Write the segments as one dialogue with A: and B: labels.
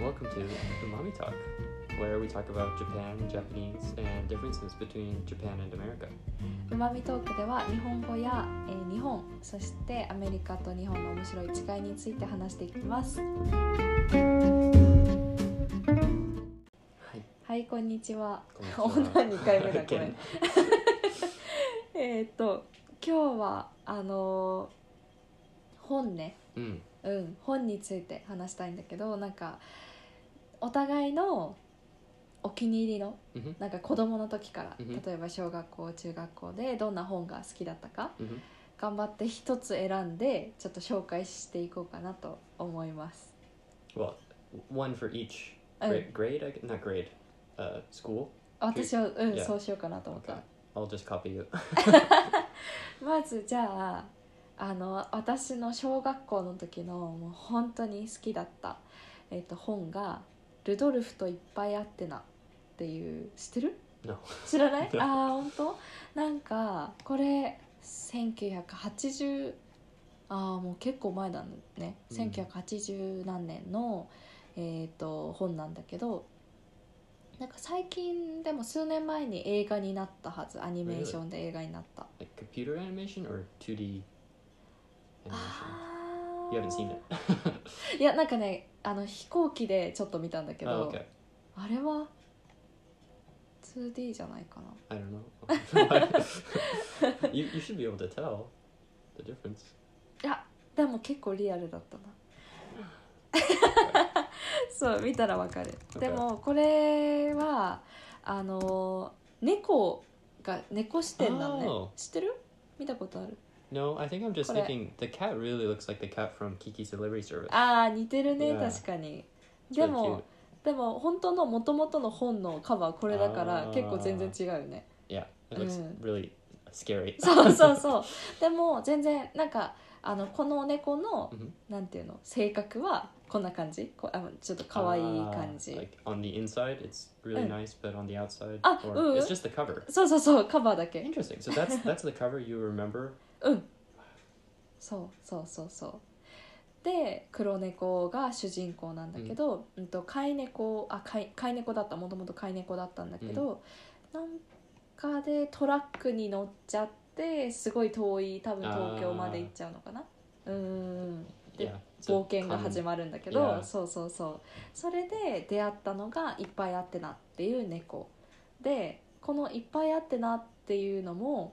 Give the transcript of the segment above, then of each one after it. A: welcome to Umami Talk, where we talk about Japan, Japanese, and differences between Japan and America.
B: うまみトークでは日本語や、えー日本そしてアメリカと日本の面白い違いについて話していきます
A: はい、
B: はいこんにちは
A: こ
B: オ
A: んに
B: ー
A: ちは
B: ナー2回目だ
A: Again
B: これえーっと今日はあのー本ね
A: うん、
B: うん本について話したいんだけどなんかお互いのお気に入りの
A: うん、
B: なんか子供の時から
A: うん
B: 例えば小学校中学校でどんな本が好きだったか
A: うん、
B: 頑張って一つ選んでちょっと紹介していこうかなと思います
A: well, one for each
B: うん
A: grade, grade, I gu- not grade, uh, school.
B: 私はうん
A: Yeah.
B: そうしようかなと思った
A: Okay, I'll just copy you.
B: まずじゃああの私の小学校の時のもう本当に好きだった、えっと本が「ルドルフといっぱいあってな」っていう知ってる
A: No.
B: 知らない
A: No.
B: ああ本当なんかこれ1980ああもう結構前だね
A: うん
B: 1980何年の、えっと本なんだけどなんか最近でも数年前に映画になったはずアニメーションで映画になった。
A: Like computer animation or 2D animation?
B: あー
A: You haven't seen it.
B: いやなんかねあの飛行機でちょっと見たんだけ
A: oh,
B: ど、
A: okay.
B: あれは 2D じゃないかな
A: I don't know. you, you should be able to tell the difference.
B: でも結構リアルだったなそう見たらわかる
A: Okay.
B: でもこれはあの猫が猫視点なのね、
A: Oh.
B: 知ってる見たことある
A: No, I think I'm just
B: What I-
A: thinking the cat really looks like the cat from Kiki's Delivery Service.
B: あー似てるね、
A: Yeah.
B: 確かに
A: It's
B: で
A: really
B: も、
A: cute.
B: でも本当の元々の本のカバーこれだから
A: あー
B: 結構全然違うよね
A: Yeah, it looks
B: Mm.
A: really scary.
B: そうそう そうでも全然なんかあのこの猫の、
A: Mhm.
B: なんていうの性格はこんな感じこうあちょっと可愛い感
A: Ah,
B: じ
A: like on the inside, it's really
B: Mm.
A: nice, but on the outside,
B: Ah,
A: or
B: ooh.
A: it's just the cover.
B: そうそうそうカバーだけ
A: Interesting. So that's that's the cover you remember.
B: そうそうそうそうで黒猫が主人公なんだけど、うん、と飼い猫あ飼い飼い猫だったもともと飼い猫だったんだけど、なんかでトラックに乗っちゃってすごい遠い多分東京まで行っちゃうのかなうーん The
A: Yeah. it's a
B: 冒険が
A: con-
B: 始まるんだけ
A: い
B: ど
A: や
B: そうそうそうそれで出会ったのが「いっぱいあってな」っていう猫でこの「いっぱいあってな」っていうのも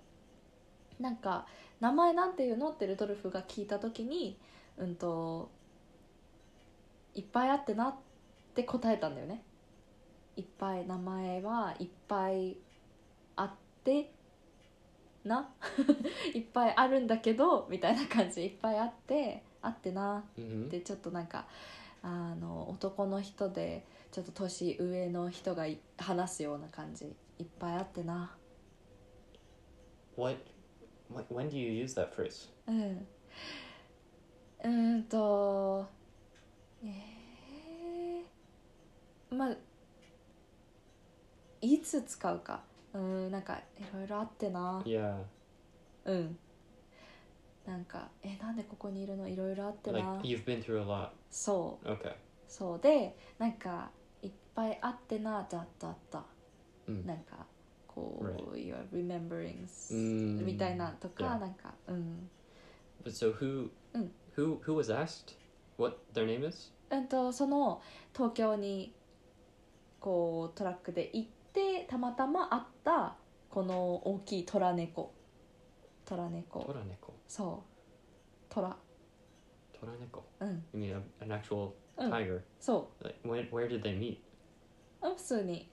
B: なんか「名前なんていうの?」ってルドルフが聞いた時に「うんといっぱいあってな」って答えたんだよね。いっぱい名前はいっぱいあってな いっぱいあるんだけどみたいな感じいっぱいあってあってな
A: Mhm.
B: でちょっとなんかあの男の人でちょっと年上の人がい話すような感じいっぱいあってな
A: What, what? When do you use that phrase?
B: うんうーんとえー、まあいつ使うかうんなんかいろいろあってな
A: Yeah.
B: うんなんかえなんでここにいるのいろいろあってな
A: Like you've been through a lot.
B: そう
A: Okay.
B: そうでなんかいっぱいあってなだだだ、
A: うん
B: なんかこう、y o u r rememberings、
A: Mm.
B: みたいなとか、
A: Yeah.
B: なんかうん、
A: But so who,
B: Mm.
A: who, who was asked what their name is?
B: うん、とその東京にこうトラックで行ってたまたま会ったこの大きい虎猫虎猫
A: Toraneko.
B: そう虎
A: Toraneko.
B: うん
A: You mean a, an actual
B: Mm.
A: tiger?
B: そ
A: Like when, where did they meet?
B: ううん普通に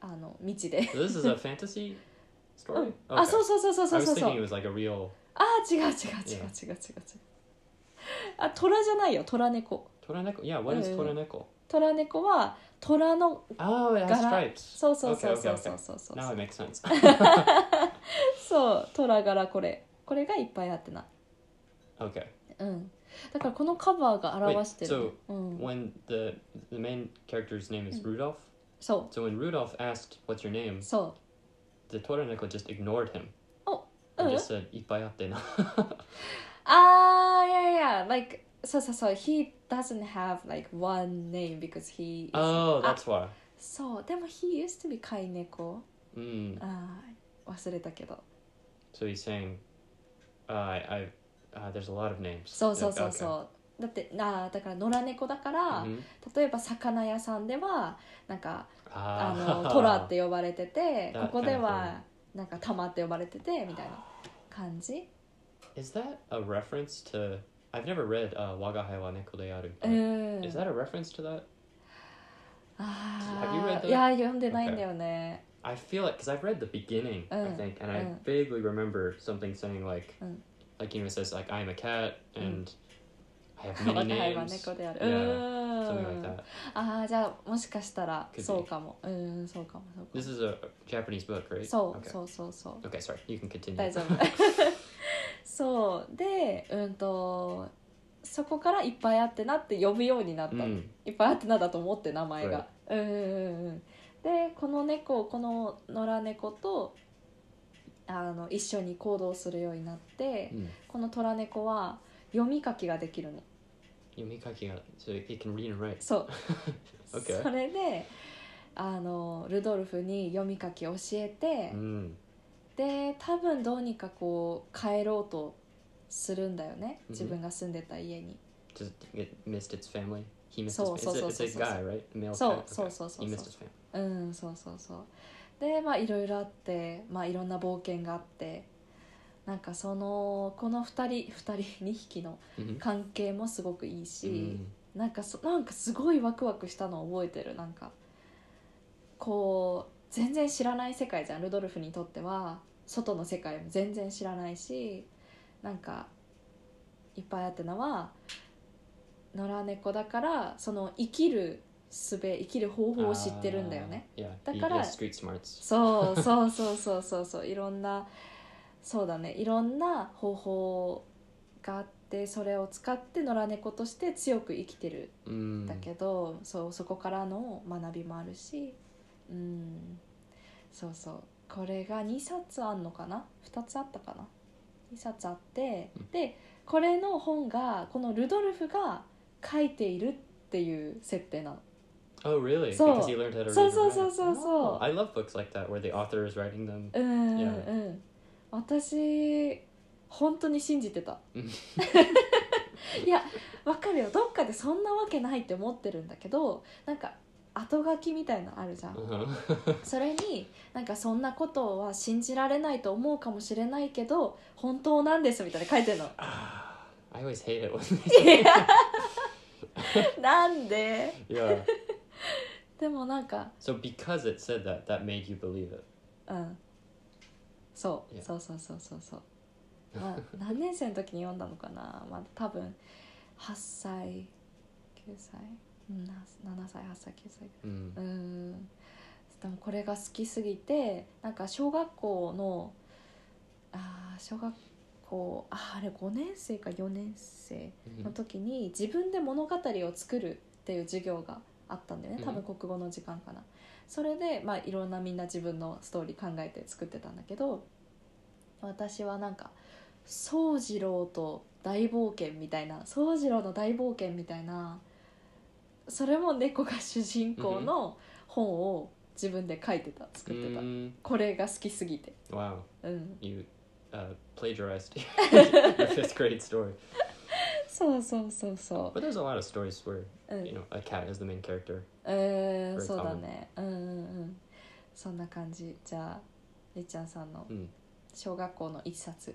B: あの道で
A: So this is a fantasy
B: うん
A: story.
B: あそうそうそうそう
A: I
B: そう
A: was
B: そうそう
A: thinking it was like a real
B: あー違う違う違う違う違う違うあ虎じゃないよ虎猫
A: toraneko. Yeah, what is
B: Mm.
A: toraneko?
B: 虎猫は虎の
A: Oh, it has
B: Gara-
A: stripes.
B: そうそうそう
A: Okay,
B: そ
A: okay,
B: うそう
A: okay.
B: そうそう
A: Now it makes sense.
B: そう虎柄これこれがいっぱいあってな
A: okay.
B: うんだからこのカバーが表してるねう
A: Wait,
B: ん、
A: When the the main character's name is
B: Mm.
A: Rudolph,
B: そ
A: so when Rudolph asked what's your name,
B: うそ
A: the toraneko just ignored him.
B: Oh,
A: And
B: uh.
A: just said "Ippaiatena."
B: うあーいやいや like そうそうそう he doesn't have like one name because he is-
A: Oh,
B: あ
A: that's why.
B: そうでも he used to be 飼い猫
A: Mm.
B: あー忘れたけど
A: So he's saying, uh, I, I, uh, there's a lot of names.
B: そうそう
A: Like,
B: そう
A: okay.
B: そうだってあーだから野良猫だから、
A: Mhm.
B: 例えば魚屋さんではなんかあ
A: Ah.
B: のトラって呼ばれて て
A: That
B: ここで
A: kind of
B: はなんか玉って呼ばれててみたいな感じ
A: Is that a reference to? I've never read uh, Waga Haiwa Neko de Aru.
B: う
A: but
B: ん
A: Is that a reference to that? Have you
B: あ
A: read
B: あ
A: that?
B: いや読んでないんだよね、
A: I feel like because I've read the beginning, I
B: Mm,
A: think, and I
B: mm.
A: vaguely remember something saying like,
B: Mm.
A: like you know, it says like I'm a cat and I have
B: 我
A: many
B: が輩は
A: names,
B: 猫である、
A: yeah,
B: うん
A: something like that.
B: ああじゃあもしかしたら
A: Could be.
B: そうかもうんそうかもそうかも
A: This is a Japanese book, right?
B: そう、
A: Okay.
B: そうそうそう
A: Okay, sorry. You can continue.
B: 大丈夫 そうでうんとそこからいっぱいあってなって呼ぶようになったの、
A: Mm.
B: いっぱいあってなんだと思って名前が、うんうんうんでこの猫この野良猫とあの一緒に行動するようになって、
A: Mm.
B: この虎猫は読み書きができるの
A: Yomikaki got- so it can read and write.
B: そう
A: Okay.
B: それであのルドルフに読み書き教えて、
A: Mm.
B: で多分どうにかこう帰ろうとするんだよね
A: うん
B: 自分が住んでた家に、
A: Just it missed its family. He missed
B: So,
A: his
B: so,
A: family.
B: so, so,
A: it's a, it's
B: so,
A: a
B: so.
A: guy, right? A Male
B: So,
A: cat.
B: so,
A: okay.
B: so, so,
A: He
B: so.
A: missed his family.
B: うんそうそうそうでまあいろいろあってまあいろんな冒険があってなんかそのこの2人2人2匹の
A: Mhm.
B: 関係もすごくいいし
A: Mm.、
B: なんかそなんかすごいワクワクしたのを覚えてるなんかこう全然知らない世界じゃんルドルフにとっては外の世界も全然知らないしなんかいっぱいあってのは野良猫だからその生きる術生きる方法を知ってるんだよね
A: Ah, Yeah. He
B: だから-
A: has street smarts.
B: そうそうそうそうそうそういろんなそうだねいろんな方法があってそれを使って野良猫として強く生きてる
A: Mm.
B: んだけど、そうそこからの学びもあるしうんそうそうこれが2冊あんのかな2つあったかな2冊あって
A: うん
B: でこれの本がこのルドルフが書いているっていう設定なの。
A: Oh, really?
B: So-
A: because he learned how to
B: so,
A: read
B: so,
A: and
B: so,
A: write.
B: so, so.
A: Oh, I love books like that where the author is writing them.
B: うんうん
A: Yeah.
B: うん私本当に信じてた いやわかるよどっかでそんなわけないって思ってるんだけどなんか後書きみたいのあるじゃん
A: Uh-huh.
B: それになんかそんなことは信じられないと思うかもしれないけど本当なんですみたいな書いてるの
A: I always hate it when they
B: いや なんで
A: Yeah.
B: でもなんか
A: So because it said that, that made you believe it.
B: うんそう、
A: Yeah.
B: そうそうそうそうそうまあ何年生の時に読んだのかなまあ多分8歳9歳うんな7歳8歳9歳
A: Mm.
B: うーんでもこれが好きすぎてなんか小学校のあー小学校あーあれ5年生か4年生
A: Mhm.
B: の時に自分で物語を作るっていう授業があったんだよね
A: うん
B: 多分国語の時間かな、それで、まあ、いろんなみんな自分のストーリー考えて作ってたんだけど私はなんか宗次郎と大冒険みたいな宗次郎の大冒険みたいなそれも猫が主人公の本を自分で書いてた作ってた、
A: Mm,
B: これが好きすぎて
A: Wow,
B: うん
A: you uh, plagiarized your fifth grade story.
B: そうそうそうそ
A: But there's a lot of stories where
B: ううん
A: you know a cat is the main character.
B: えー、
A: Very
B: そうだねうんうんうんそんな感じじゃありっちゃんさんの
A: Mm.
B: 小学校の一冊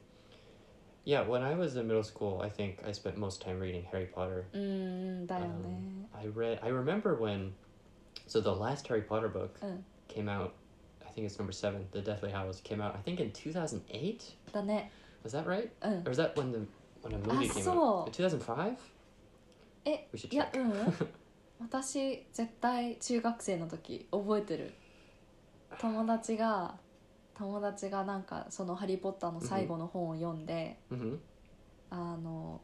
A: Yeah, when I was in middle school, I think I spent most time reading Harry Potter.
B: うーんだよね
A: I read. I remember when. So the last Harry Potter book
B: Mm.
A: came out. I think it's number seven. The Deathly Hallows came out. I think in two thousand eight.
B: だね
A: Was that right?
B: うん
A: Or was that when the when a movie came
B: saw.
A: out? Two thousand five.
B: Eh,
A: We should
B: いや
A: check.
B: うん私絶対中学生の時覚えてる友達が友達がなんかその「ハリー・ポッター」の最後の本を読んで
A: hmm
B: あの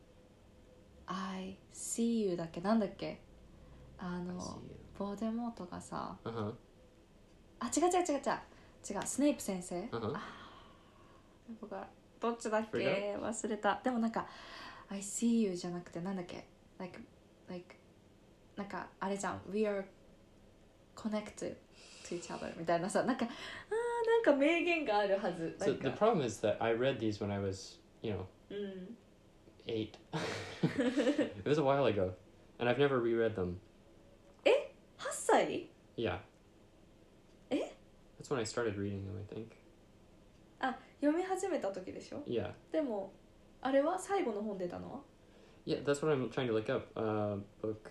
B: 「I see you」だっけなんだっけあ
A: I see
B: の
A: you.
B: ボーデモートがさ
A: Uh huh.
B: あ違う違う違う違う違うスネイプ先生、
A: uh-huh. Uh huh.
B: 僕はどっちだっけ忘れたでもなんか「 I see you じゃなくてなんだっけ like like なんかあれじゃん We are connected to each other みたいなさなんかあーなんか名言があるはずな
A: So
B: ん
A: the
B: か
A: problem is that I read these when I was, you know,
B: うん
A: eight. it was a while ago, and I've never reread them.
B: 8歳
A: Yeah.
B: Eh?
A: That's when I started reading them, I think.
B: 読み始めた時でしょ
A: Yeah.
B: でもあれは最後の本出たのは
A: Yeah, that's what I'm trying to look up. Uh, book.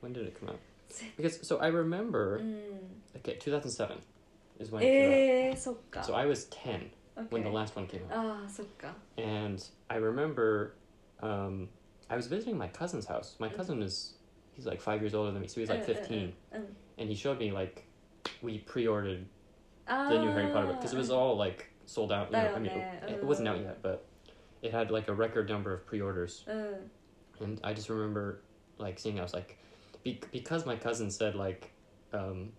A: When did it come out?
B: Se-
A: Because so I remember.
B: うん、
A: Okay, 2007 is when it
B: えー、そっ
A: came
B: か
A: out. So I was 10 when the
B: OK
A: last one came out,
B: ああそっか
A: and I remember um, I was visiting my cousin's house. My cousin is he's like five years older than me, so he's
B: Uh,
A: like 15,
B: うんうんうん
A: and he showed me like we pre-ordered
B: あ
A: the new Harry Potter book because it was
B: あ
A: all like sold out. You know, I mean,
B: Dial-net,
A: it wasn't out
B: uh.
A: yet, but it had like a record number of pre-orders,
B: うん、
A: and I just remember like seeing. I was like, be- because my cousin said like, um,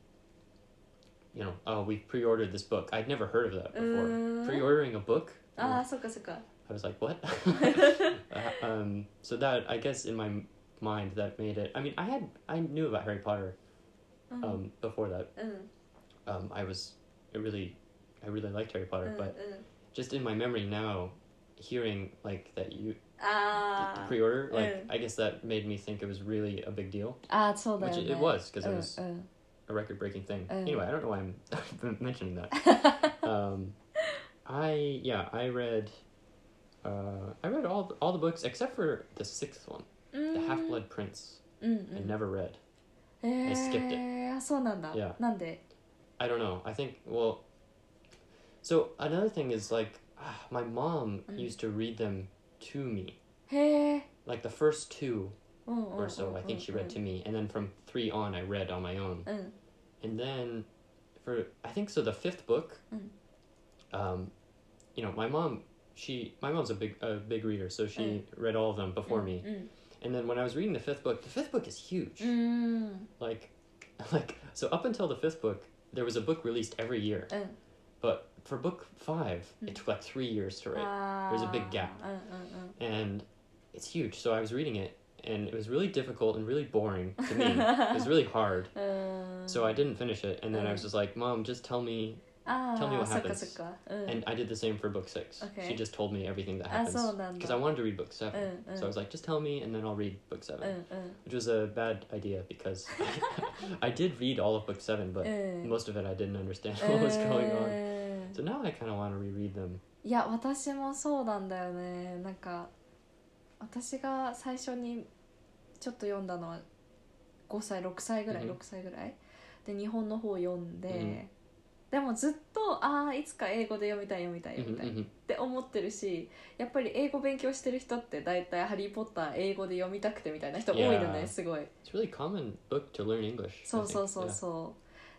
A: you know, oh, we pre-ordered this book. I'd never heard of
B: う
A: that before.
B: ーん
A: Pre-ordering a book.
B: ああそっかそっ か
A: I was like, what?
B: Uh-huh.
A: Uh, um, so that I guess in my m- mind that made it. I mean, I had I knew about Harry Potter
B: うん、
A: um, before that.
B: うんうん、
A: Um, I was I really I really liked Harry
B: う
A: Potter,
B: ん
A: but just in my memory now hearing like that you did the
B: あー
A: pre-order like
B: Mm.
A: i guess that made me think it was really a big deal
B: あーそうだ
A: which
B: よね
A: it, it was because
B: う
A: it
B: ん
A: was
B: うん
A: a record-breaking thing
B: Mm.
A: anyway i don't know why i'm I'm mentioning that um, i yeah i read uh, i read all all the books except for the sixth one
B: うん
A: the half-blood prince
B: うんう
A: i
B: ん
A: never read
B: え
A: I skipped
B: ー、あそうなんだ、
A: Yeah.
B: なんで
A: i don't know i think well so another thing is like ah, my mom
B: Mm.
A: used to read them to me
B: へえ
A: like the first two
B: うんうんうんうん
A: or so. I think she read to me, and then from three on, I read on my own.
B: うん
A: And then, for I think so, the fifth book.
B: Mm.
A: Um, you know, my mom, she, my mom's a big, a big reader, so she
B: Mm.
A: read all of them before me.
B: うん、
A: And then when I was reading the fifth book, the fifth book is huge.
B: Mm. うんうん、
A: Like, like so up until the fifth book, there was a book released every year.
B: Mm.
A: But for book five, it took like three years to write,
B: あ
A: There's a big gap.
B: うんうんうん
A: and it's huge. So I was reading it, and it was really difficult and really boring to me. it was really hard.
B: うーん
A: So I didn't finish it, and then I was
B: Mm.
A: just like, "Mom, just tell me."
B: あ
A: tell me
B: あ
A: what
B: そっか
A: happens.
B: そっかうん
A: And I did the same for book six.
B: Okay.
A: She just told me everything that
B: Uh. Ah,
A: happens
B: so then
A: because
B: the-
A: I wanted to read book seven.
B: Mm, mm.
A: So I was like, "Just tell me, and then I'll read book
B: うんう
A: seven,"
B: ん
A: which was a bad idea because I did read all of book seven, but
B: うん
A: most of it I didn't understand
B: Uh.
A: what was going on.
B: うん
A: So now I kind of want to reread them.
B: いや私もそうなんだよねなんか私が最初にちょっと読んだのは5歳6歳ぐらい、
A: うん
B: 6歳ぐらいで日本の方を読んで、
A: うん
B: でもずっとああいつか英語で読みたい読みたい読
A: Mhm,
B: みたい、っ
A: mhm.
B: て思ってるしやっぱり英語勉強してる人って大体「ハリー・ポッター」英語で読みたくてみたいな人多いよ
A: いや
B: ね
A: ー
B: すごい。
A: It's a really common book to learn English. I
B: そうそう
A: think.
B: そう
A: Yeah.
B: そ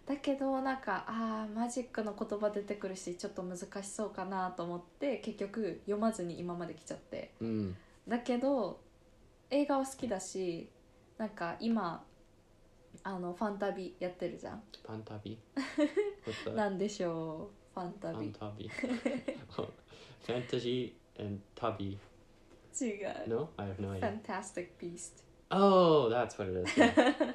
B: うだけどなんかあーマジックの言葉出てくるしちょっと難しそうかなと思って結局読まずに今まで来ちゃって
A: Mm.
B: だけど映画は好きだしなんか今あのファンタビやってるじゃん
A: Pantabi. What's that?
B: なんでしょうファンタビ
A: Pantabi. Oh, Fantasy and tabi.
B: 違う
A: No, I have no
B: 「
A: idea.
B: Fantastic Beast
A: Oh, that's what it is. yeah.」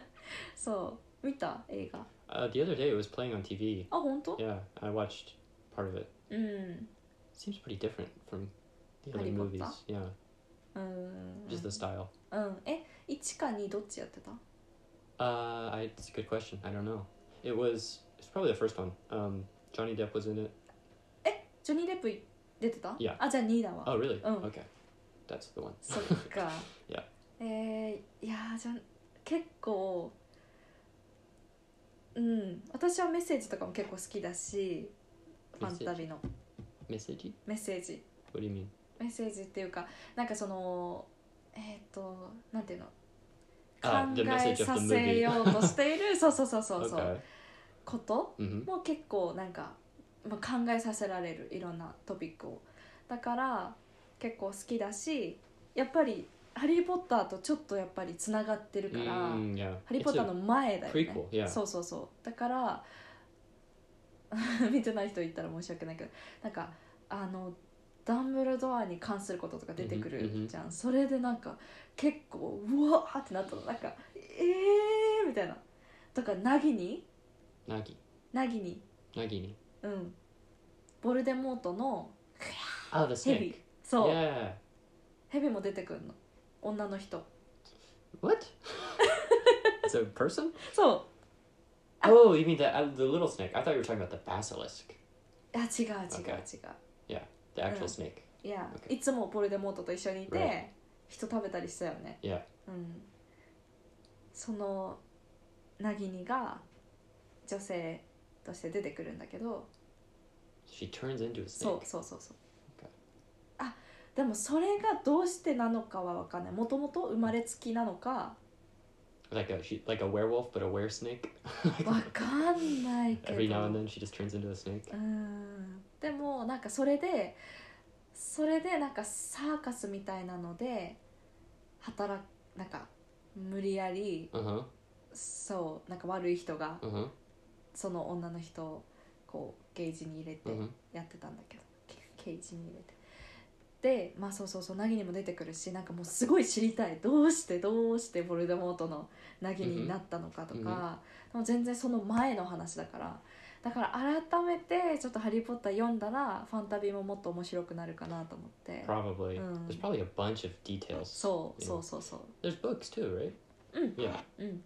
B: そう見た映画あ
A: uh, the other day it was playing on TV.
B: 本当
A: Yeah, I watched part of it.
B: うん、
A: Seems pretty different from the other
B: Harry Potter?
A: movies. Yeah,
B: うん、
A: just the style.
B: うん、え1か2どっちやってた
A: Uh, I, it's a good question. I don't know. It was. It's probably the first one. Um, Johnny Depp was in it.
B: ジョニー・デップ出てた
A: いや
B: あじゃあ2だわ
A: Oh, really?
B: Oh.
A: Okay, that's the one.
B: そっか
A: Yeah.
B: えーいやーじゃん結構うん私はメッセージとかも結構好きだしファンタビの
A: Messagey?
B: メッセージ
A: What do you mean?
B: メッセージっていうかなんかそのえっ、となんていうの考
A: Ah, the
B: え
A: message of
B: さ
A: the
B: せ
A: movie.
B: ようとしているそうそうそう そうそう、
A: okay.
B: こと、
A: Mm-hmm.
B: もう結構なんか、まあ、考えさせられるいろんなトピックをだから結構好きだしやっぱり「ハリー・ポッター」とちょっとやっぱりつながってるから「
A: Mm, yeah.
B: ハリー・ポッ
A: It's
B: ター」の
A: a
B: 前だよ
A: prequel.
B: ね
A: Yeah.
B: そうそうそうだから 見てない人いたら申し訳ないけどなんかあのダンブルドアに関することとか出てく
A: うんうんう
B: る
A: ん
B: じゃんそれでなんか結構うわーってなったのなんか「えー!」みたいなとか「ナギに
A: ナギ
B: ナギに
A: ナギに
B: うんボルデモートの
A: Oh the
B: ヘビ
A: snake
B: そう、
A: Yeah
B: ヘビも出てくるの女の人
A: What? It's a person?
B: そう
A: Oh you mean the, uh, the little snake I thought you were talking about the basilisk
B: いや違う違う違
A: Okay.
B: う
A: The actual
B: Mm.
A: snake
B: いや、
A: Okay.
B: いつもボルデモートと一緒にいて、
A: Right.
B: 人食べたりしたよね、
A: Yeah.
B: うん、そのナギニが女性として出てくるんだけど
A: She turns into a
B: そう
A: snake
B: そうそうそう
A: Okay.
B: あでもそれがどうしてなのかは分かんないもともと生まれつきなの か
A: Like a she like a werewolf but a were snake
B: 分かんないけど
A: Every now and then she just turns into a snake
B: うーんでもなんかそれでそれでなんかサーカスみたいなので働くなんか無理やり
A: Uh huh
B: そうなんか悪い人が
A: Uh huh
B: その女の人をこうゲージに入れて
A: Uh huh
B: やってたんだけど、ケージに入れてでまあそうそうそうナギにも出てくるしなんかもうすごい知りたいどうしてどうしてボルデモートのナギになったのかと
A: うんうん
B: か、でも全然その前の話だからだから改めてちょっと「ハリー・ポッター」読んだらファンタビーももっと面白くなるかなと思って、
A: Probably
B: Mm.
A: There's probably a bunch of details
B: そう
A: うん
B: そうそうそう
A: There's books too right
B: うん
A: Yeah
B: うん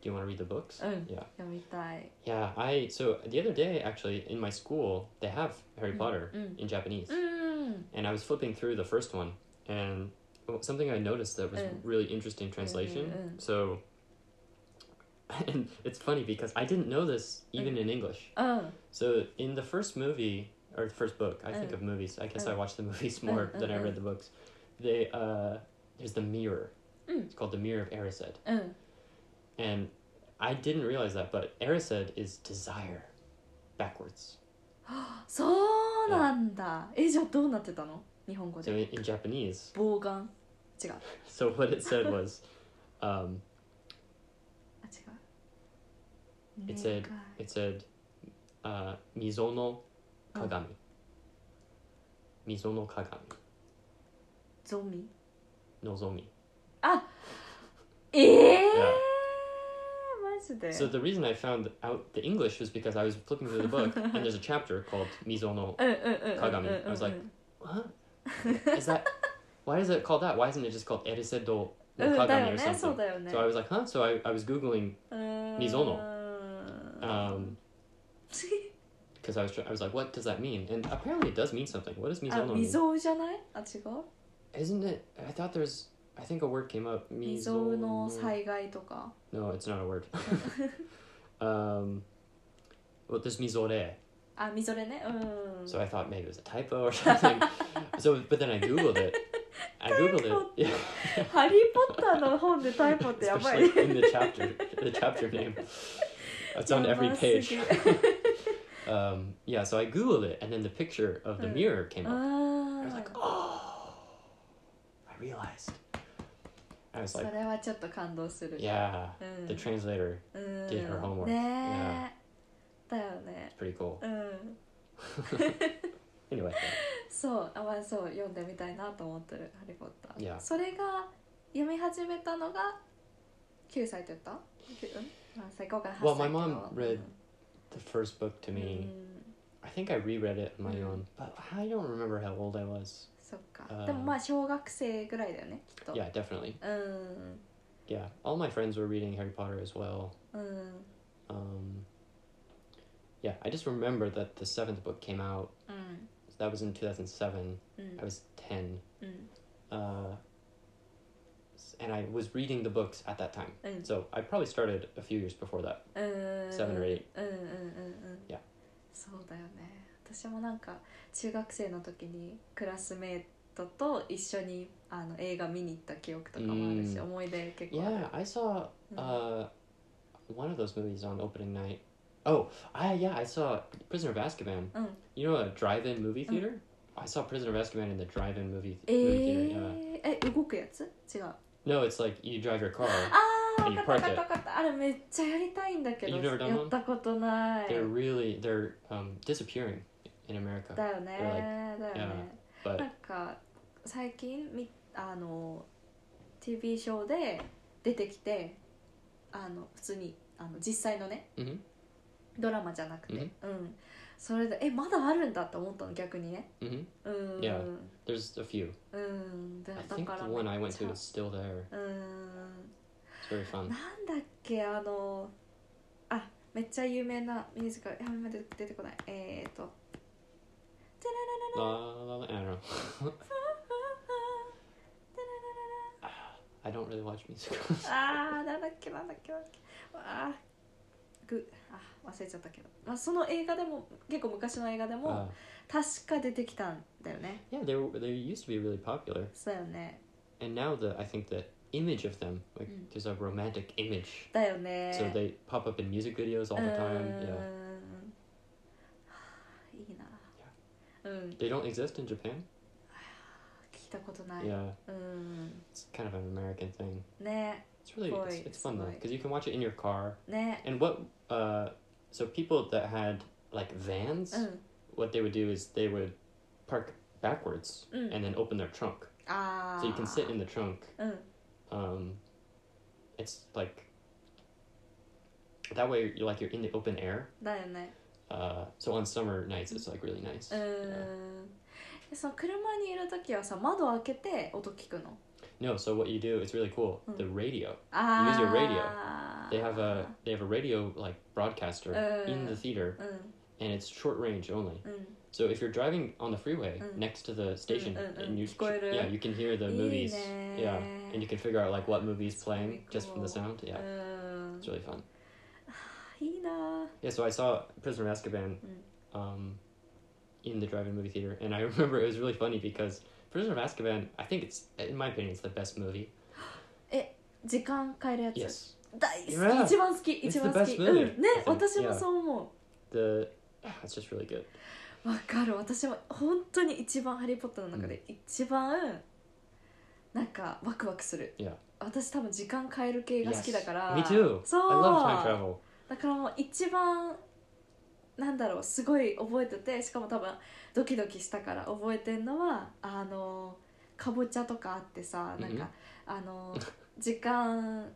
A: Do you want to read the books?
B: Mm.
A: Yeah.
B: 読みたい
A: Yeah, I so the other day actually in my school they have Harry
B: Mm,
A: Potter
B: mm.
A: in Japanese,
B: うん、
A: and I was flipping through the first one, and well, something I noticed that was
B: Mm.
A: really interesting
B: mm, mm.
A: translation. So, and it's funny because I didn't know this even
B: Mm.
A: in English.
B: うん、うん
A: So in the first movie or the first book, I think
B: Mm.
A: of movies. I guess
B: Mm.
A: I watched the movies more
B: mm,
A: than I
B: mm.
A: read the books. They uh, there's the mirror.
B: Mm.
A: It's called the Mirror of Erised,
B: うん、
A: and I didn't realize that, but Erised is desire, backwards.
B: そうなんだえじゃあどうなってたの日本語
A: So
B: で
A: in, in Japanese,
B: 棒眼違う
A: so what it said was, um,
B: あ違う
A: It said- it said, uh, mizo no kagami. Mizo no kagami.
B: ゾミ
A: Nozomi.
B: ええー
A: Yeah.
B: マジで
A: So the reason I found out the English was because I was flipping through the book and there's a chapter called mizo no.
B: うんうんうんうん
A: 鏡
B: うんうん
A: I was like-
B: うん
A: What? Is that? Why is it called that? Why isn't it just called erised do
B: う
A: no
B: んだよ
A: kagami or
B: ねそう
A: something?
B: だよね
A: So I was like, huh? So I, I was googling
B: うーん
A: 溝の
B: うん
A: うん because I was try- I was like, what does that mean? And apparently it does mean something. What does mizo
B: あ
A: no
B: み
A: mean?
B: ぞじゃないあ違う
A: Isn't it? I thought there's. I think a word came up.
B: みぞの
A: mizono-
B: 災害と か
A: No, it's not a word. um, well, there's mizore,
B: あみぞれねうん
A: so I thought maybe it was a typo or something. so, but then I googled it. I googled it.
B: Typo.
A: Yeah,
B: ハリー・ポッターの本でタイプってやばい
A: especially in the chapter, the chapter name. It's on every
B: やばすぎ
A: page. Um, yeah, so I googled it, and then the picture of the
B: Mm.
A: mirror came up. I
B: あ
A: was like,
B: ー
A: oh, I realized. I was
B: そ
A: like,
B: れはちょっと感動する
A: yeah,
B: うん
A: the translator,
B: うん
A: did her homework.
B: ねえだよね
A: pretty cool.
B: うん
A: Anyway,
B: そうあまあそう読んでみたいなと思ってる「ハリー・ポッター」
A: いや
B: それが読み始めたのが9歳って言ったきゅうん何歳か分からん
A: Well,
B: 8歳
A: my
B: け
A: mom
B: ど
A: read the first book to
B: うん
A: me.
B: うん、
A: I think I reread it on my
B: Mm.
A: own, but I don't remember how old I was.
B: そっか、
A: うん
B: でもまあ小学生ぐらいだよねきっと
A: Yeah, definitely.
B: うん、
A: Yeah, all my friends were reading Harry Potter as well.
B: うん、
A: Um, yeah, I just remember that the seventh book came out.
B: うん、
A: That was in two thousand seven.
B: う
A: I
B: ん、
A: was ten,
B: うん、
A: uh, s- and I was reading the books at that time.
B: うん、
A: So I probably started a few years before that.
B: うん、
A: Seven or eight.
B: うんうんうんうん
A: Yeah.
B: そうだよね私もなんか中学生の時にクラスメートと一緒にあの映画見に行った記憶とかもあるし、
A: うん
B: 思い出結構ある
A: Yeah, I saw
B: うん
A: uh, one of those movies on opening night. Oh, I yeah, I saw Prisoner of Azkaban.
B: うん
A: You know a drive-in movie theater? I saw Prisoner of Azkaban in the drive-in movie, th-
B: え
A: movie theater. Yeah.
B: ー、え動くやつ違うあ
A: No, it's like you drive your car.
B: あ
A: And
B: 分
A: you
B: かった分
A: park
B: かった分かったあれめっちゃやりたいんだけど
A: You've never
B: や
A: done
B: ったことない
A: They're really they're um, disappearing in America.
B: だよねだよねな
A: but
B: んか最近みあの TV ショーで出てきてあの普通にあの実際のね
A: hmm
B: ドラマじゃなくて、うんそれでえまだあるんだって思ったの逆にね
A: hmm
B: うん
A: Yeah. there's a few.
B: うんだ
A: I
B: だ
A: think
B: か
A: the
B: ら
A: one I
B: め
A: went
B: っち
A: to
B: ゃ
A: is still there.
B: うん
A: It's very
B: な
A: fun.
B: んだっけあのあめっちゃ有名なミュージカルいや今出て出てこないえー、っと
A: La, la, la, I don't know. I don't really watch musicals. Uh,
B: あーなんだっけなんだっけなんだっけあーぐあ忘れちゃったけど、まあ、その映画でも結構昔の映画で
A: Uh,
B: も確か出てきたんだよね
A: yeah, they were, they used to be really popular,
B: そうだよね
A: and now the I think the image of them like
B: Mm.
A: there's a romantic image,
B: だよね
A: so they pop up in music videos all
B: うーん
A: the time. Yeah,
B: はあいいなうん聞
A: they don't exist in Japan.
B: いたことない、
A: Yeah,
B: うーん
A: it's kind of an American thing.
B: ね
A: It's really it's,
B: Boy,
A: it's fun though
B: boy.
A: because you can watch it in your car.
B: ね
A: And what uh, so people that had like vans,
B: うん、
A: what they would do is they would park backwards
B: うん
A: and then open their trunk,
B: ああ
A: so you can sit in the trunk.
B: うん
A: Um, it's like that way you're like you're in the open air.
B: だよね
A: Uh, so on summer nights it's like really nice.
B: うーんでその車にいる時はさ窓開けて音聞くの
A: No, so what you do it's really cool.
B: Mm.
A: The radio
B: ああ
A: Use your they have a they have a radio like broadcaster
B: Ah. Uh.
A: in the theater
B: う
A: and it's short range only.
B: んうん
A: So if you're driving on the freeway
B: Mm.
A: next to the station
B: mm, mm.
A: and you
B: Square.
A: yeah, you can hear the movies. Yeah. And you can figure out like what movie's
B: It's
A: playing
B: really
A: just from the
B: cool.
A: sound. Yeah.
B: うん
A: It's really fun.
B: いいなぁ
A: Yeah, so I saw Prisoner of Azkaban um, in the drive-in movie theater and I remember it was really funny because Prisoner of Azkaban, I think it's in my opinion it's the best movie.
B: 時間変えるやつ、
A: Yes.
B: 大好
A: Yeah.
B: き一番好き
A: the
B: 一番好き
A: best movie,
B: うんね
A: I think.
B: 私もそう思
A: The ah, it's just really good.
B: うわかる私も本当に一番「ハリー・ポッター」の中で一番なんかワクワクする
A: Yeah.
B: 私多分時間変える系が好きだから、
A: Me too.
B: そう
A: I love time travel.
B: だからもう一番なんだろうすごい覚えててしかも多分ドキドキしたから覚えてんのはあのかぼちゃとかあってさなんか、あの時間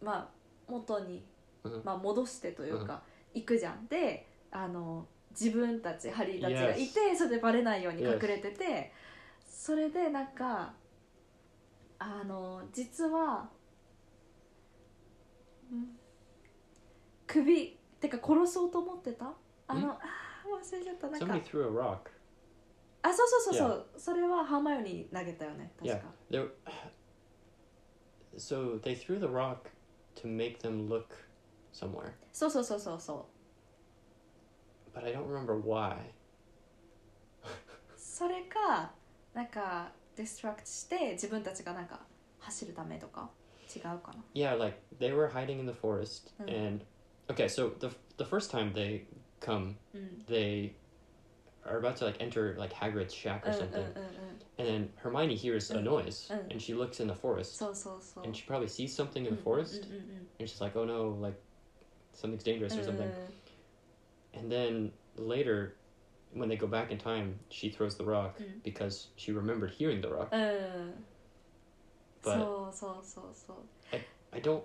B: まあ元に
A: うん、
B: まあ、戻してというか、行くじゃんであの自分たちハリーたちがいて、それでバレないように隠れてて、それでなんかあの実は、うん首ってか殺そうと思ってたあ
A: ん
B: のあー忘れちゃったなんか
A: Somebody threw a rock.
B: あそうそうそうそう、それはハーマイオニー投げたよね確か
A: There, so they threw the rock to make them look somewhere,
B: そうそうそうそうそう
A: but I don't remember why.
B: それかなんかデストラクトして自分たちがなんか走るためとか違うかな
A: Yeah, like they were hiding in the forest,
B: Mm.
A: and okay, so the the first time they come,
B: うん
A: they are about to like enter like Hagrid's shack
B: うんうん
A: or
B: うん
A: something,
B: うん
A: and then Hermione hears a
B: Mm.
A: noise,
B: Mm.
A: and she looks in the forest,
B: そうそうそう
A: and she probably sees something in
B: うん
A: the forest,
B: うんうん
A: and she's like, "Oh no, like something's dangerous
B: うん
A: or
B: うん
A: something." And then later, when they go back in time, she throws the rock
B: Mm.
A: because she remembered hearing the rock.
B: うんそ
A: But-
B: うそうそうそう
A: I don't,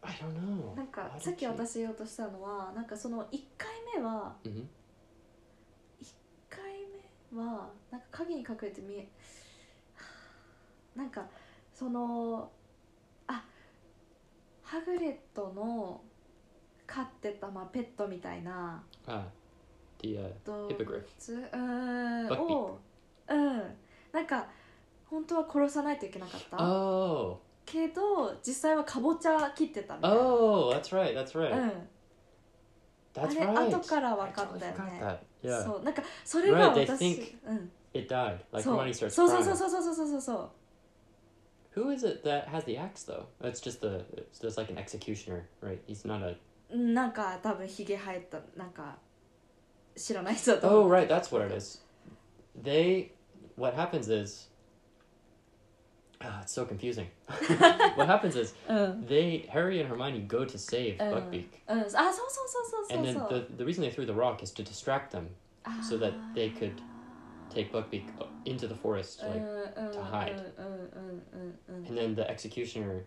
A: I don't know.
B: なんか
A: Why
B: さっ
A: did she-
B: き私言おうとしたのはなんかその1回目は
A: Mhm.
B: 1回目はなんか影に隠れて見えなんかそのあハグレットの飼ってた、まあ、ペットみたいな
A: Ah, the uh,
B: 動物
A: Hippogriff
B: うーん
A: Buckbeak
B: をうんなんか本当は殺さないといけなかった
A: oh,
B: けど実際はかぼちゃ切ってたみたいな、
A: oh, that's right, that's right,
B: うん
A: that's
B: あれ
A: right.
B: 後から
A: I totally
B: 分かったよね。
A: forgot that. Yeah,
B: そうなんかそれが
A: Right, they
B: 私、
A: think
B: うん、
A: it died. Like
B: そう
A: Hermione
B: そう
A: starts
B: そう
A: crying.
B: そうそうそうそうそうそう
A: Who is it that has the axe though? It's just the, it's just like an executioner, right? He's not a.
B: なんか多分ひげ生えたなんか知らない人だと
A: Oh
B: 思う
A: right, that's what it is. They, what happens is. Ah, it's so confusing. what happens is
B: うん、うん、
A: They Harry and Hermione go to save Buckbeak,
B: あそうそうそうそうそう
A: and
B: そう
A: then the the reason they threw the rock is to distract them. so that they could-
B: あー
A: take Buckbeak into the forest,
B: うん
A: like,
B: うんうん
A: to hide.
B: うんうんうんうん
A: and then the executioner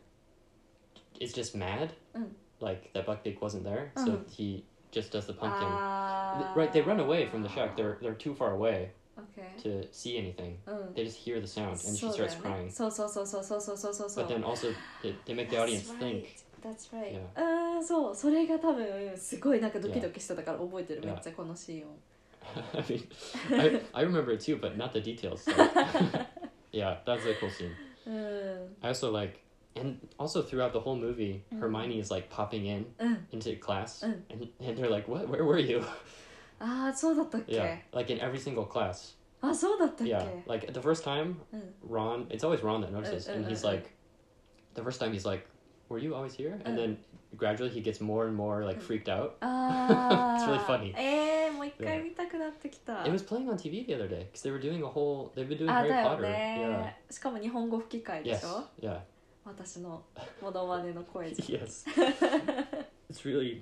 A: is just mad,
B: Mm.
A: like that Buckbeak wasn't there, so
B: Mhm.
A: he just does the pumpkin.
B: あ
A: Th-
B: ー
A: Right, they run away from the shack. They're they're too far away
B: Okay.
A: to see anything.
B: うん
A: They just hear the sound, and she
B: そうだよ
A: starts
B: ね
A: crying.
B: そうそうそうそうそうそうそうそうそう
A: But then also, they, they make the audience think.
B: That's right. That's right. うんそうそれが多分すごいなんかドキドキしてたから覚えてる
A: Yeah.
B: めっちゃこのシーンを
A: I mean, I, I remember it too, but not the details. so- yeah, that's a cool scene.
B: うん
A: I also like, and also throughout the whole movie,
B: Mhm.
A: Hermione is like popping in
B: うん
A: into class,
B: Mm.
A: and, and they're like, "What? Where were you?"
B: ああそうだったっ
A: yeah,
B: け
A: like in every single class.
B: あそうだったっ
A: Yeah,
B: け
A: like the first time,
B: Mm.
A: Ron. It's always Ron that notices,
B: Mm,
A: and
B: mm,
A: he's
B: mm,
A: like, the first time he's like, "Were you always here?" And
B: Mm.
A: then gradually he gets more and more like
B: Mm.
A: freaked out.
B: あ
A: It's
B: あ
A: really funny.
B: えー、もう一回
A: Yeah.
B: 見たくなってきた
A: It was playing on TV the other day because they were doing a whole. They've been doing
B: あ
A: Harry
B: だよ
A: Potter.
B: ねしかも日本語吹き替え
A: Yeah.
B: でし
A: Yes.
B: ょ
A: Yeah.
B: 私のモノマネの声 じ
A: yes. It's really,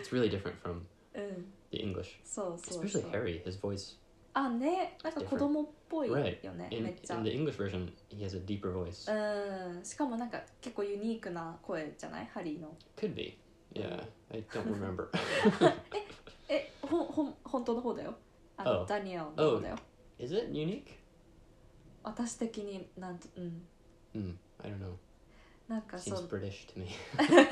A: it's really different from
B: ゃん うん
A: the English,
B: そうそうそ
A: especially
B: う
A: Harry. His voice
B: あねなんか子供っぽいよね
A: Right.
B: め
A: in
B: っちゃ
A: in the English version, he has a deeper voice.
B: Uh. うんしかもなんか結構ユニークな声じゃないハリーの
A: Could be. Yeah, I don't remember.
B: えほんほん本当の方だよあの、
A: Oh.
B: ダニエルの方だよ、
A: Is it unique?
B: 私的になんとうん
A: Hmm. I don't know.
B: なんかそ
A: Seems
B: う
A: British to me.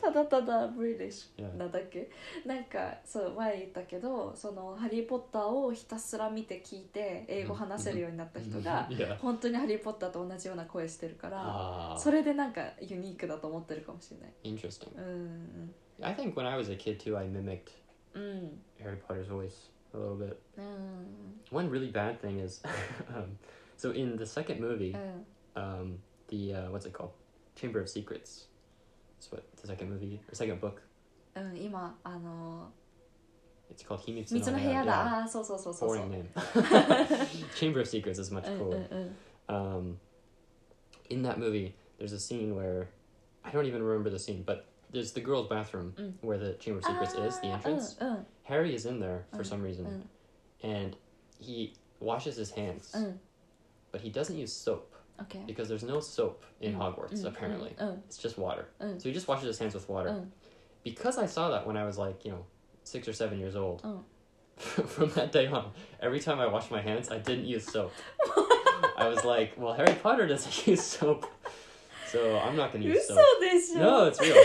B: ただただブリティッシ
A: Yeah.
B: ュなだけなんかそう前言ったけど「そのハリー・ポッター」をひたすら見て聞いて英語話せるようになった人 が
A: yeah.
B: 本当に「ハリー・ポッター」と同じような声してるから
A: Ah,
B: それでなんかユニークだと思ってるかもしれない
A: interesting.
B: うん、
A: I think when I was a kid too, I mimicked
B: うん、
A: Harry Potter's voice a little bit.
B: うん、
A: One really bad thing is, um, so in the second movie,
B: うん、
A: um, the uh, what's it called, Chamber of Secrets. That's what the second movie or second book.
B: うん、今あの
A: It's called 秘密
B: 水の部屋
A: Yeah.
B: だ。ああー、そうそうそうそうそう。
A: Boring name. Chamber of Secrets is much
B: うんうん
A: cooler.
B: うん。
A: um, in that movie, there's a scene where I don't even remember the scene, but there's the girls' bathroom
B: Mm. Ah,
A: where the Chamber of Secrets is, the
B: あー
A: entrance.
B: うんうん。
A: Harry is in there for
B: Mm,
A: some reason, and he washes his hands,
B: うん。
A: but he doesn't use soap
B: オッケー。
A: because there's no soap in
B: Mm,
A: Hogwarts,
B: うん
A: apparently.
B: うん
A: It's just water.
B: うん。
A: So he just washes his hands with water.
B: Mm.
A: Because I saw that when I was like, you know, six or seven years old,
B: Mm.
A: from that day on, every time I washed my hands, I didn't use soap. I was like, well, Harry Potter doesn't use soap, so I'm not going to
B: 嘘
A: use soap.
B: でしょ
A: No, it's real.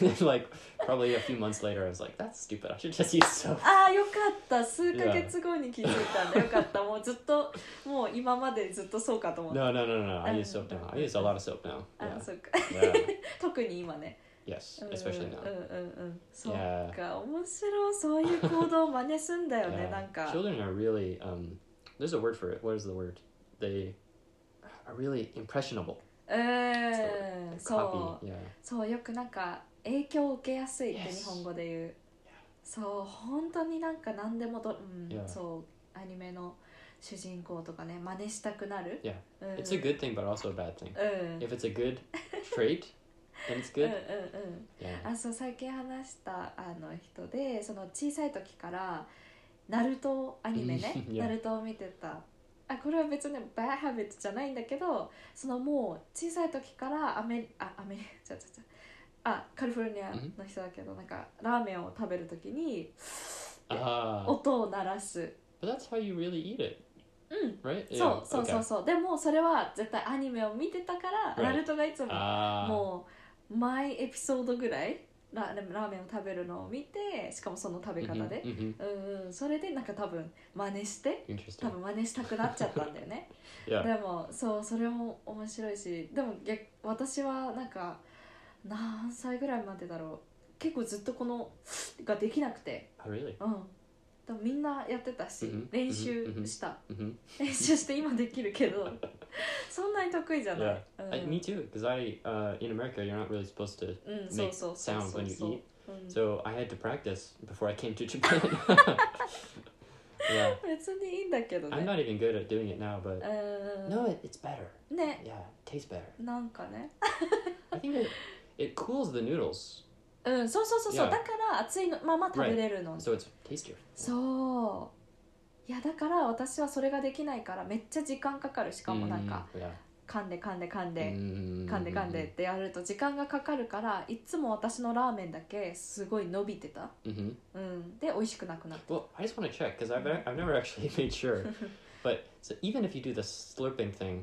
A: and then, like, probably a few months later, I was like, that's stupid. I should just use soap.
B: ああよかった数ヶ月後に気づいたんだよかったもうずっともう今までずっとそうかと思った
A: No, no, no, no, no. I use
B: Um,
A: soap now. I use a lot of soap now.
B: あ
A: Yeah.
B: そっか
A: yeah.
B: 特に今ね
A: Yes,
B: うん
A: especially
B: うん
A: now.
B: うんうんそう
A: Yeah.
B: か面白いそういう行動を真似すんだよね
A: Yeah.
B: なんか
A: Children are really, um, there's a word for it. What is the word? They are really impressionable.
B: う
A: They're
B: ん
A: Copy.
B: そう
A: Yeah.
B: そうよくなんか影響を受けやすいって
A: Yes.
B: 日本語で言うそう本当になんか何でもど、うん
A: Yeah.
B: そうアニメの主人公とかね真似したくなる、
A: Yeah.
B: うん
A: It's a good thing, but also a bad thing.
B: うん、
A: If it's a good trait, then it's
B: うんうんう
A: good.
B: ん
A: Yeah.
B: あそう最近話したあの人でその小さい時からナルトアニメね
A: いや
B: ナルトを見てたあこれは別にバイハビットじゃないんだけどそのもう小さい時からアメリあアメリちゃちゃちゃあカリフォルニアの人だけどなんかラーメンを食べる時に
A: Ah,
B: 音を鳴らす
A: but that's how you really eat it,
B: うん
A: right?
B: そうそうそうそうでもそれは絶対アニメを見てたから
A: Right.
B: ナルトがいつも
A: Ah,
B: もう毎エピソードぐらいララーメンを食べるのを見てしかもその食べ
A: mhm,
B: 方で、
A: mhm.
B: うんうん、それでなんか多分真似して多
A: Interesting.
B: 分真似したくなっちゃったんだよね
A: Yeah.
B: でもそうそれも面白いしでも逆私はなんか何歳ぐらいまでだろう結構ずっとこのができなくて
A: Oh, really?
B: うんでもみんなやってたし、
A: うん
B: 練習した、
A: hmm
B: 練習して今できるけどそんなに得意じゃない、うん、
A: I, me too, because I uh, in America you're not really supposed to.
B: うん、そう
A: make
B: そうそうそ
A: sound when
B: う
A: you
B: そう
A: eat.
B: うん
A: So I had to practice before I came to Japan. yeah,
B: 別にいいんだけど
A: I'm
B: ね
A: not even good at doing it now,
B: う
A: but
B: ーん
A: no, it, it's better.
B: ね
A: Yeah, it tastes better.
B: なんかね
A: I think it it cools the noodles,
B: うんそうそうそうそう
A: Yeah.
B: だから熱いのまま食べれるの、
A: so it's tastier.
B: そういやだから私はそれができないからめっちゃ時間かかるしかもなんか、
A: うん、いや
B: 噛んで噛んで噛ん
A: う
B: で
A: ん
B: 噛んで噛んでってやると時間がかかるからいつも私のラーメンだけすごい伸びてた、
A: Mhm.
B: うん、で美味しくなくなった
A: Well, I just want to check because I've,
B: Mm-hmm。
A: I've never actually made sure. but so even if you do the slurping thing,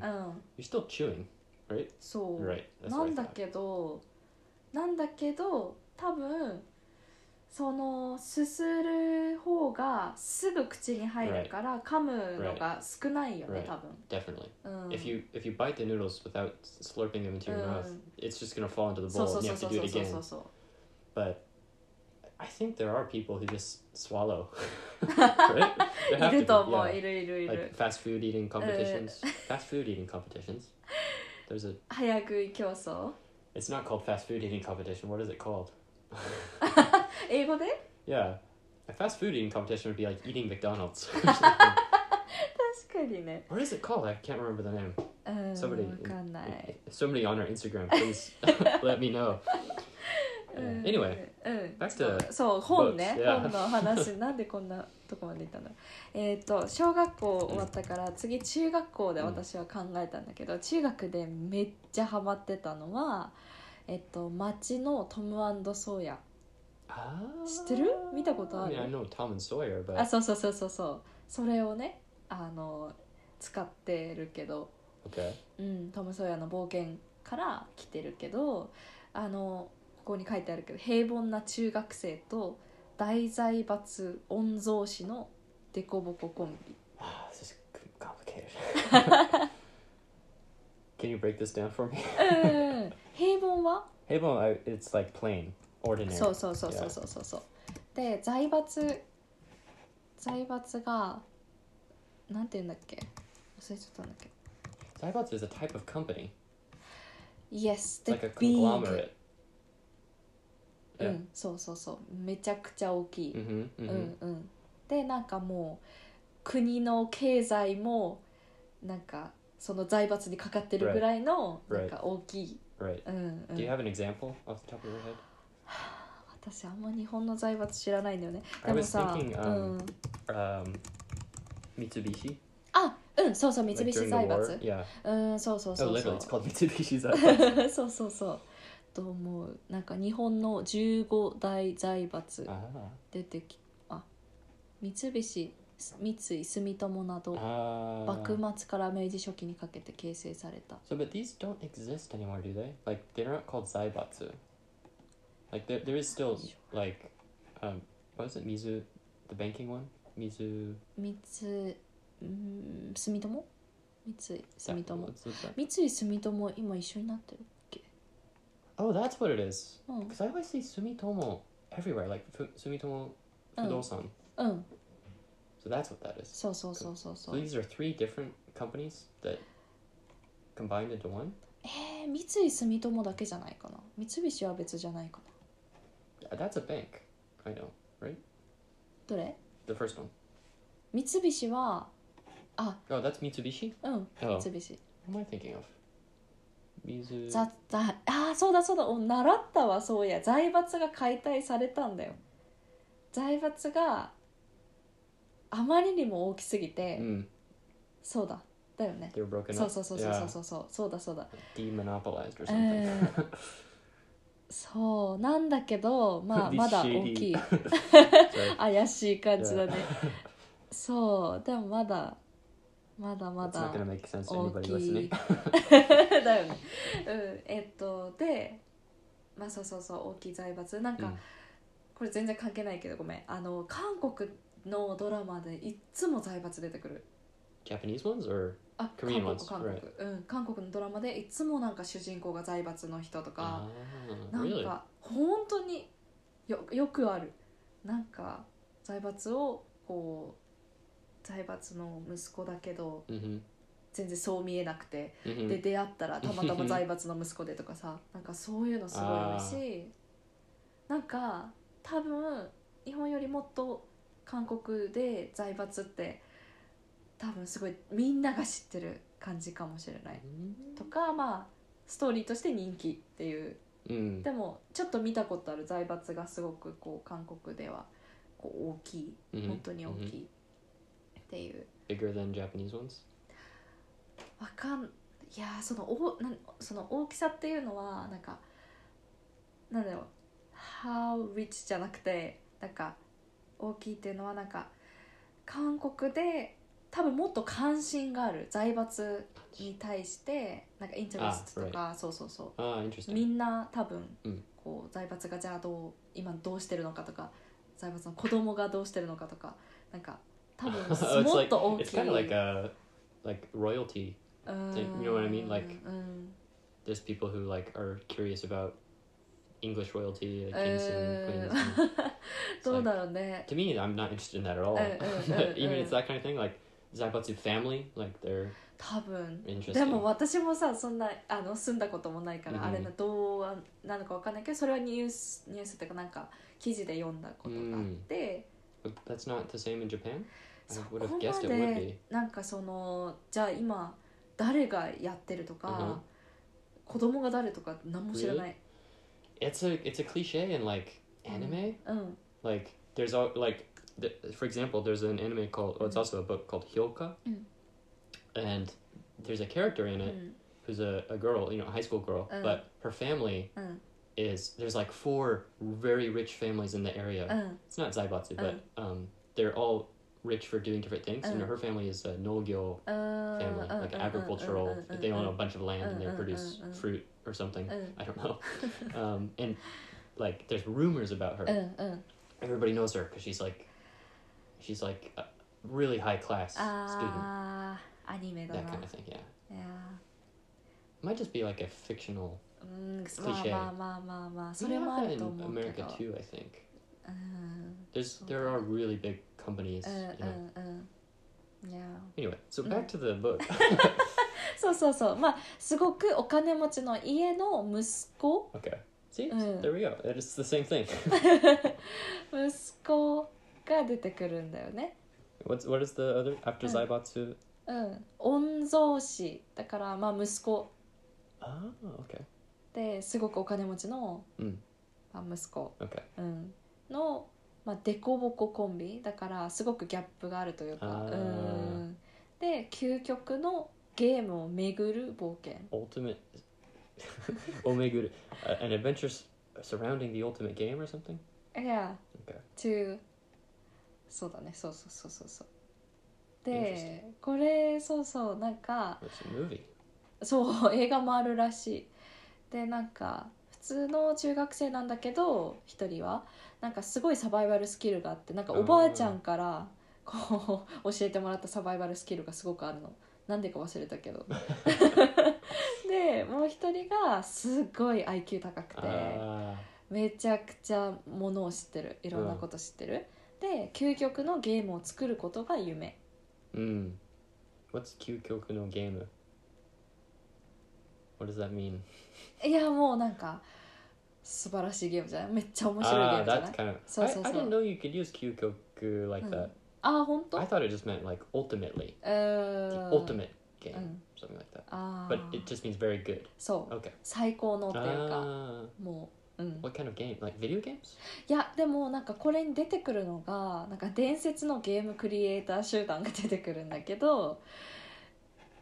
B: うん、
A: you're still chewing, right?
B: そう、
A: Right. That's
B: な
A: what I
B: んだ
A: thought.
B: けどなんだけど多分そのすする方がすぐ口に入るから、噛むのが少ないよね、
A: Right.
B: 多分、
A: Definitely.
B: うん、
A: If you if you bite the noodles without s- slurping them into your mouth,
B: Mm.
A: it's just gonna fall into the
B: そう
A: bowl
B: そう
A: and you
B: そうそ
A: have to
B: うそう
A: do it
B: そう
A: again.
B: そうそう
A: But I think there are people who just swallow. right? There
B: い
A: have
B: ると
A: to
B: 思う
A: be,
B: いるいるい
A: yeah.
B: る
A: Like fast food eating competitions. fast food eating competitions. There's a.
B: 早食い競争
A: It's not called fast food eating competition. What is it called?
B: 英語で
A: Yeah. A fast food eating competition would be like eating McDonald's.
B: 確かにね
A: what is it called? I can't remember the name.
B: うんわ
A: Somebody-
B: かんない
A: If somebody on our Instagram, please let me know. Yeah.
B: うん
A: Anyway,
B: うん、
A: back
B: そう
A: to
B: そう本ね
A: books, yeah.
B: 本の 話なんでこんなとこまで行ったのえっと小学校終わったから次中学校で私は考えたんだけど、中学でめっちゃハマってたのはえっと町のトムソーヤ
A: Ah.
B: 知ってる？見たことある？
A: I mean, I know Tom and Sawyer,
B: あ
A: but
B: そうそうそうそうそうそれをねあの使ってるけど
A: okay.
B: うん、トム・ソーヤの冒険から来てるけどあのここに書いてあるけど平凡な中学生と大財閥御曹司のデコボココンビ
A: Ah, this is c- complicated. Can you break this down for me?
B: うん平凡は
A: Hey, well, I, it's like plain, ordinary.
B: そうそうそうそうそうそうそうで財閥財閥がなんて言うんだっけ忘れちゃったんだっけ
A: Zybats is a type of company,
B: Yes,
A: like a conglomerate.
B: big う
A: Yeah.
B: んそうそうそうめちゃくちゃ大きい、
A: Mm-hmm.
B: う
A: mm-hmm.
B: んうん、でなんかもう国の経済もなんかその財閥にかかってるぐらいの
A: Right.
B: なんか大きい、
A: Right.
B: うんう
A: Do you
B: ん、
A: have an example off the top of your head?
B: 私あんま日本の財閥知らないんだよね
A: I
B: でも
A: was
B: さ、
A: thinking
B: う
A: um,
B: ん、
A: um, Mitsubishi.
B: あうんそうそう三
A: like
B: 菱
A: during the
B: 財
A: war.
B: 閥
A: Yeah.
B: うんそうそう
A: Oh,
B: そうそ
A: literally,
B: う
A: it's called Mitsubishi Zaibatsu.
B: そうそうそうと思うなんか日本の15大財閥
A: ah.
B: 出てきあ三菱三井住友など
A: Ah.
B: 幕末から明治初期にかけて形成された
A: So, but these don't exist anymore, do they? Like, they're not called Zaibatsu. Like, there, there is still, like, um, what is it, Mizu, the banking one? Mizu.
B: 三つうん住友三井
A: that-
B: 住友
A: what's- what's that?
B: 三井住友今一緒になってる
A: Oh, that's what it is.
B: うん
A: Because I always see Sumitomo everywhere, like Fu- Sumitomo
B: Oh.
A: Fudosan.
B: うん
A: So that's what that is.
B: そうそうそうそう
A: So
B: そう
A: these are three different companies that combined into one.
B: えー、三井住友だけじゃないかな三菱は別じゃないかな
A: Uh, That's a bank. I know.
B: どれ
A: The first one.
B: 三菱はあ
A: Oh, that's Mitsubishi.
B: うん
A: Oh,
B: 三菱
A: what am I thinking of? Mizu.
B: ざざあーそうだそうだお習ったわそういや財閥が解体されたんだよ財閥があまりにも大きすぎて、
A: Mm,
B: そうだだよね
A: they were broken
B: そう
A: up.
B: そうそうそう
A: yeah,
B: そうそうそうだそうだ Eh,
A: demonopolized or something.
B: そうなんだけどまあ
A: These
B: まだ大きい
A: Sorry.
B: 怪しい感じ だねそうでもまだまだま
A: It's not
B: だ
A: gonna make sense to
B: 大
A: anybody
B: き
A: listening.
B: い だよねうんえっとでまあそうそうそう大きい財閥なんか、
A: うん
B: これ全然関係ないけどごめんあの韓国のドラマでいっつも財閥出てくる
A: Japanese ones or
B: あ韓
A: Korean
B: 国
A: ones,
B: 韓国、うん韓国のドラマでいっつもなんか主人公が財閥の人とか
A: ah,
B: なん
A: really?
B: か本当によよくあるなんか財閥をこう財閥の息子だけど
A: Mm-hmm.
B: 全然そう見えなくて、
A: Mm-hmm.
B: で出会ったらたまたま財閥の息子でとかさなんかそういうのすごい多いしなんか多分日本よりもっと韓国で財閥って多分すごいみんなが知ってる感じかもしれない
A: Mm-hmm.
B: とかまあストーリーとして人気っていう
A: Mm.
B: でもちょっと見たことある財閥がすごくこう韓国ではこう大きい
A: Mhm.
B: 本当に大きい、っていう
A: Bigger than Japanese ones?
B: わかんいやーそのおなんその大きさっていうのはなんかなんだろう「how rich」じゃなくてなんか大きいっていうのはなんか韓国で多分もっと関心がある財閥に対してなんかインタレストとかそうそうそう
A: Ah,
B: み
A: interesting.
B: んな多分、
A: うん
B: こう財閥がじゃあどう今どうしてるのかとか財閥の子供がどうしてるのかとかなんか多
A: Oh,
B: 分
A: it's
B: もっ
A: like
B: と大
A: it's
B: きい
A: kind of like a like royalty.
B: うーん
A: you know what I mean? Like-
B: うん
A: There's people who like are curious about English royalty,
B: う
A: like kings
B: ー
A: and
B: ん
A: queens. and-
B: どうだろうね
A: to me, I'm not interested in that at all.
B: Uh, uh, uh,
A: Even
B: uh.
A: it's that kind of thing, like Zaibatsu family, like they're
B: 多分
A: interesting.
B: でも私もさそんなあの住んだこともないから、
A: うん
B: あれなどうなのかわかんないけどそれはニュースニュースっていうかなんか記事で読んだことがあって、
A: But that's not the same in Japan.
B: そ
A: I
B: こ
A: would
B: ま
A: have guessed it would
B: で
A: be.
B: なんかそのじゃあ今誰がやってるとか、
A: うん
B: 子供が誰とか何も知らない、
A: It's a it's a cliche in like anime.
B: うん、
A: Like there's all like th- for example, there's an anime called. Well, it's
B: Mhm.
A: also a book called Hyoka.
B: Mm.
A: And there's a character in
B: う
A: it
B: ん
A: who's a, a girl, you know, a high school girl,
B: Mm-hmm. Uh.
A: but her family
B: うん、
A: is there's like four very rich families in the area.
B: うん、
A: It's not Zaibatsu, but um, they're all rich for doing different things. You know,
B: Uh.
A: her family is a Nogyo
B: うん
A: family,
B: うん
A: like agricultural.
B: うん
A: They
B: うん
A: own a bunch of land and
B: Uh,
A: they
B: uh,
A: produce
B: uh, uh.
A: fruit or something.
B: うん
A: I don't know. um, and like, there's rumors about her.
B: うんうん、
A: Everybody knows her because she's like, she's like a really high class
B: Ah,
A: student.
B: あーアニメだな
A: That kind of thing. Yeah,
B: いや
A: might just be like a fictional.
B: ーうん
A: Cliche
B: まあまあまあまあまあ
A: You
B: それ
A: have
B: もあ
A: that
B: る
A: in
B: と思うけ
A: America
B: ど
A: too. I think
B: うん
A: there's there are really big
B: う
A: companies.
B: ん
A: You know.
B: うんうんいやー
A: Anyway, so back to the book.
B: そうそうそうまあすごくお金持ちの家の息子
A: okay. See,
B: Mm.
A: there we go. It's the same thing.
B: 息子が出てくるんだよね。
A: What's what is the other after
B: Mm.
A: Zaibatsu?
B: うん、御曹司だからまあ息子
A: Oh, okay.
B: ですごくお金持ちの、
A: うん
B: まあ、息子、
A: Okay.
B: うん、の、まあ、デコボココンビだからすごくギャップがあるというか、
A: あ
B: う
A: ー
B: ん、で究極のゲームを巡る冒険
A: Ultimate Omeguru, uh, an adventure s- surrounding the ultimate game or something.
B: いや
A: Okay.
B: to そうだねそうそうそうそうそうでこれそうそうなんか
A: It's a movie.
B: そう映画もあるらしいでなんか普通の中学生なんだけど一人はなんかすごいサバイバルスキルがあってなんかおばあちゃんからこう 教えてもらったサバイバルスキルがすごくあるのなんでか忘れたけどでもう一人がすごい IQ 高くて
A: Ah,
B: めちゃくちゃものを知ってるいろんなこと知ってる、で究極のゲームを作ることが夢
A: mm. What's Kyukyoku no Game? What does that mean?
B: いやもうなんか素晴らしいゲームじゃないめっちゃ面白いゲー
A: Ah,
B: ムじゃな
A: that's
B: い
A: kind of.
B: So,
A: I,
B: so,
A: I
B: so.
A: didn't know you could use Kyukyoku like
B: Mm.
A: that.
B: あ本当
A: I thought it just meant like ultimately,
B: うー
A: the
B: ん
A: ultimate
B: う
A: game,
B: ん
A: something like that.
B: あ
A: But it
B: あ
A: just means very good.
B: そう
A: Okay.
B: 最高のっていうか
A: Ah,
B: もううん
A: what kind of game? Like video games?
B: いやでもなんかこれに出てくるのがなんか伝説のゲームクリエイター集団が出てくるんだけ ど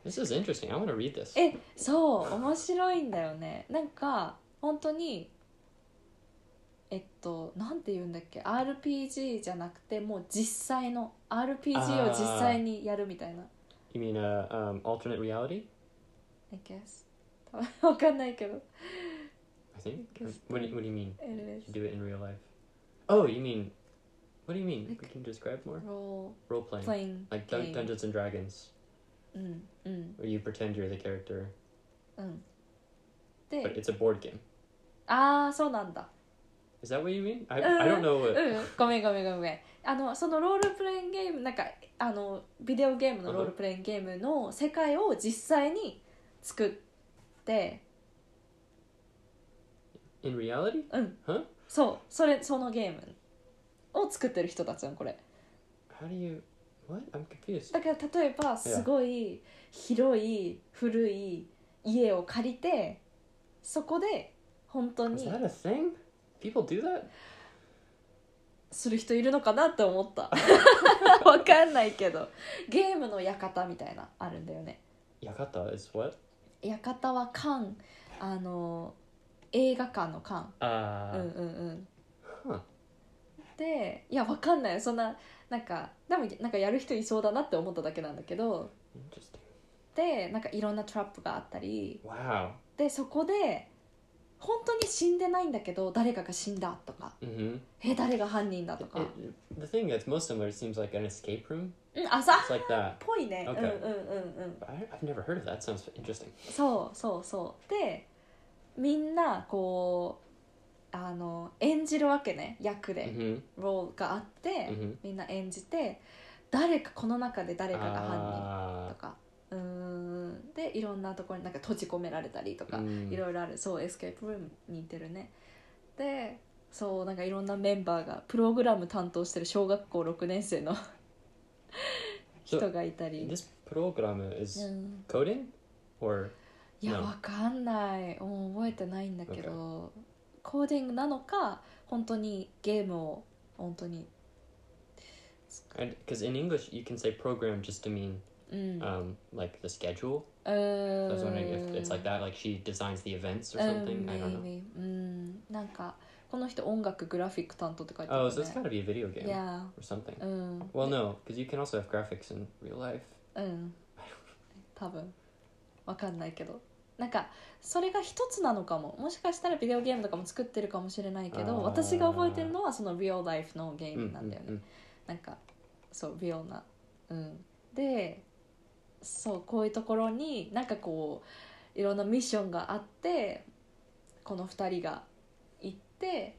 A: This is interesting. I want to read this.
B: えそう面白いんだよねなんか本当にえっとなんて言うんだっけ RPG じゃなくてもう実際の RPG を実際にやるみたいな
A: You mean uh, um, alternate reality?
B: I guess 多分わかんないけど
A: I think.
B: Yes.
A: What do you, what do you mean?
B: It
A: You
B: is
A: do it in real life. Oh, you mean? What do you mean?
B: Like-
A: we can describe more.
B: role
A: Role playing,
B: playing
A: like
B: game
A: dun- Dungeons and Dragons,
B: うんうん
A: where you pretend you're the character,
B: うんで
A: but it's a board game.
B: ああそうなんだ
A: Is that what you mean? I,
B: Uh,
A: I don't know
B: うん
A: what.
B: ごめんごめんごめんあのそのロールプレイングゲームなんかあのビデオゲームのロールプレイングゲームの世界を実際に作って、
A: In reality?
B: うん、
A: Huh?
B: そうそれそのゲームを作ってる人たちのこれ
A: How do you? What? I'm confused.
B: だから例えばすごい広い古い家を借りてそこで本当
A: Is
B: に
A: that a thing? People do that?
B: する人いるのかなって思った わかんないけどゲームの館みたいなあるんだよね
A: Yakata is what?
B: 館は館あの映画館の館
A: Uh,
B: うんうんうん
A: Huh.
B: でいやわかんないそんななんかでもなんかやる人いそうだなって思っただけなんだけど
A: Interesting.
B: でなんかいろんなトラップがあったり
A: Wow.
B: でそこで本当に死んでないんだけど誰かが死んだとか
A: Mm-hmm.
B: え誰が犯人だとか
A: It, it- the thing that's most similar, it seems like an escape room.
B: うんあさ
A: It's like that.
B: ぽいね、
A: Okay.
B: うんうんうんうん
A: I, I've never heard of that. Sounds interesting.
B: そうそうそうでみんなこうあの演じるわけね役で、
A: Mm-hmm.
B: ロールがあって、
A: Mm-hmm.
B: みんな演じて誰かこの中で誰かが犯
A: Ah.
B: 人とかうーんでいろんなところになんか閉じ込められたりとか、
A: Mm.
B: いろいろあるそうエスケープルームに似てるねでそうなんかいろんなメンバーがプログラム担当してる小学校6年生の人
A: So
B: がいたり、
A: this program is
B: うん
A: coding, or
B: いや
A: No.
B: わかんないもう覚えてないんだけど、コーディングなのか本当にゲームを本当に
A: because in English you can say program just to mean
B: うん、
A: um, like the schedule.
B: うーん
A: So I was wondering if it's like that, like she designs the events or something. I don't know.
B: うん maybe うんなんかこの人音楽グラフィック担当って書いてあ
A: Oh,
B: る
A: so it's
B: ね
A: got to be a video game
B: いや
A: or something.
B: うん
A: Well, no, because you can also have graphics in real life.
B: うん多分わかんないけどなんかそれが一つなのかももしかしたらビデオゲームとかも作ってるかもしれないけ
A: あー
B: ど私が覚えてるのはそのリアルライフのゲー
A: Mm,
B: ムなんだよね、
A: うんうんうん
B: なんかそう美容なうんでそうこういうところになんかこういろんなミッションがあってこの2人が行って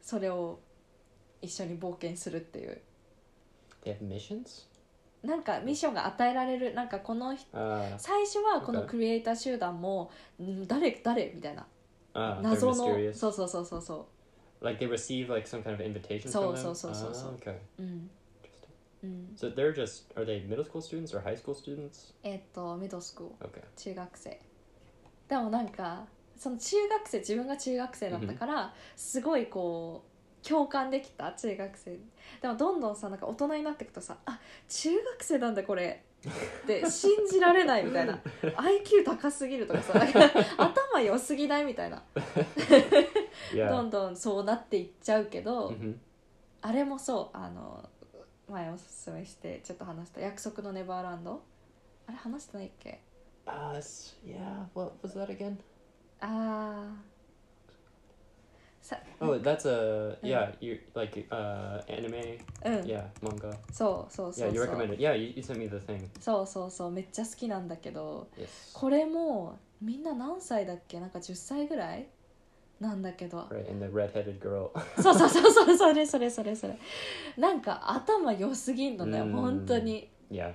B: それを一緒に冒険するっていう
A: They have missions?
B: なんかミッションが与えられるなんかこの人
A: Uh,
B: 最初はこの
A: Okay.
B: クリエイター集団も「ん誰誰?」みたいな
A: uh, they're
B: 謎の
A: mysterious.
B: そうそうそうそうそ
A: Like they receive like some kind of invitation
B: So-
A: from them?
B: so- so- so-
A: Ah,
B: so.
A: okay.
B: ううん
A: Interesting.
B: うん、
A: So they're just, are they middle school students or high school students?
B: えっとミドルスクール
A: Okay.
B: 中学生でもなんかその中学生自分が中学生だったから、すごいこう共感できた中学生でもどんどんさなんか大人になっていくとさあ中学生なんだこれ って信じられないみたいな IQ 高すぎるとか さなんか頭良すぎないみたいなど
A: Yeah.
B: んどんそうなっていっちゃうけど、
A: hmm
B: あれもそうあの前おすすめしてちょっと話した「約束のネバーランド」あれ話してないっけ
A: Uh, s- yeah, what was that again?
B: ああさ
A: Oh, that's a,
B: Mm.
A: yeah, you like uh, anime,
B: うん、
A: yeah, manga.
B: そうそうそ
A: Yeah,
B: う
A: you
B: そう
A: recommended. Yeah, you, you sent me the thing.
B: そうそうそうめっちゃ好きなんだけど
A: Yes.
B: これもみんな何歳だっけなんか10歳ぐらいなんだけど
A: Right, and the redheaded girl.
B: そうそうそうそうそれそれそれそれなんか頭良すぎんのね
A: うん
B: 本当に
A: yeah,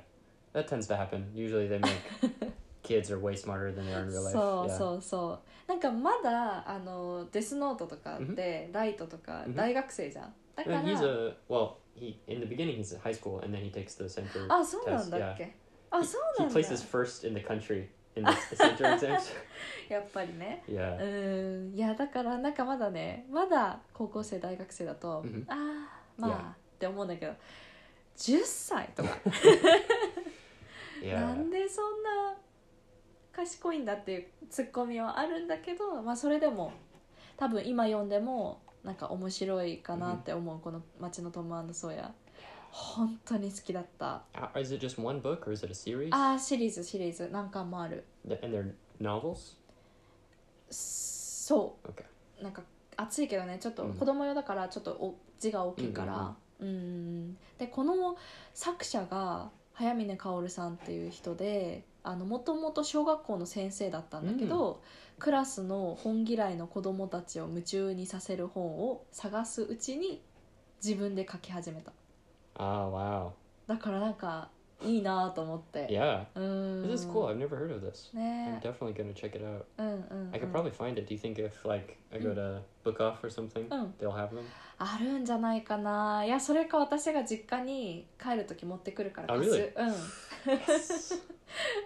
A: that tends to happen. Usually they make kids are way smarter than they are in real life.
B: そう
A: yeah.
B: そうそうなんかまだあのデスノートとかでライトとか
A: うん
B: 大学生じゃんだか
A: Yeah,
B: ら
A: he's a well. He in the beginning he's at high school and then he takes the center.
B: あそうなんだっけあそう
A: he
B: なんだ
A: places first in the country in the s- center exams.
B: やっぱりね
A: Yeah.
B: うんいやだからなんかまだねまだ高校生大学生だと、
A: うん
B: ああまあ、
A: いや
B: って思うんだけど10歳とか
A: Yeah.
B: なんでそんな賢いんだっていうツッコミはあるんだけど、まあ、それでも多分今読んでもなんか面白いかなって思う、この「街のトムソーヤ」本当に好きだった
A: Uh, Is it just one book or is it a series?
B: ああシリーズシリーズ何巻もある
A: Th- and they're novels.
B: そう
A: Okay.
B: なんか暑いけどねちょっと
A: うん
B: 子供用だからちょっとお字が大きいから、うんでこの作者が早峰薫さんっていう人であのもともと小学校の先生だったんだけど、クラスの本嫌いの子供たちを夢中にさせる本を探すうちに自分で書き始めた
A: Oh wow.
B: だからなんかいいなと思って、
A: Yeah.
B: うーん
A: This is cool. I've never heard of this. I'm
B: ね
A: definitely gonna check it out.
B: うんうん、うん、
A: I could probably find it. Do you think if like I go to Book Off or something,
B: Mm.
A: they'll have them?
B: あるんじゃないかないやそれか私が実家に帰る時持ってくるから
A: あ
B: 貸す、
A: really？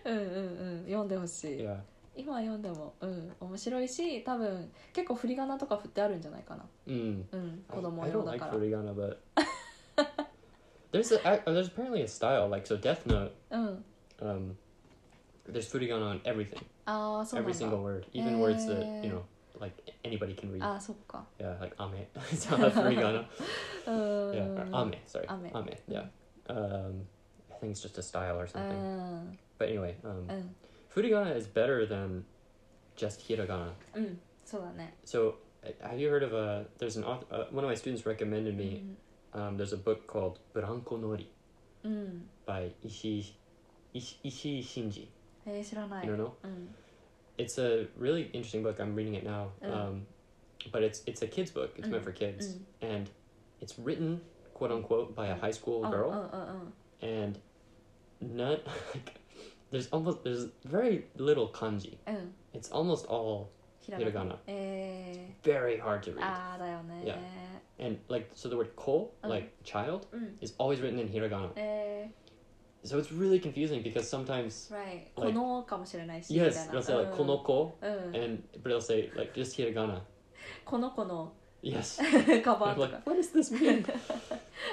B: うん、うんうんうん読んでほしい、
A: Yeah.
B: 今読んでもうん面白いし多分結構振り仮名とか振ってあるんじゃないかな
A: Mm.
B: うん子
A: I,
B: 供
A: I
B: 用
A: don't
B: だ
A: like
B: から
A: Furigana, but there's a, I, there's apparently a style like so Death Note.
B: うん、
A: Um, there's Furigana on everything,
B: ああそうな
A: every
B: んだ
A: single word, even words that
B: Eh.
A: you know like anybody can read.
B: あーそっか
A: yeah, like Ame. it's not a Furigana.
B: う
A: yeah,
B: ー
A: or
B: ん
A: Ame. Sorry,
B: Mm. Ame.
A: Ame. Yeah. Um, I think it's just a style or
B: う
A: something.
B: ん
A: But anyway, um,
B: うん、
A: Furigana is better than just hiragana.
B: うん、そうだね
A: So, uh, have you heard of a? There's an author, uh, one of my students recommended
B: う
A: me.
B: ん
A: Um, there's a book called Branko Nori
B: うん
A: by Ishii Ishi, Ishii Shinji.
B: えー、知らない
A: You don't know?
B: うん、
A: It's a really interesting book. I'm reading it now.
B: Mm.
A: Um, but it's it's a kids book. It's
B: Mm,
A: meant for kids,
B: mm.
A: and it's written quote unquote by a
B: Mm.
A: high school
B: あ
A: girl,
B: うんうんうん
A: and not like there's almost there's very little kanji.
B: うん、
A: It's almost all
B: ひらがな
A: hiragana.
B: え
A: Very hard to
B: ー、
A: read.
B: あーだよね
A: And like so, the word ko,
B: Mm.
A: like child,
B: うん、
A: is always written in hiragana.
B: え
A: So it's really confusing because sometimes
B: ー、right
A: Like-
B: このかもしれないし
A: yes,
B: み
A: they'll
B: た
A: say
B: いな
A: like konoko,
B: うん、うん、
A: and but they'll say like just hiragana.
B: この子 の
A: Yes,
B: カ
A: And
B: バン
A: I'm
B: と
A: like
B: か
A: what does this mean?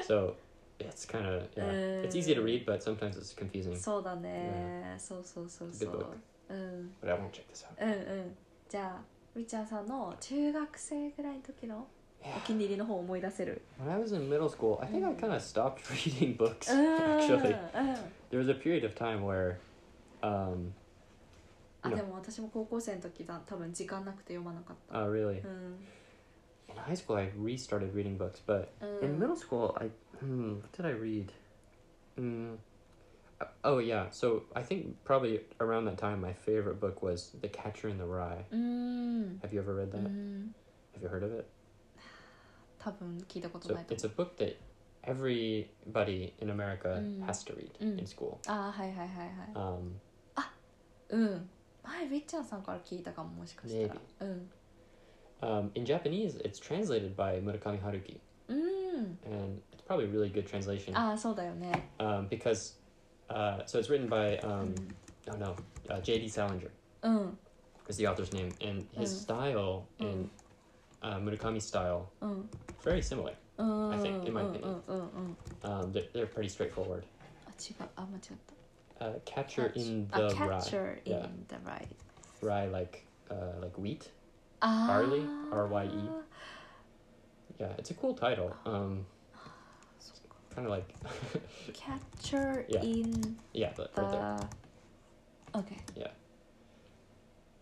A: so it's kind of yeah, it's easy to
B: Uh,
A: read, but sometimes it's confusing.
B: そうだね、そうそうそうそ
A: Good
B: う
A: book.、
B: うん、
A: But I won't check this out.
B: うんうんじゃあみっちゃんさんの中学生ぐらいの時の
A: Yeah.
B: お気に入りの方を思い出せる
A: When I was in middle school, I think I
B: Mm. Ah.
A: kind of stopped reading books.
B: うんうん
A: Actually, there was a period of time where, um,
B: あでも私も高校生の時だ多分時間なくて読まなかった、
A: oh really,
B: うん、
A: in high school I restarted reading books, but
B: うん、
A: In middle school, I hmm, what did I read? Mm, uh, oh yeah, so I think probably around that time, my favorite book was *The Catcher in the Rye*.
B: うん、
A: Have you ever read that?
B: うん、
A: Have you heard of it?
B: 多分聞いたことな
A: So
B: いと
A: it's
B: 思
A: a book that everybody in America
B: Mm.
A: has to read
B: Mm.
A: in school.
B: うあーはいはいはいはい
A: Um,
B: うん前みっちゃんさんから聞いたかももしかしたらうん、
A: um, in Japanese, it's translated by Murakami Haruki,
B: うん、
A: and it's probably a really good translation
B: ああそうだよね
A: um, because uh, so it's written by
B: う
A: um,
B: ん
A: oh no, uh, J.D. Salinger.
B: うん
A: is the author's name, and his
B: Mm.
A: style and uh, Murakami's style
B: うん
A: very similar.
B: うん
A: I
B: うんうん
A: think, in
B: う
A: my
B: ん
A: opinion.
B: うんうん
A: Um, they're, they're pretty straightforward.
B: あ違うあ間違った
A: Uh, catcher in
B: a
A: the rye,
B: catcher in
A: Yeah.
B: the rye.
A: rye like uh, like wheat.
B: あー
A: Barley? R-Y-E? Yeah, it's a cool title. Um,
B: そっか
A: kind of like
B: Catcher
A: Yeah.
B: in
A: yeah, but
B: the
A: right there.
B: OK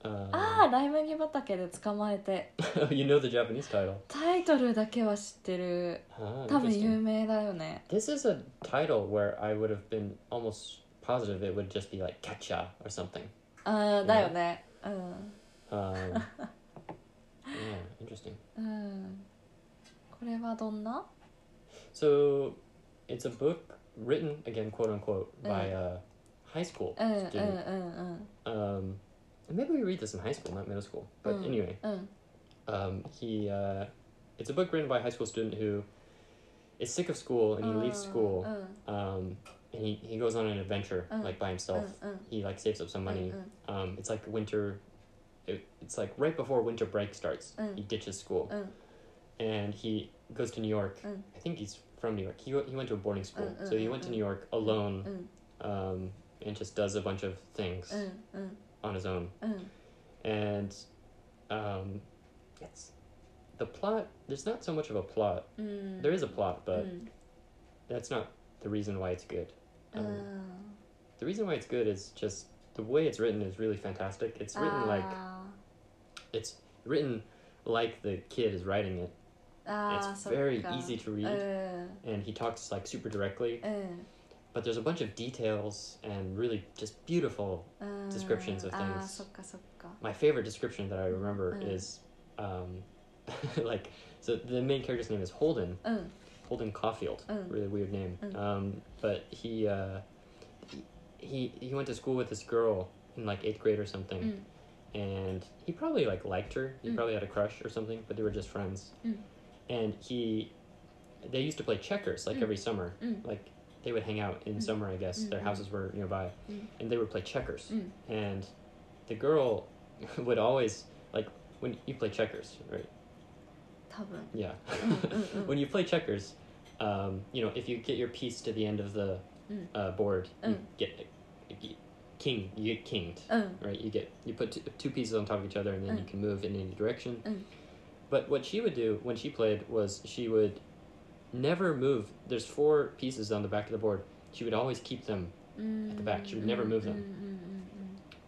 B: Uh,
A: Um,
B: ああライ麦畑で捕まえて
A: you know the Japanese title.
B: タイトルだけは知ってる
A: Ah,
B: 多分
A: interesting.
B: 有名だよね
A: This is a title where I would have been almost positive it would just be like catcha or something.
B: ああだよねうん
A: Um, yeah, interesting.
B: うんこれはどんな
A: So it's a book written again, quote unquote, by a high school
B: うんうんうん
A: student.
B: うん
A: Um, and maybe we read this in high school, not middle school. But
B: Mm.
A: anyway,
B: うん、
A: um, he uh, it's a book written by a high school student who is sick of school and he leaves
B: う
A: school.
B: ん
A: Um, and he, he goes on an adventure
B: Mm.
A: like by
B: うん
A: himself.
B: うん
A: He like saves up some
B: うんう
A: money.
B: ん
A: Um, it's like winter. It, it's like right before winter break starts.
B: Mm.
A: He ditches school.
B: うん
A: and he goes to New York.
B: Mm.
A: I think he's from New York. He, w- he went to a boarding school,
B: Mm, mm,
A: so he
B: mm,
A: went to
B: mm.
A: New York
B: う
A: alone
B: ん
A: um, and just does a bunch of things
B: うんうん
A: on his own.
B: うん、
A: And um, it's the plot. There's not so much of a plot.
B: うん、
A: There is a plot,
B: う
A: but
B: ん
A: that's not the reason why it's good.
B: う
A: Um,
B: ん
A: The reason why it's good is just the way it's written is really fantastic. It's written like
B: あ
A: it's written like the kid is writing it.
B: ーあー
A: it's
B: そっか
A: very easy to
B: う
A: read,
B: ん
A: and he talks like super directly.
B: うん、
A: but there's a bunch of details and really just beautiful.
B: うん、
A: descriptions of
B: あ
A: things.
B: ーそっかそっか
A: My favorite description that I remember
B: Mm.
A: is um, like so the main character's name is Holden,
B: うん、
A: Holden Caulfield,
B: Mm.
A: really weird name.
B: Mm.
A: Um, but he, uh, he he went to school with this girl in like eighth grade or
B: う
A: something,
B: ん
A: and he probably like liked her. He
B: Mm.
A: probably had a crush or something, but they were just friends.
B: Mm.
A: And he, they used to play checkers like
B: Mm.
A: every summer.
B: うん、
A: like they would hang out in
B: Mm.
A: summer i guess their
B: Mm.
A: houses were nearby
B: Mm.
A: and they would play checkers
B: Mm.
A: and the girl would always like when you play checkers, right?
B: 多分
A: Yeah.
B: うんう んうん
A: when you play checkers, um, you know, if you get your piece to the end of the
B: Mm.
A: uh, board, you
B: Mm.
A: get you get king. You get kinged,
B: うん
A: right? You get you put two, two pieces on top of each other, and then you
B: Mm.
A: can move in any direction.
B: Mm.
A: But what she would do when she played was she would never move. There's four pieces on the back of the board. She would always keep them.
B: うん
A: At the back, she would never move them.
B: うん mm,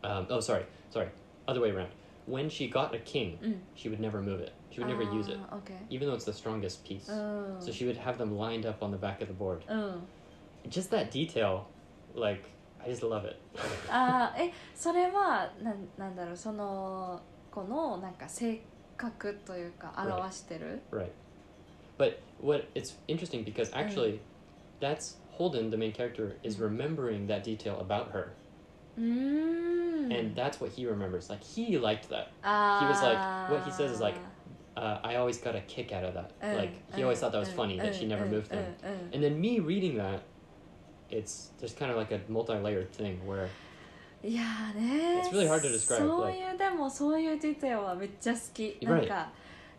A: Um, oh, sorry, sorry, other way around. When she got a king,
B: うんうんうんうん
A: she would never move it. She would never use it,
B: あー OK
A: even though it's the strongest piece.
B: うん
A: So she would have them lined up on the back of the board.
B: うん、
A: Just that detail, like I just love it.
B: あーえそれはなんなんだろうその子のなんか性格というか
A: Right.
B: 表してる、
A: right. But what it's interesting because actually, that's Holden, the main character, is
B: Mm.
A: remembering that detail about her,
B: うーん
A: and that's what he remembers. Like he liked that.
B: あ
A: he was like- what he says is like, Uh, I always got a kick out of that.
B: Uh,
A: like he always thought that was funny that she never moved them.
B: うんうん
A: And then me reading that, it's there's kind of like a multi-layered thing where
B: いやーね
A: It's really hard to describe,
B: そういう、でもそういうディテールはめっちゃ好きなんか、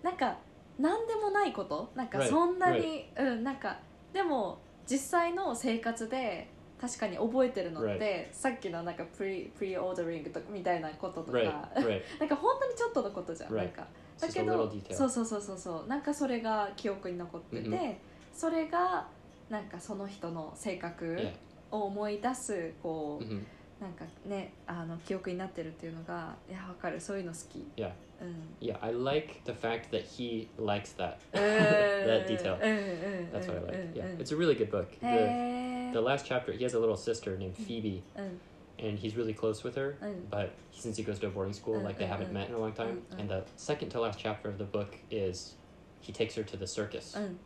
B: なんか何でもないことなんか
A: Right.
B: そんなに、うんなんかでも実際の生活で確かに覚えてるのって、さっきのなんかプリプリオーダリングとかみたいなこととか、
A: right, right,
B: なんか本当にちょっとのことじゃん、
A: Right.
B: なんか
A: It's
B: だ
A: just
B: け
A: a
B: ど
A: little detail.
B: そうそうそうそうそうなんかそれが記憶に残ってて、
A: うんう
B: それがなんかその人の性格
A: yeah.
B: を思い出すこう、
A: hmm
B: なんかねあの記憶になってるっていうのがいやわかるそういうの好き
A: Yeah.
B: うん
A: Yeah, I like the fact that he likes that
B: うん
A: that detail.
B: うんうんうん
A: That's what I
B: うん
A: like. Yeah,
B: うん
A: it's a really good book.
B: へえ
A: The, the last chapter, he has a little sister named Phoebe,
B: うん
A: and he's really close with her.
B: Mm.
A: But since he goes to a boarding school,
B: Mm,
A: like they
B: mm,
A: haven't
B: mm.
A: met in a long time.
B: Mm, mm.
A: And the second to last chapter of the book is he takes her to the circus.
B: うん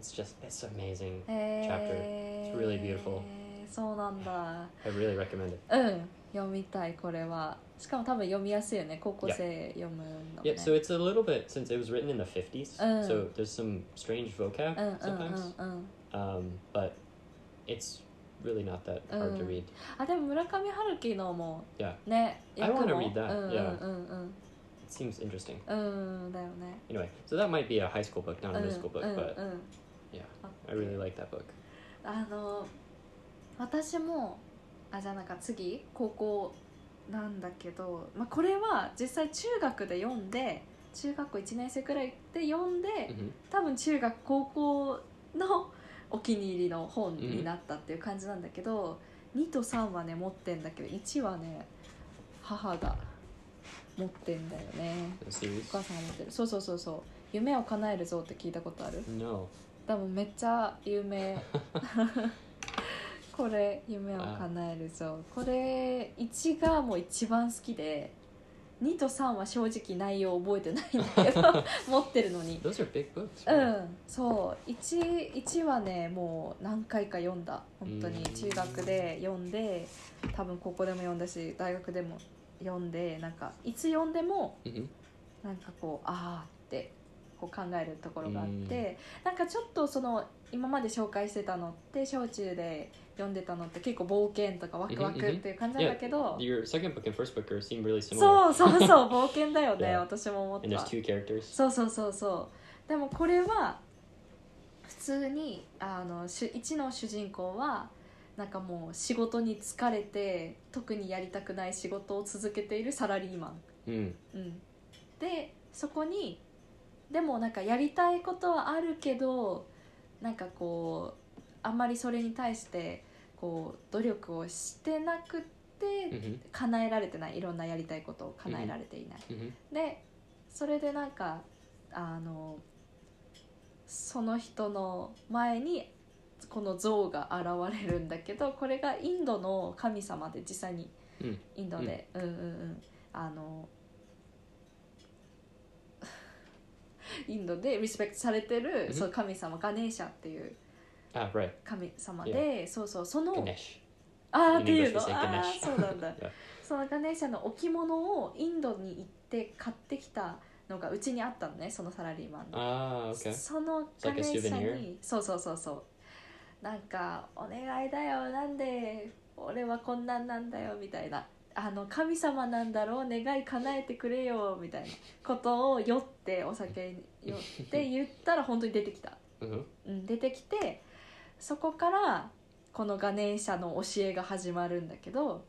A: It's just it's amazing.
B: へえ
A: Chapter. It's really beautiful.
B: そうなんだ
A: I really recommend it.
B: うん読みたいこれはしかも多分読みやすいよね高校生読むの
A: Yeah,
B: ね
A: so it's a little bit since it was written in the fifties,
B: Oh, Mm. mm.
A: so there's some strange vocab
B: うんうんう
A: sometimes.
B: んうん
A: Um, but it's really not that hard to
B: Mm.
A: read.
B: あでも村上春樹のも
A: Yeah.
B: ね
A: I
B: 役
A: wanna
B: も
A: read that.
B: うんうんうんうん
A: It seems interesting.
B: うんだよね
A: Anyway, so that might be a high school book,
B: う
A: not
B: ん
A: a
B: うん
A: middle school book,
B: うん
A: but yeah, I really like that book.
B: あの私もあじゃあなんか次高校なんだけど、まあ、これは実際中学で読んで中学校1年生くらいで読んで
A: hmm
B: 多分中学高校のお気に入りの本になったっていう感じなんだけど、2と3はね持ってんだけど1はね母が持ってんだよね
A: The
B: お
A: series?
B: 母さんが持ってるそうそうそうそう「夢を叶えるぞ」って聞いたことある
A: No.
B: 多分めっちゃ有名 これ夢を叶えるぞこれ1がもう一番好きで2と3は正直内容覚えてないんだけ ど持ってるのに
A: Those are big books.
B: う
A: right?
B: んそう 1, 1はねもう何回か読んだ本当に
A: うん
B: 中学で読んで多分高校でも読んだし大学でも読んでなんかいつ読んでも
A: Mhm.
B: なんかこうああってこう考えるところがあって、なんかちょっとその今まで紹介してたのって小中で読んでたのって結構冒険とかワクワク
A: うんうんうん
B: っていう感じなんだけど、
A: Your second book and first book are seem really similar,
B: そうそうそう冒険だよね
A: Yeah.
B: 私も思
A: and
B: っ
A: there's
B: た
A: two characters.
B: そうそうそうそうでもこれは普通にあの主一の主人公はなんかもう仕事に疲れて特にやりたくない仕事を続けているサラリーマン
A: Mm.
B: うん、でそこにでもなんかやりたいことはあるけどなんかこうあんまりそれに対してこう努力をしてなくって
A: hmm
B: 叶えられてないいろんなやりたいことを叶えられていない。
A: hmm
B: でそれでなんかあのその人の前にこの像が現れるんだけどこれがインドの神様で実際に
A: うん
B: インドで、うん、うんうんあのインドでリスペクトされてる、
A: うん
B: そう神様ガネーシャっていう
A: Ah, right.
B: 神様で、そうそうその
A: Ganesh.
B: ああ
A: In
B: っていうの
A: English we say
B: あ
A: Ganesh.
B: あそうなんだ
A: Yeah.
B: そのガネーシャの置物をインドに行って買ってきたのがうちにあったのねそのサラリーマンの
A: Ah, okay.
B: その
A: It's
B: ガ
A: like
B: ネ
A: a
B: ーシャ
A: souvenir.
B: にそうそうそうそうなんか「お願いだよなんで俺はこんなんなんだよ」みたいなあの神様なんだろう願い叶えてくれよみたいなことを酔ってお酒に酔って言ったら本当に出てきた、
A: うん
B: うん、出てきてそこからこのガネーシャの教えが始まるんだけど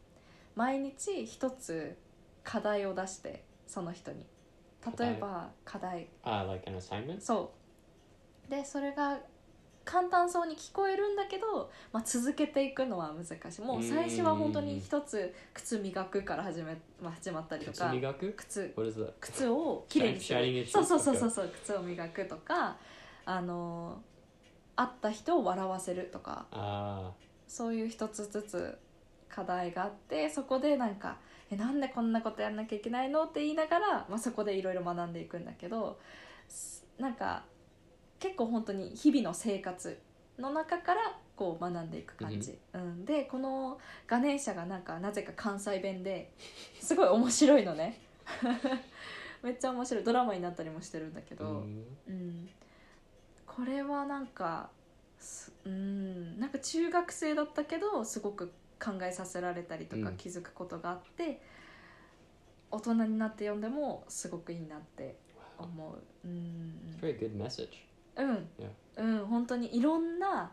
B: 毎日一つ課題を出してその人に例えば課題
A: Ah, like an assignment?
B: そうでそれが簡単そうに聞こえるんだけど、まあ、続けていくのは難しいもう最初は本当に一つ靴磨くから始め、まあ、始まったりとか
A: Kutsumigaku?
B: 靴
A: What is that?
B: 靴をきれいにする
A: Shining it
B: そうそうそうそうそう靴を磨くとかあの会った人を笑わせるとか
A: Ah,
B: そういう一つずつ課題があってそこでなんか「えなんでこんなことやんなきゃいけないの?」って言いながら、まあ、そこでいろいろ学んでいくんだけどすなんか結構本当に日々の生活の中からこう学んでいく感じ、うん、でこのガネーシャがなんかなぜか関西弁ですごい面白いのね めっちゃ面白いドラマになったりもしてるんだけど。
A: mm.
B: うん、これはなんかすうんなんか中学生だったけどすごく考えさせられたりとか
A: うん
B: 気づくことがあって、大人になって読んでもすごくいいなって思う。うん、
A: Very good message.
B: うん、うん、本当にいろんな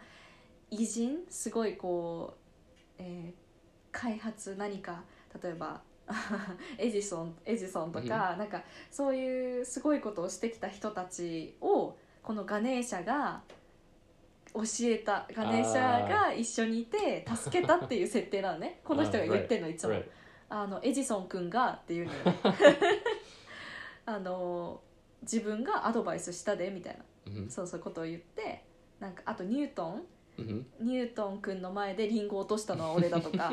B: 偉人すごいこう、えー開発何か例えば エジソンエジソンとか、なんかそういうすごいことをしてきた人たちをこのガネーシャが教えたガネーシャが一緒にいて助けたっていう設定なの ねこの人が言ってるのいつも
A: Right.
B: あのエジソン君がっていうの よねあの自分がアドバイスしたでみたいな
A: hmm
B: そうそうことを言ってなんかあとニュートン
A: hmm
B: ニュートン君の前でリンゴを落としたのは俺だとか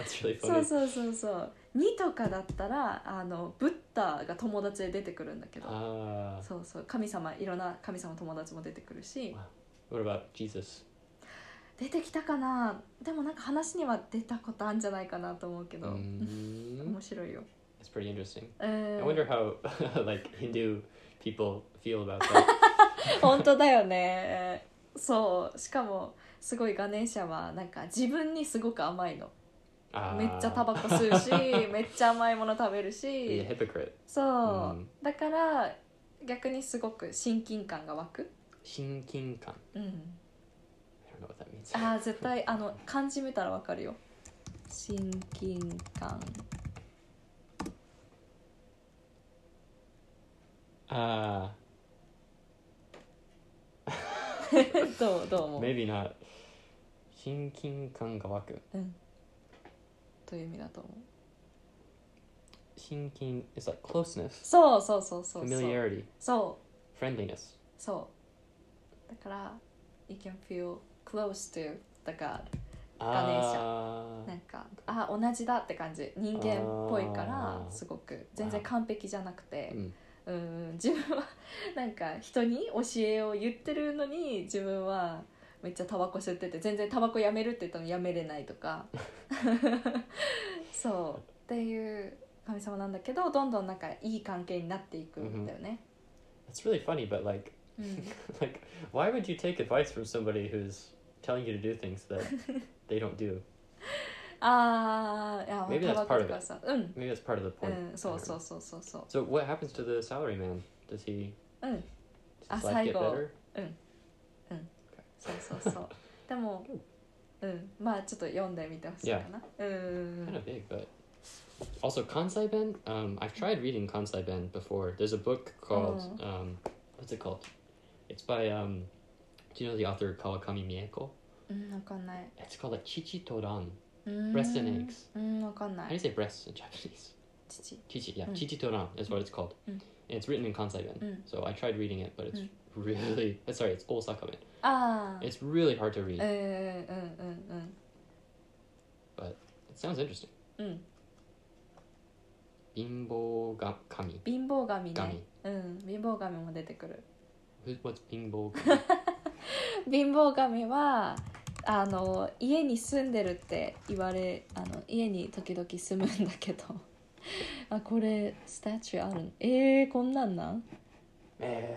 A: That's really
B: そう
A: funny.
B: そうそうそう2とかだったらあのブッダが友達で出てくるんだけど
A: Ah,
B: そうそう神様いろんな神様友達も出てくるし
A: what about Jesus?
B: 出てきたかなでもなんか話には出たことあるんじゃないかなと思うけど、
A: Mm.
B: 面白いよ
A: That's pretty interesting.
B: う
A: I
B: ん
A: wonder how like Hindu people feel about that.
B: 本当だよねそうしかもすごいガネーシャはなんか自分にすごく甘いの
A: Ah,
B: めっちゃタバコ吸うしめっちゃ甘いもの食べる
A: be a
B: し
A: hypocrite.
B: そう、
A: うん
B: だから逆にすごく親近感が湧く、
A: Shinkinkan.
B: うん、
A: I don't know what that means.
B: あー絶対あの漢字見たらわかるよ親近感
A: Ah,
B: どうどう思う、
A: maybe not. Shinkinkan gawaku.
B: うん、という意味だと思う
A: Shinkin is like closeness,
B: そうそうそうそうそう
A: familiarity,
B: そう
A: friendliness.
B: そうだから You can feel close to the God な
A: Ah,
B: んかあ同じだって感じ人間っぽいから
A: あー
B: すごく全然完璧じゃなくて
A: mm.
B: うん自分はなんか人に教えを言ってるのに自分はめっちゃタバコ吸ってて全然タバコやめるって言ったのにやめれないとか そうっていう神様なんだけどどんどんなんかいい関係になっていくんだよね。
A: It's really funny, but like,
B: うん
A: like, why would you take advice from somebody who's telling you to do things that they don't do?
B: ああ
A: Maybe
B: タ
A: that's
B: バコとかさうん、
A: Maybe that's part of the
B: う
A: point.
B: ん、
A: I
B: そう
A: don't
B: そう
A: know.
B: そうそうそう
A: So what happens to the salary man? Does he
B: うん、
A: does his
B: Ah,
A: life get
B: Saigo.
A: better?
B: そうそうそうでもうんまあちょっと読んでみてほしいかな、うん
A: Kind of big, but also Kansai Ben. Um, I've tried reading Kansai Ben before. There's a book called
B: Mm.
A: um, what's it called? It's by um, do you know the author Kawakami Miyako?
B: うんわかんない
A: It's called like Chichi Toran.
B: うーん
A: Breast and eggs.
B: うんわかんな
A: How do you
B: い
A: say breasts in Japanese?
B: 父
A: Chichi, yeah,
B: Mm.
A: Chichi Toran is what it's called.
B: Mm.
A: And it's written in Kansai Ben.
B: Mm.
A: So I tried reading it, but it's
B: Mm. Oh.
A: really uh, sorry, it's Osaka Ben.
B: ああ
A: It's really hard to
B: うんう
A: read.
B: んう
A: It
B: ん
A: sounds interesting.
B: うんうん
A: Bimbo ga- kami.
B: 貧乏神ね
A: Gami.
B: うん貧乏神も出てくる
A: Who, what's bimbo kami?
B: 貧乏神はあの家に住んでるって言われあの家に時々住むんだけど あこれスタチューあるのえー、こんなんなん
A: Eh,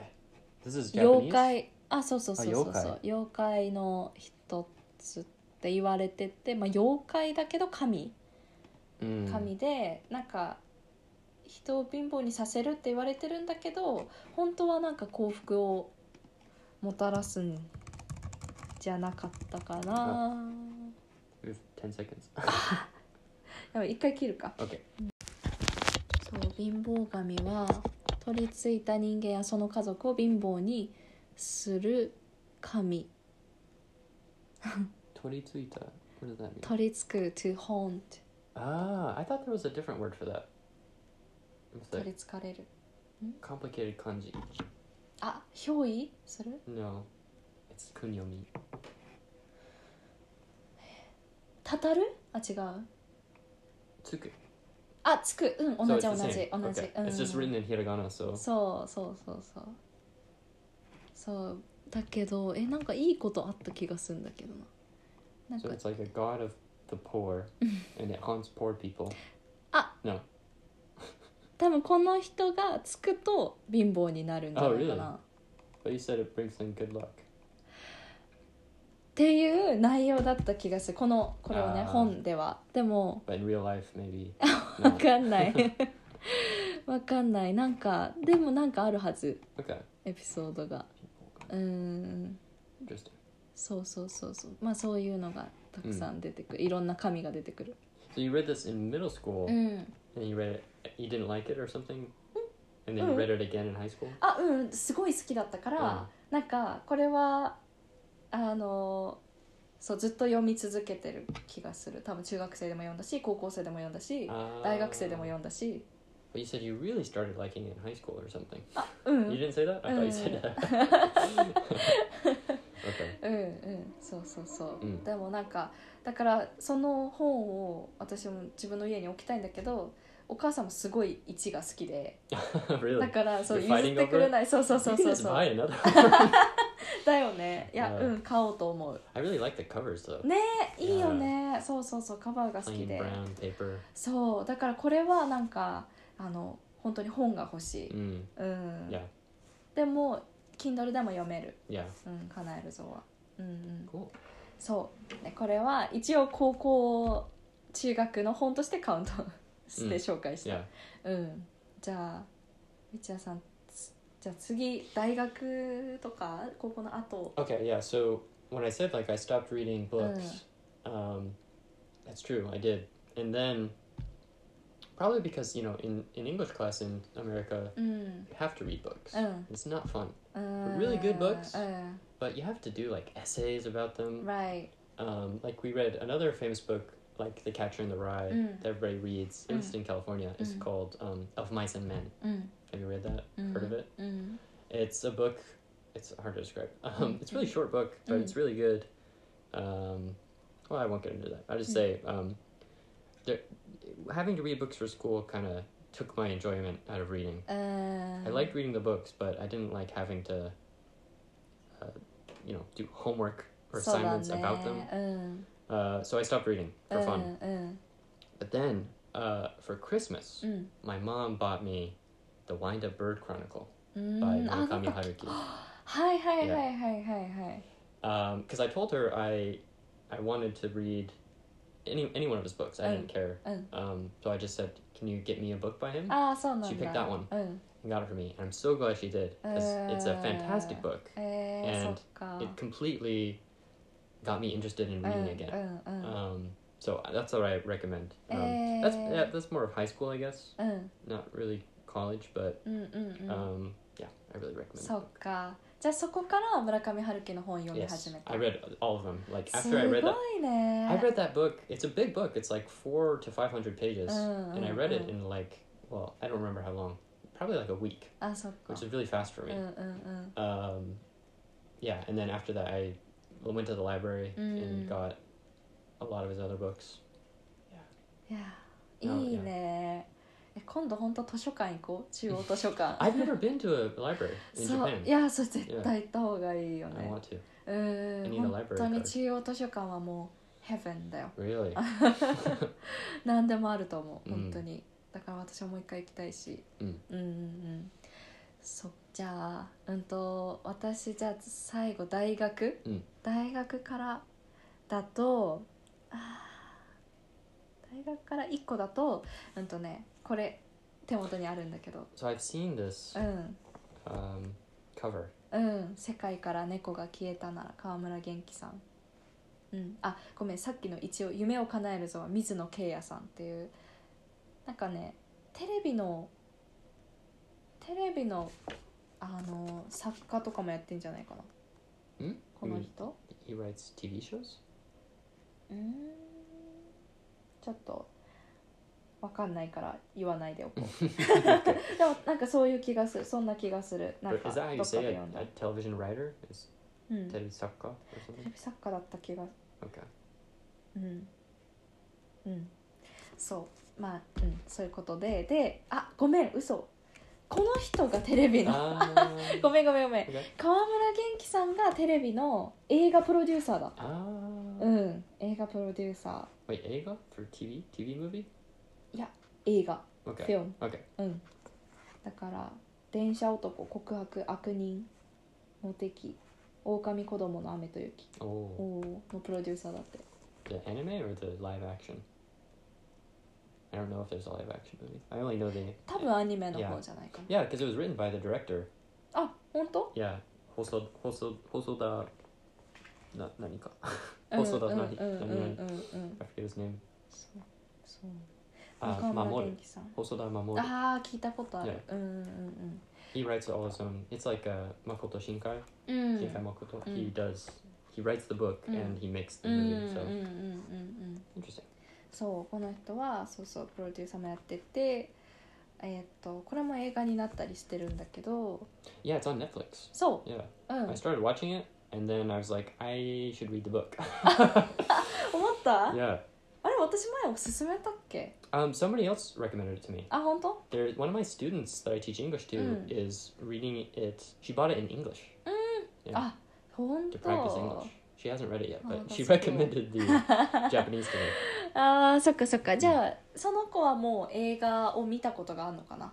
A: this is
B: 妖
A: Japanese.
B: 怪あそうそうそうそうそう
A: あ
B: 妖怪の一つって言われてて、まあ、妖怪だけど神
A: うん
B: 神で、なんか人を貧乏にさせるって言われてるんだけど本当はなんか幸福をもたらすんじゃなかったかな。
A: We have 10 seconds.
B: やばい一回切るか
A: okay.
B: そう貧乏神は取り付いた人間やその家族を貧乏にする神
A: Toritsuita. What does that mean?
B: 取り付く to haunt
A: Ah, I thought there was a different word for that. It's
B: 取
A: like
B: りつかれる
A: complicated kanji.
B: あ憑依する
A: No, it's kunyomi.
B: たたるあ違う
A: Tsuku.
B: あつくうん同じ
A: so
B: 同
A: it's
B: じ
A: the same.
B: 同じ、
A: okay.
B: うん
A: It's just written in hiragana, so
B: そうそうそうそうそうだけどえなんかいいことあった気がするんだけどななん
A: so
B: か
A: it's like a god of the poor, and it haunts poor people.
B: 多分この人がつくと貧乏になるんじゃないか
A: Oh, really?
B: な
A: But you said it brings them good luck.
B: っていう内容だった気がするこのこれはね
A: あー
B: 本ではでも
A: But in real life, maybe.
B: わ
A: no.
B: かんない わかんないなんかでもなんかあるはず
A: Okay.
B: エピソードがうーん
A: Interesting.
B: そうそうそうそうまあそういうのがたくさん出てくる、いろんな神が出てくる
A: So you read this in middle school,
B: うん
A: and you read it. You didn't like it or something, and then you
B: Mm. Mm.
A: read it again in high school.
B: あうんすごい好きだったから、
A: うん
B: なんかこれはあのそうずっと読み続けてる気がする多分中学生でも読んだし高校生でも読んだし
A: Ah.
B: 大学生でも読んだし
A: But you said you really started liking it in high school or something.
B: うん
A: You didn't say that? I thought you
B: Mm.
A: said that. okay. Mm.
B: うんうんそうそうそう、
A: うん
B: でもなんかだからその本を私も自分の家に置きたいんだけどお母さんもすごい1が好きで
A: really?
B: だからそう
A: You're
B: 譲
A: fighting
B: ってくれないそうそうそ
A: you
B: う
A: can
B: そう
A: just
B: そ
A: buy
B: う
A: another one.
B: だよねいや、
A: Yeah.
B: うん買おうと思う
A: I really like the covers though.
B: ねいいよねそうそうそうカバーが好き
A: Plain
B: で
A: brown paper.
B: そうだからこれはなんかあの本当に本が欲しい
A: Mm.
B: うん、
A: Yeah.
B: でも Kindle でも読める
A: Yeah.
B: うん叶えるぞはうんうん
A: Cool.
B: そう、ね、これは一応高校中学の本としてカウントして紹介した、
A: Yeah.
B: うんじゃあみちやさんつじゃあ次大学とか高校の後
A: Okay, yeah. So when I said like I stopped reading books,
B: Mm.
A: um, that's true. I did, and then probably because you know in in English class in America
B: うん、
A: you have to read books.
B: Oh.
A: It's not fun,
B: うん
A: Really good books?
B: うん、
A: but you have to do like essays about them.
B: right
A: Um, like we read another famous book, like The Catcher in the Rye,
B: Mm.
A: that everybody reads. It was
B: Mm.
A: in California. It's
B: Mm.
A: called um, Of Mice and Men.
B: うん、
A: Have you read that?
B: うん、
A: Heard of it?
B: うん、
A: It's a book. It's hard to describe. Um,
B: Mm,
A: it's a really short book, but
B: Mm.
A: it's really good. Um, well, I won't get into that. I'll just
B: Mm.
A: say um, there, having to read books for school kind of took my enjoyment out of reading.
B: うん
A: I liked reading the books, but I didn't like having to, uh, you know, do homework or
B: そうだ
A: assignments about them.
B: ねうん、
A: Uh, so I stopped reading for fun.
B: うん
A: But then uh, for Christmas,
B: うん、
A: my mom bought me The Wind Up Bird Chronicle
B: うん、
A: by
B: あなん
A: Murakami
B: か
A: Haruki.
B: はいはいはい
A: Yeah.
B: はいはいはい
A: because I told her I I wanted to read any any one of his books. I didn't care.
B: うん、
A: Um, so I just said, "Can you get me a book by him?"
B: ああそうなんだ
A: She picked that one
B: うん、
A: and got it for me. And I'm so glad she did because it's a fantastic
B: Uh,
A: book.
B: えー、そ
A: And
B: っか
A: It completely got me interested in
B: うんう
A: reading
B: ん
A: again.
B: うん
A: Um, so that's what I recommend. Um,
B: oh. Eh.
A: That's yeah, that's more of high school, I guess.
B: うん、
A: Not really college, but
B: うんうんうん
A: um, yeah, I really recommend.
B: そ
A: it.
B: っかじゃあそこから村上春樹の本読み
A: Yes,
B: 始めた
A: I read all of them. Like
B: す
A: after
B: ご
A: I read that
B: い
A: I
B: ね
A: read that book. It's a big book. It's like four to five hundred pages,
B: Mm,
A: and I
B: mm,
A: read it
B: mm.
A: in like well, I don't remember how long. Probably like a week,
B: あそっか
A: which is really fast for
B: うん
A: me.
B: うんうん
A: Um, yeah, and then after that, I went to the library
B: Mm.
A: and got a lot of his other books.
B: いや
A: あ
B: いいねえ今度本当図書館行こう中央図書館
A: I've never been to a library in
B: そう
A: Japan.
B: いやそれ絶対行った方がいいよ
A: I
B: ね
A: want to.
B: う
A: I
B: ん
A: need a
B: 本
A: library
B: 当に
A: card.
B: 中央図書館はもうヘブンだよ
A: Really?
B: 何でもあると思う
A: うん
B: 本当に、だから私はもう一回行きたいし、
A: うん
B: うんうんうんそじゃあうんと私じゃあ最後大学、
A: うん
B: 大学からだとあー大学から1個だとうんとねこれ手元にあるんだけど
A: So I've seen this
B: うん。
A: um, cover.
B: うん、世界から猫が消えたなら川村元気さん、うん、あごめんさっきの一応「夢を叶えるぞ」は水野圭也さんっていうなんかねテレビのテレビのあの作家とかもやってんじゃないかな
A: Hmm?
B: この人
A: He writes TV shows?
B: うんちょっとわかんないから言わないでおこ う
A: okay.
B: でもなんかそういう気がするそんな気がするなん
A: Or
B: か
A: Is that
B: ど
A: Hmm? how you
B: っか
A: say
B: で
A: it?
B: 読んだ
A: A television writer? Is
B: うんテレ
A: Teddy Sakka or something?
B: ビ作家だった気が
A: Okay.
B: うん、うん、そうまあ、うん、そういうことでであごめん嘘この人がテレビの
A: Ah.
B: ごめんごめんごめん
A: okay.
B: 川村元気さんがテレビの映画プロデューサーだ
A: Ah.
B: うん映画プロデューサ
A: Wait, Ega for TV? TV movie?
B: ー映画フ
A: Okay.
B: ィルム
A: Okay.
B: うんだから「電車男告白悪人モテキ狼子供の雨と雪」
A: Oh.
B: おーのプロデューサーだって
A: The anime or the live action? I don't know if there's a live action movie. I only know the.
B: 多分アニメの方じゃないかな
A: Yeah, because it was written by the director.
B: あ本当
A: Yeah. Hoso, Hoso, Hosoda. Na, Nanika.
B: うん
A: 放送だ
B: うんう
A: なん
B: うんうんうん、
A: I forget his name.
B: そうそう
A: Uh,
B: 中村
A: Mamoru.
B: 元気さん
A: Hosoda Mamoru.
B: ああ聞いたことある、
A: ね
B: うんうん
A: He writes all his own. It's like uh, Makoto Shinkai.
B: うんうん
A: Shinkai Makoto.
B: Mm.
A: He does. He writes the book
B: Mm.
A: and he makes the
B: うんうんうんうんうんうん
A: movie. So interesting.
B: そうこの人はそうそうプロデューサーもやっててえーっとこれも映画になったりしてるんだけど
A: Yeah, it's on Netflix.
B: そ
A: Yeah.
B: ううん
A: I started watching it and then I was like, I should read the book.
B: Ah. 思った、
A: yeah.
B: あれ私前おすすめたっけ
A: Um, somebody else recommended it to me.
B: あ本当
A: There, one of my students that I teach English to
B: Mm.
A: is reading it. She bought it in English
B: あ本
A: to practice
B: 当
A: English. She hasn't read it yet, but
B: Oh,
A: she
B: that's cool.
A: recommended the Japanese to me.
B: あーそっかそっかじゃあその子はもう映画を見たことがあるのかな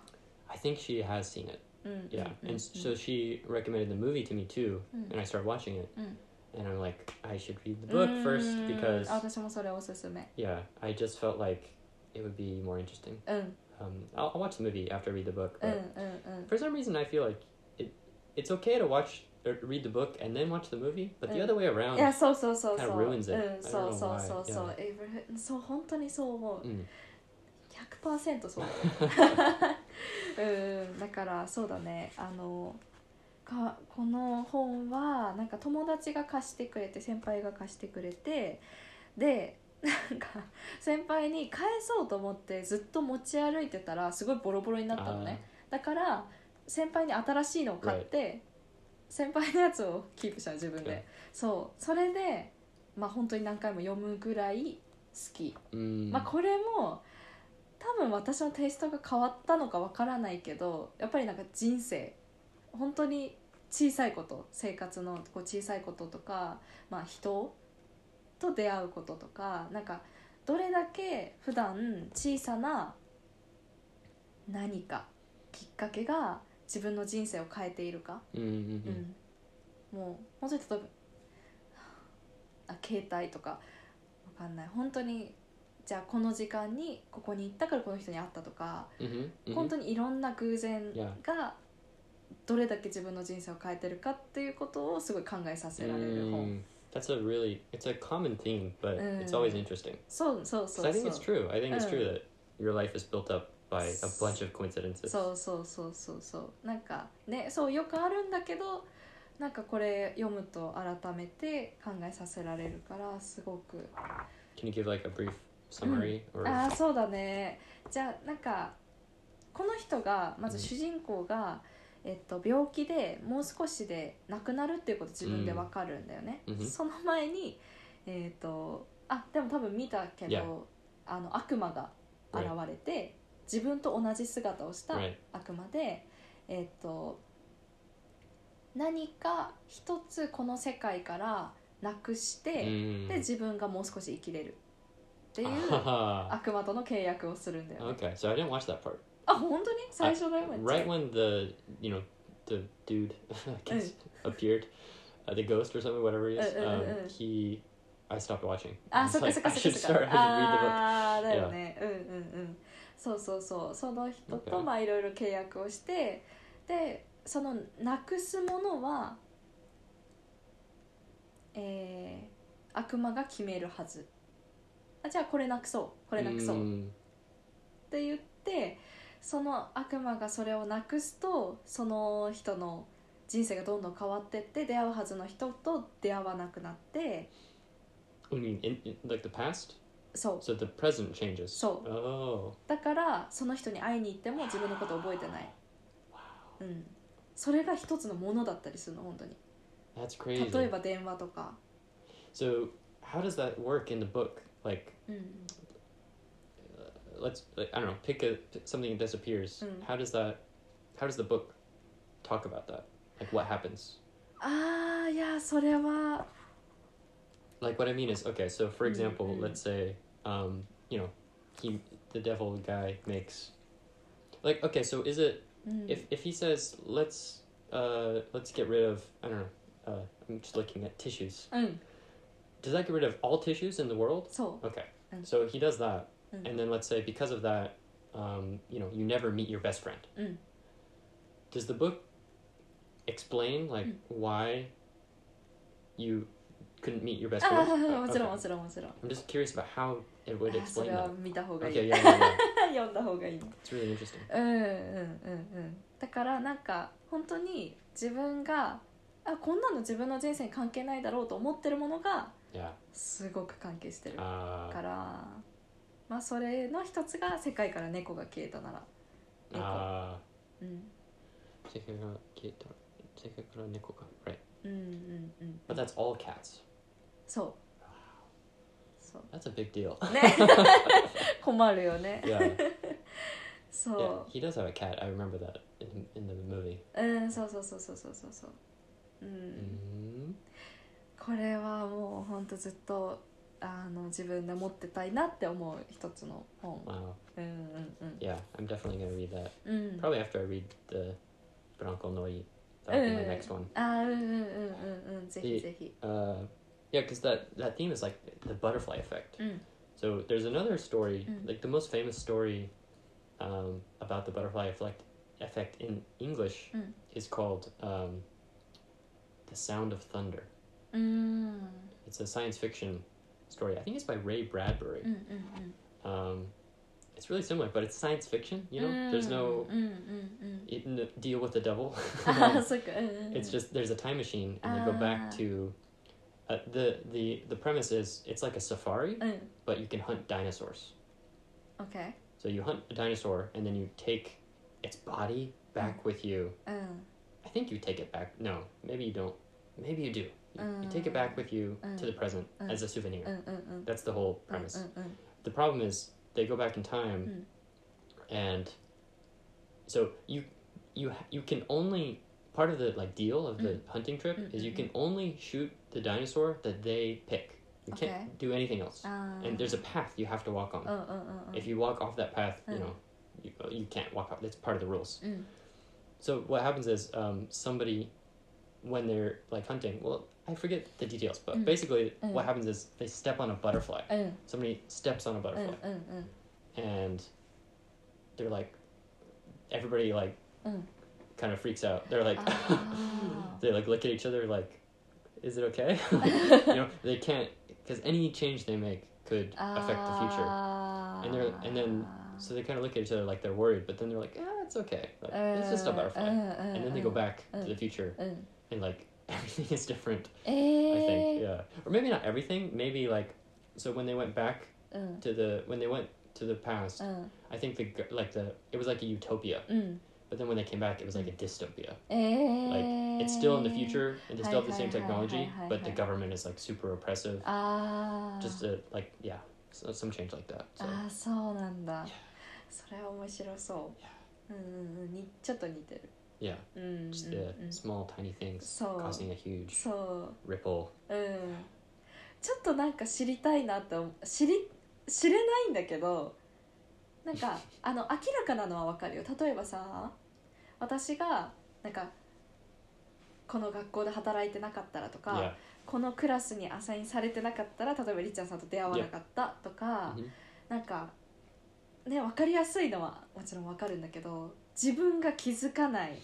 A: I think she has seen it.
B: うんうん
A: Yeah,
B: うん
A: and so she recommended the movie to me too,
B: Mm.
A: and I started watching it,
B: Mm.
A: and I'm like, I should read the book
B: う
A: first
B: ん
A: because
B: あ私もそれおすすめ
A: yeah, I just felt like it would be more interesting.
B: うん
A: Um, I'll, I'll watch the movie after I read the book,
B: うん
A: but
B: うんうん
A: for some reason I feel like it it's okay to watch or read the book and then watch the movie, but the
B: Mm.
A: other way around,
B: いやそうそうそうそう
A: Kinda ruins it.
B: うんそう
A: I don't know
B: そう
A: why.
B: そうそう Abraham- そう本当にそう思う
A: mm,
B: 100%そうだよ うんだからそうだねあのかこの本はなんか友達が貸してくれて先輩が貸してくれてでなんか先輩に返そうと思ってずっと持ち歩いてたらすごいボロボロになったのね
A: uh,
B: だから先輩に新しいのを買って先輩のやつをキープしたの自分で、
A: Yeah.
B: そうそれでまあ本当に何回も読むぐらい好き、
A: mm,
B: まあこれも多分私のテイストが変わったのかわからないけどやっぱりなんか人生本当に小さいこと生活のこう小さいこととか、まあ、人と出会うこととかなんかどれだけ普段小さな何かきっかけが自分の人生を変えているか
A: mm, mm,
B: う
A: mm.
B: ん、もう本当に例えばあ携帯とかわかんない本当にじゃあこの時間にここに行ったからこの人に会ったとか、
A: Mhm, mhm.
B: 本当にいろんな偶然
A: いや
B: がどれだけ自分の人生を変えてるかっていうことをすごい考えさせられる本、
A: Mm, that's a really it's a common theme, but it's always
B: Mm.
A: interesting.
B: そうそう
A: So
B: そ
A: I
B: う
A: think
B: そう
A: it's true. I think it's true
B: Mm.
A: that your life is built up by a bunch of coincidences.
B: そうそうそうそうそうなんかねそうよくあるんだけどなんかこれ読むと改めて考えさせられるからすごく
A: Can you give like a brief summary or
B: ああそうだねじゃあなんかこの人がまず主人公が、えっと、病気でもう少しで亡くなるっていうこと自分でわかるんだよね、
A: うんうん
B: その前にえっとあでも多分見たけど、
A: Yeah.
B: あの悪魔が現れて、自分と同じ姿をした
A: right?
B: あくまで、えっと何か一つこの世界からなくして、
A: Mm.
B: で自分がもう少し生きれるって いう
A: Ah,
B: 悪魔との契約をするんだよ、ね
A: okay, so I didn't watch that part.
B: あ本当に最初だよめっちゃ
A: Right when the you know the dude I guess, appeared, Mm. uh, Ah, the ghost or something, whatever he is,
B: Uh, uh, uh,
A: um,
B: uh.
A: he I stopped watching.
B: あ
A: I
B: そ
A: was
B: っかそっかそっ
A: like, I should
B: か
A: start.
B: そっ
A: I
B: か
A: should
B: ああだよねうんうんうんそうそうそうその人と
A: Okay.
B: まあいろいろ契約をしてでそのなくすものはえー、悪魔が決めるはずあじゃあこれなくそうこれ
A: read
B: な
A: the
B: く
A: book.
B: そうっ
A: Mm,
B: て言ってその悪魔がそれをなくすとその人の人生がどんどん変わってって出会うはずの人と出会わなくなって
A: I mean, in, in, like the past.
B: そう
A: So the present changes.
B: So-
A: Oh.
B: だからその人に会いに行っても自分のこと覚えてない、うん、それが一つのものだったりするの本当に
A: That's crazy.
B: 例えば電話とか、
A: So how does that work in the book? Like,
B: うん、
A: let's like I don't know, pick a pick something that disappears.
B: Mm.
A: How does that? How does the book talk about that? Like what happens?
B: ああいやそれは
A: Like what I mean is okay. So for
B: Mm,
A: example,
B: mm.
A: let's say um, you know, he the devil guy makes. Like okay, so is it
B: うん、
A: if if he says let's uh let's get rid of I don't know uh I'm just looking at tissues.
B: うん、
A: Does that get rid of all tissues in the world?
B: そ
A: Okay,
B: Mm.
A: so he does that,
B: Mm.
A: and then let's say because of that, um, you know, you never meet your best friend.
B: Mm.
A: Does the book explain like
B: Mm.
A: why you couldn't meet your
B: う
A: best
B: あ
A: friend?
B: あ
A: Uh,
B: もちろん
A: okay.
B: もちろんもちろんあ
A: I'm just curious about how it would
B: ーそ
A: explain
B: れは
A: that.
B: 見た方がいい、
A: Okay, yeah, yeah, yeah.
B: 読んだ方がいい
A: it's really interesting.
B: うんうんうんうんだからなんか本当に自分があこんなの自分の人生に関係ないだろうと思ってるものが
A: Yeah.
B: すごく関係してる
A: Uh,
B: からまあそれの一つが世界から猫が消えたなら猫、
A: uh,
B: うん、
A: right.
B: うんうんうんう
A: But
B: ん
A: that's all cats.
B: そうそう
A: That's a big deal.
B: ね困るよね
A: Yeah. yeah.
B: そ
A: He does have a cat. I remember that in, in the movie.
B: ううんそうそうそうそうそうそうそううん、
A: Mm.
B: これはもうほんとずっとあの自分で持ってたいなって思う一つの本
A: Wow.
B: うんうんうん
A: Yeah, I'm definitely gonna read that.
B: うん、
A: Probably after I read the Bronco Noi. That'll be my
B: Mm.
A: next one.
B: あーうんうんうんうんうんぜひぜひ
A: Uh, yeah, because that that theme is like the butterfly effect.
B: うん
A: So there's another story,
B: Mm.
A: like the most famous story um, about the butterfly effect effect in English
B: Mm.
A: is called um, "The Sound of Thunder."
B: うーん
A: It's a science fiction story. I think it's by Ray Bradbury.
B: うんうんうん
A: Um, it's really similar, but it's science fiction. You know, there's no
B: うんうんうん、
A: it, n- deal with the devil.
B: ああそっか、うんうんうん、
A: it's just there's a time machine, and they go back
B: Ah.
A: to uh, the the the premise is it's like a safari,
B: うん
A: but you can hunt dinosaurs.
B: OK
A: So you hunt a dinosaur, and then you take its body back with you.
B: うん、
A: I think you take it back. No, maybe you don't. Maybe you do. You, you take it back with you to the present
B: Mm.
A: as a souvenir.
B: うんうんうん
A: That's the whole
B: うん
A: premise.
B: うんうん、
A: the problem is they go back in time and so you you you can only part of the like deal of the
B: Mm.
A: hunting trip
B: Mm,
A: is you
B: mm,
A: can only shoot the dinosaur that they pick you
B: Okay. Uh-huh.
A: can't do anything else
B: ああ
A: and there's a path you have to walk on
B: うんうんうんうん
A: if you walk off that path you
B: Mm.
A: know you, you can't walk off that's part of the rules
B: うん
A: so what happens is um, somebody when they're like hunting well i forget the details but
B: Mm.
A: basically
B: Mm.
A: what happens is they step on a butterfly
B: うんうん
A: somebody steps on a
B: うん
A: butterfly
B: うん
A: and they're like everybody like
B: うん、
A: kind of freaks out they're like
B: あ
A: they like look at each other like is it okay Like, you know they can't because any change they make could
B: あ
A: affect the
B: Ah.
A: future
B: ああ
A: and they're and then so they kind of look at each other like they're worried but then they're like yeah it's okay like, it's just a
B: う
A: butterfly
B: んうんうん、
A: and then they go back to
B: Mm.
A: the future
B: うん
A: and like everything is different
B: え
A: i
B: え
A: think yeah or maybe not everything maybe like so when they went back
B: うん、
A: to the when they went to the past
B: うん、
A: i think the g- like the it was like a utopia
B: うん、
A: But then when they came back, it was like a dystopia.
B: ええ
A: It's still in the future, and they still have the
B: Hi,
A: same
B: hi, hi,
A: technology,
B: hi, hi,
A: but the
B: hi.
A: government is like super oppressive.
B: ああ
A: Just a, like yeah, so, some change like that. So
B: ああそうなんだそれは面白そう、うんうんうんにちょっと似てる
A: yeah,
B: うんうん、うん、
A: just the small tiny things
B: そう
A: causing a huge
B: そ
A: ripple.
B: ううんちょっとなんか知りたいなって思う知り知れないんだけどなん かあの明らかなのはわかるよ例えばさ私がなんかこの学校で働いてなかったらとか、
A: Yeah,
B: このクラスにアサインされてなかったら例えばりっちゃんさんと出会わなかったとか、
A: Mhm.
B: なんかね分かりやすいのはもちろん分かるんだけど自分が気づかない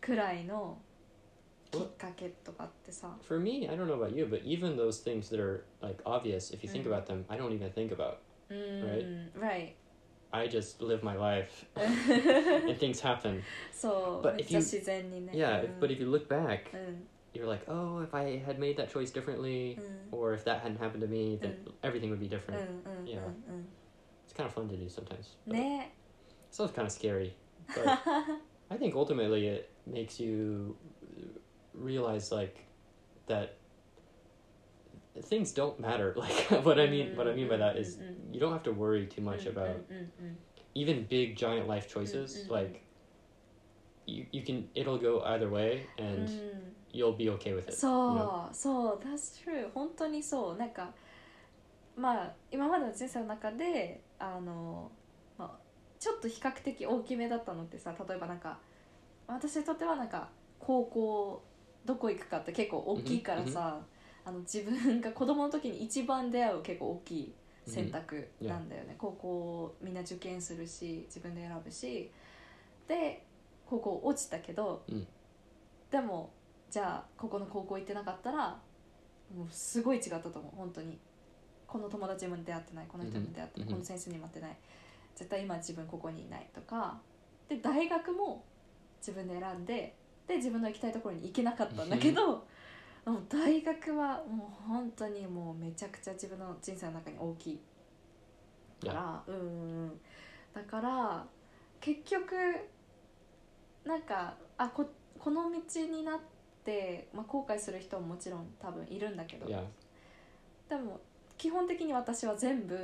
B: くらいのきっかけとかってさ
A: For me, I don't know about you, but even those things that are like obvious, if you think
B: Mm.
A: about them, I don't even think about.
B: うーん right
A: I just live my life and things happen.
B: そう
A: But
B: めっ
A: if
B: ちゃ
A: you-
B: 自然にね
A: Yeah,
B: う
A: if,
B: ん
A: but if you look back,
B: うん
A: you're like, oh, if I had made that choice
B: う
A: differently,
B: ん
A: or if that hadn't happened to me, then
B: Mm.
A: everything would be
B: うん
A: different.
B: うんうん
A: Yeah. it's kind of fun to do sometimes.
B: う
A: but
B: んね
A: It's also kind of scary. But I think ultimately it makes you realize like that things don't matter. Like what I mean, what I mean by that is
B: Mm-mm-mm-mm.
A: you don't have to worry too
B: うん
A: much
B: うん
A: about
B: うんうん
A: even big giant life choices.
B: Mm-mm-mm.
A: Like you, you can it'll go either way,
B: う
A: and
B: ん
A: you'll be okay with it.
B: そう、そう、that's true。本当にそう、なんか。まあ、今までの人生の中で、あの、まあ、ちょっと比較的大きめだったのってさ、例えばなんか。私にとってはなんか、高校、どこ行くかって結構大きいからさ。あの、自分が子供の時に一番出会う結構大きい選択なんだよね、高校みんな受験するし自分で選ぶしで高校落ちたけど、
A: うん
B: でもじゃあここの高校行ってなかったらもうすごい違ったと思う本当にこの友達にも出会ってないこの人にも出会ってない、
A: うんうん
B: この先生にも会ってない絶対今自分ここにいないとかで大学も自分で選んでで自分の行きたいところに行けなかったんだけど、もう大学はもう本当にもうめちゃくちゃ自分の人生の中に大きいからうんうんうんだから結局なんかあここの道になって、まあ、後悔する人ももちろん多分いるんだけど
A: Yeah,
B: でも基本的に私は全部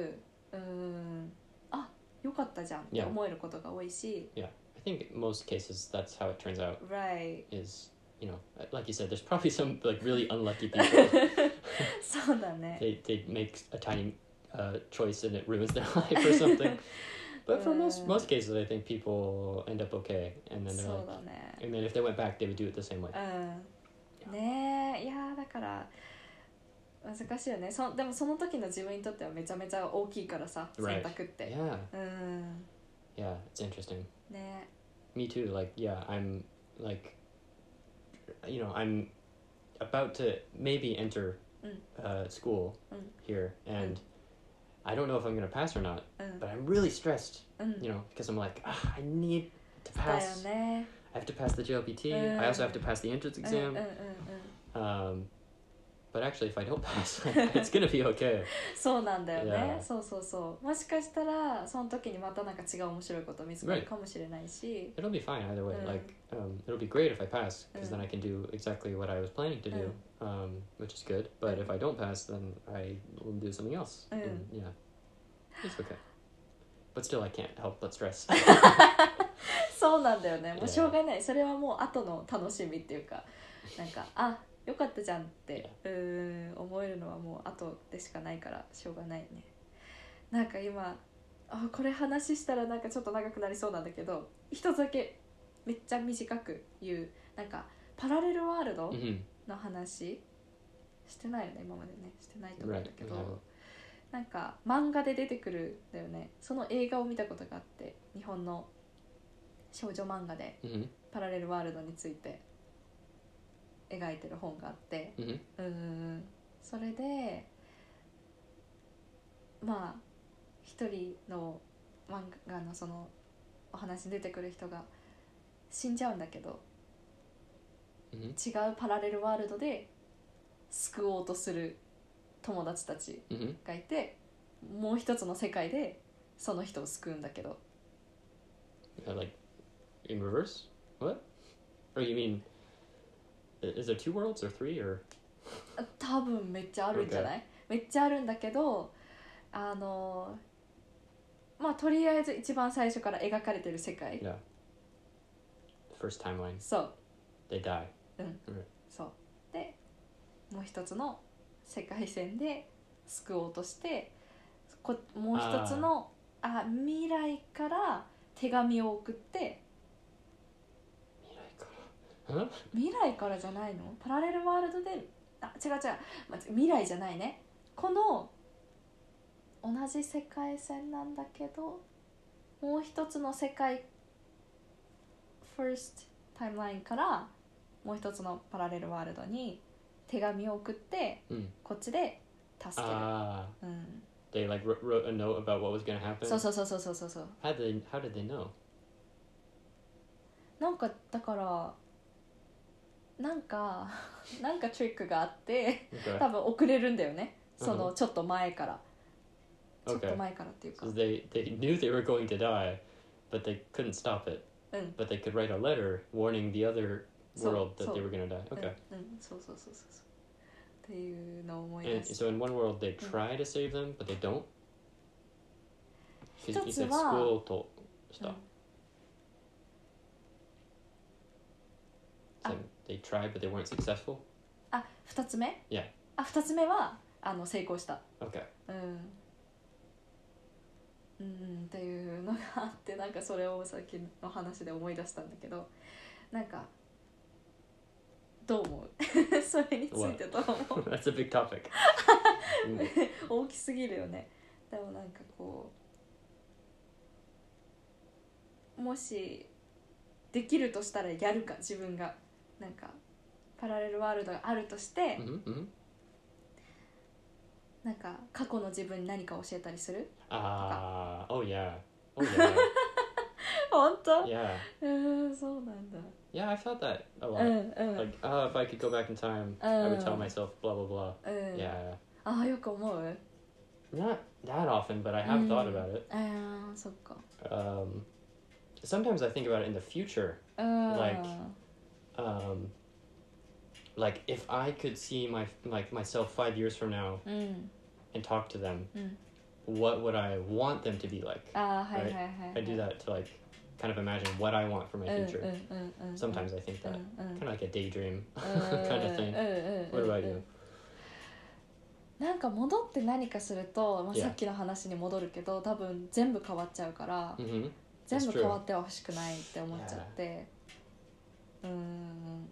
B: うーんあよかったじゃんって思えることが多いし
A: yeah. I think in most cases that's how it turns out.
B: Right
A: Is you know, like you said, there's probably some like really unlucky people.
B: そうだね
A: they they make a tiny uh, choice and it ruins their life or something. but for most
B: Uh.
A: most cases, I think people end up okay, and then
B: そ
A: they're
B: う
A: like,
B: だね
A: and then if they went back, they would do it the same way.
B: うんねえいやーだから難しいよねそでもその時の自分にとってはめちゃめちゃ大きいからさ選
A: Right.
B: 択って、
A: Yeah,
B: うん
A: yeah, it's interesting.
B: ね
A: Me too. Like, yeah, I'm like, you know, I'm about to maybe enter
B: Mm.
A: uh, school
B: Mm.
A: here, and I don't know if I'm gonna pass or not,
B: うん
A: but I'm really stressed.
B: うん
A: You know, because I'm like, ah, I need to
B: だよ
A: pass.
B: ね
A: I have to pass the JLPT. I
B: Uh.
A: also have to pass the entrance
B: うんうんうん
A: exam.
B: うん
A: Um, but actually, if I don't pass, it's gonna be okay.
B: そうなんだよね、
A: Yeah.
B: そうそうそうもしかしたらその時にまたなんか違う面白いこと見つかるかもしれないし、
A: It'll be fine either way.
B: Mm.
A: Like, um, it'll be great if I pass, because then
B: Mm.
A: I can do exactly what I was planning to do,
B: Uh.
A: um, which is good. But if I don't pass, then I will do something else.
B: Mm.
A: And, yeah, it's okay. But still, I can't help but stress.
B: そうなんだよねもう
A: Yeah.
B: しょうがないそれはもう後の楽しみっていうかなんかあよかったじゃんってうーん思えるのはもう後でしかないからしょうがないねなんか今あこれ話したらなんかちょっと長くなりそうなんだけど一つだけめっちゃ短く言うなんかパラレルワールド
A: Mhm.
B: の話してないよね今までねしてないと思うんだけど、
A: Right.
B: なんか漫画で出てくるんだよねその映画を見たことがあって日本の少女漫画で
A: Mhm.
B: パラレルワールドについて描いてる本があって、
A: Mhm.
B: うーんそれでまあ一人の漫画のそのお話に出てくる人が死んじゃうんだけど、
A: うん
B: 違うパラレルワールドで救おうとする友達たち
A: Mhm.
B: がいてもう一つの世界でその人を救うんだけど
A: Uh, like, in reverse? What? Or you mean, i- is there two worlds or three or?
B: 多分めっちゃあるんじゃない、めっちゃあるんだけどあのまあとりあえず一番最初から描かれてる世界
A: Yeah. First timeline,
B: そう
A: they die.
B: そうでもう一つの世界線で救おうとしてこもう一つのあ未来から手紙を送って未来からじゃないのパラレルワールドであ違う違うま未来じゃないねこの同じ世界線なんだけどもう一つの世界 first タイムラインからもう一つのパラレルワールドに手紙を送って
A: うん
B: こっちで助ける、
A: Ah,
B: うん、
A: they like wrote, wrote a note about what was gonna happen.
B: そうそうそうそうそうそうそう
A: How did they, how did they know?
B: なんかだからなんかなんかトリックがあって多
A: Okay.
B: 分遅れるんだよねそ
A: うんう
B: のちょっと前から、ちょっ
A: Okay.
B: と前からっていうか
A: So they they knew they were going to die, but they couldn't stop it.
B: うん
A: But they could write a letter warning the other
B: そう
A: world that
B: そう
A: they were gonna die.
B: うん
A: Okay.
B: うんそうそうそうそうそうっていうのを思い出
A: And
B: して
A: so in one world they
B: Mm.
A: try to save them, but they don't. Because you said
B: 一つは、
A: school to stop.
B: Mm.
A: So they tried, but they weren't successful.
B: あ二つ目
A: Yeah.
B: あ二つ目はあの成功した、
A: Okay.
B: うん、うんうんっていうのがあって なんかそれをさっきの話で思い出したんだけどなんかどう思う それについてどう思う
A: That's a big topic. Mm.
B: 大きすぎるよねでもなんかこうもしできるとしたらやるか自分がなんかパラレルワールドがあるとして、
A: Mhm, mhm.
B: なんか過去の自分に何か教えたりす る
A: Ah, oh yeah. Oh yeah.
B: 本当
A: yeah.
B: うーんそうなんだ
A: Yeah, I've thought that a
B: う
A: lot.
B: んうん
A: Like, oh, if I could go back in time, I would tell
B: Uh.
A: myself blah blah blah.
B: うん
A: Yeah.
B: ああよく思う
A: Not that often, but I have thought about it.
B: ああそっか
A: Um, sometimes I think about it in the future.
B: うん
A: Like Um, like if I could see my like myself five years from now
B: うん、
A: and talk to them,
B: うん、
A: what would I want them to be like?
B: ああはいはい
A: Right.
B: はい、はい、
A: I do that to like kind of imagine what I want for
B: う
A: my
B: んうん
A: future.
B: うんうん
A: Sometimes I think
B: うん
A: that
B: うん
A: kind of like a daydream
B: うん
A: kind of thing.
B: うんう
A: What
B: んうん
A: about you?
B: なんか戻って何かすると、まあ、
A: Yeah.
B: さっきの話に戻るけど多分全部変わっちゃうから
A: Mm-hmm.
B: 全
A: That's
B: 部
A: true.
B: 変わっては欲しくないって思っちゃって、うーん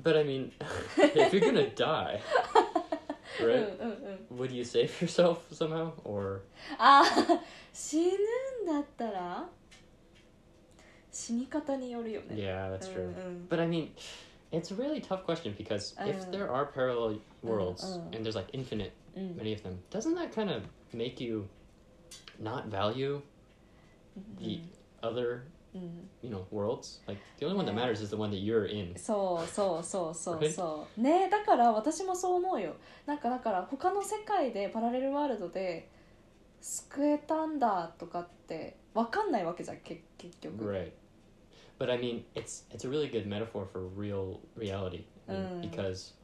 A: But I mean, if you're gonna die,
B: うんうん
A: right?
B: うん、
A: Would you save yourself somehow, or
B: あー死ぬんだったら死に方によるよね。
A: yeah, that's
B: う
A: true.
B: んうん、
A: But I mean, it's a really tough question because
B: Uh,
A: if there are parallel worlds
B: uh.
A: and there's like infinite
B: うん、
A: many of them, doesn't that kind of make you not value
B: うん
A: the other,
B: うん、
A: you know, worlds? Like the only one that
B: Yeah.
A: matters is the one that you're in.
B: そうそうそうそうそうねだから私もそう思うよなんかだから他の世界でパラレルワールドで救えたんだとかって分かんないわけじゃんけ結局、
A: Right. But I mean, it's it's a really good metaphor for real reality I mean,
B: Mm.
A: because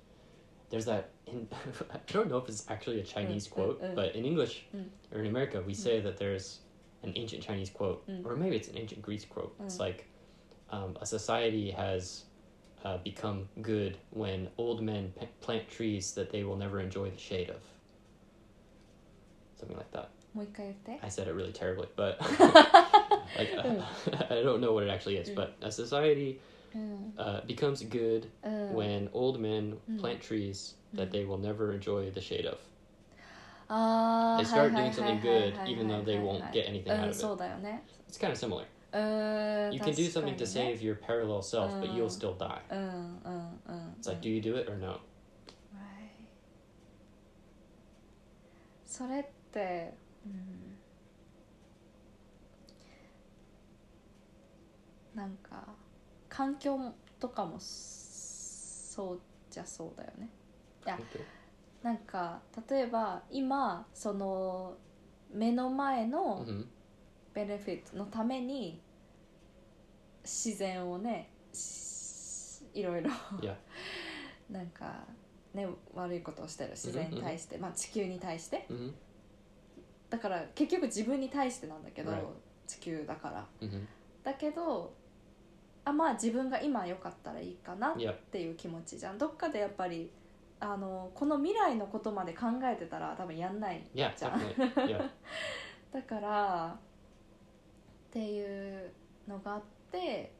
A: there's that. In, I don't know if it's actually a Chinese
B: mm,
A: quote,
B: mm.
A: but in English
B: Mm.
A: or in America, we say that there's an ancient Chinese quote,
B: Mm.
A: or maybe it's an ancient Greece quote. It's
B: Mm.
A: like um, a society has uh, become good when old men p- plant trees that they will never enjoy the shade of. Something like that.
B: もう一回言って
A: I said it really terribly, but like I don't know what it actually is.
B: Mm.
A: But a society
B: うん、
A: uh, becomes good
B: うん、
A: when old men
B: Mm.
A: plant trees
B: Mm.
A: that they will never enjoy the shade of.
B: ああ
A: They start doing something good even though they won't get anything
B: う
A: out
B: ん
A: of it.
B: そうだよね
A: It's kind of similar.
B: うーん
A: You can do
B: 確かにね
A: something to save your parallel self, but
B: Uh.
A: you'll still die.
B: うんうんうん、
A: It's like, do you do it or no?
B: Right. それって、うん、なんか環境とかもそうじゃそうだよね Yeah.
A: Okay.
B: なんか例えば今その目の前の
A: hmm
B: ベネフィットのために自然をねしいろいろ
A: Yeah.
B: なんかね悪いことをしてる自然に対して、まあ、地球に対して
A: hmm
B: だから結局自分に対してなんだけど、
A: Right.
B: 地球だから
A: hmm
B: だけどあまあ自分が今良かったらいいかなっ
A: Yeah.
B: ていう気持ちじゃんどっかでやっぱりあのこの未来のことまで考えてたら多分やんない
A: Yeah.
B: Ja.
A: Definitely. Yeah.
B: だからっていうのがあって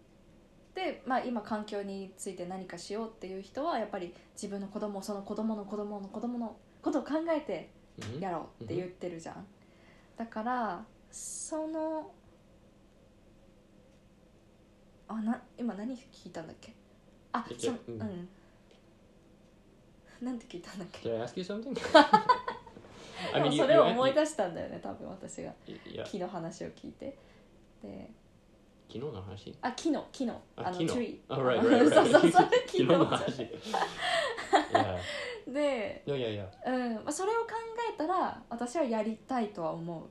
B: で、まあ、今環境について何かしようっていう人はやっぱり自分の子供その子供の子供の子供のことを考えて
A: Mhm.
B: やろうって言ってるじゃん、だからそのあな今何聞いたんだっけあ
A: いや
B: その
A: う
B: うんんなんて聞いたんだっけ
A: Did I ask you something?
B: で
A: I
B: も
A: mean, you,
B: それ
A: you
B: を
A: a-
B: 思い出したんだよね多分私が
A: you- yeah.
B: 木の話を聞いてで
A: 昨日の話。
B: あ木の木の
A: あ
B: あの
A: 木の
B: tree
A: Oh, right, right, right.
B: そうそうそれ木の
A: 昨日の話。yeah.
B: で、
A: No, yeah, yeah.
B: うんまあ、それを考えたら私はやりたいとは思う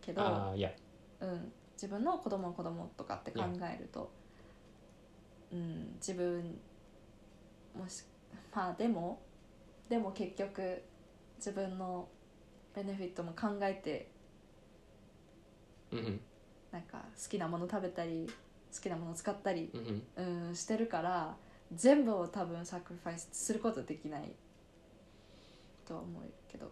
B: けど、
A: Uh, yeah.
B: うん、自分の子供子供とかって考えると、うん、自分もしまあでもでも結局自分のベネフィットも考えて
A: Mm-hmm.
B: なんか好きなもの食べたり好きなもの使ったり、
A: Mm-hmm.
B: うん、してるから全部を多分サクリファイスすることできないとは思うけど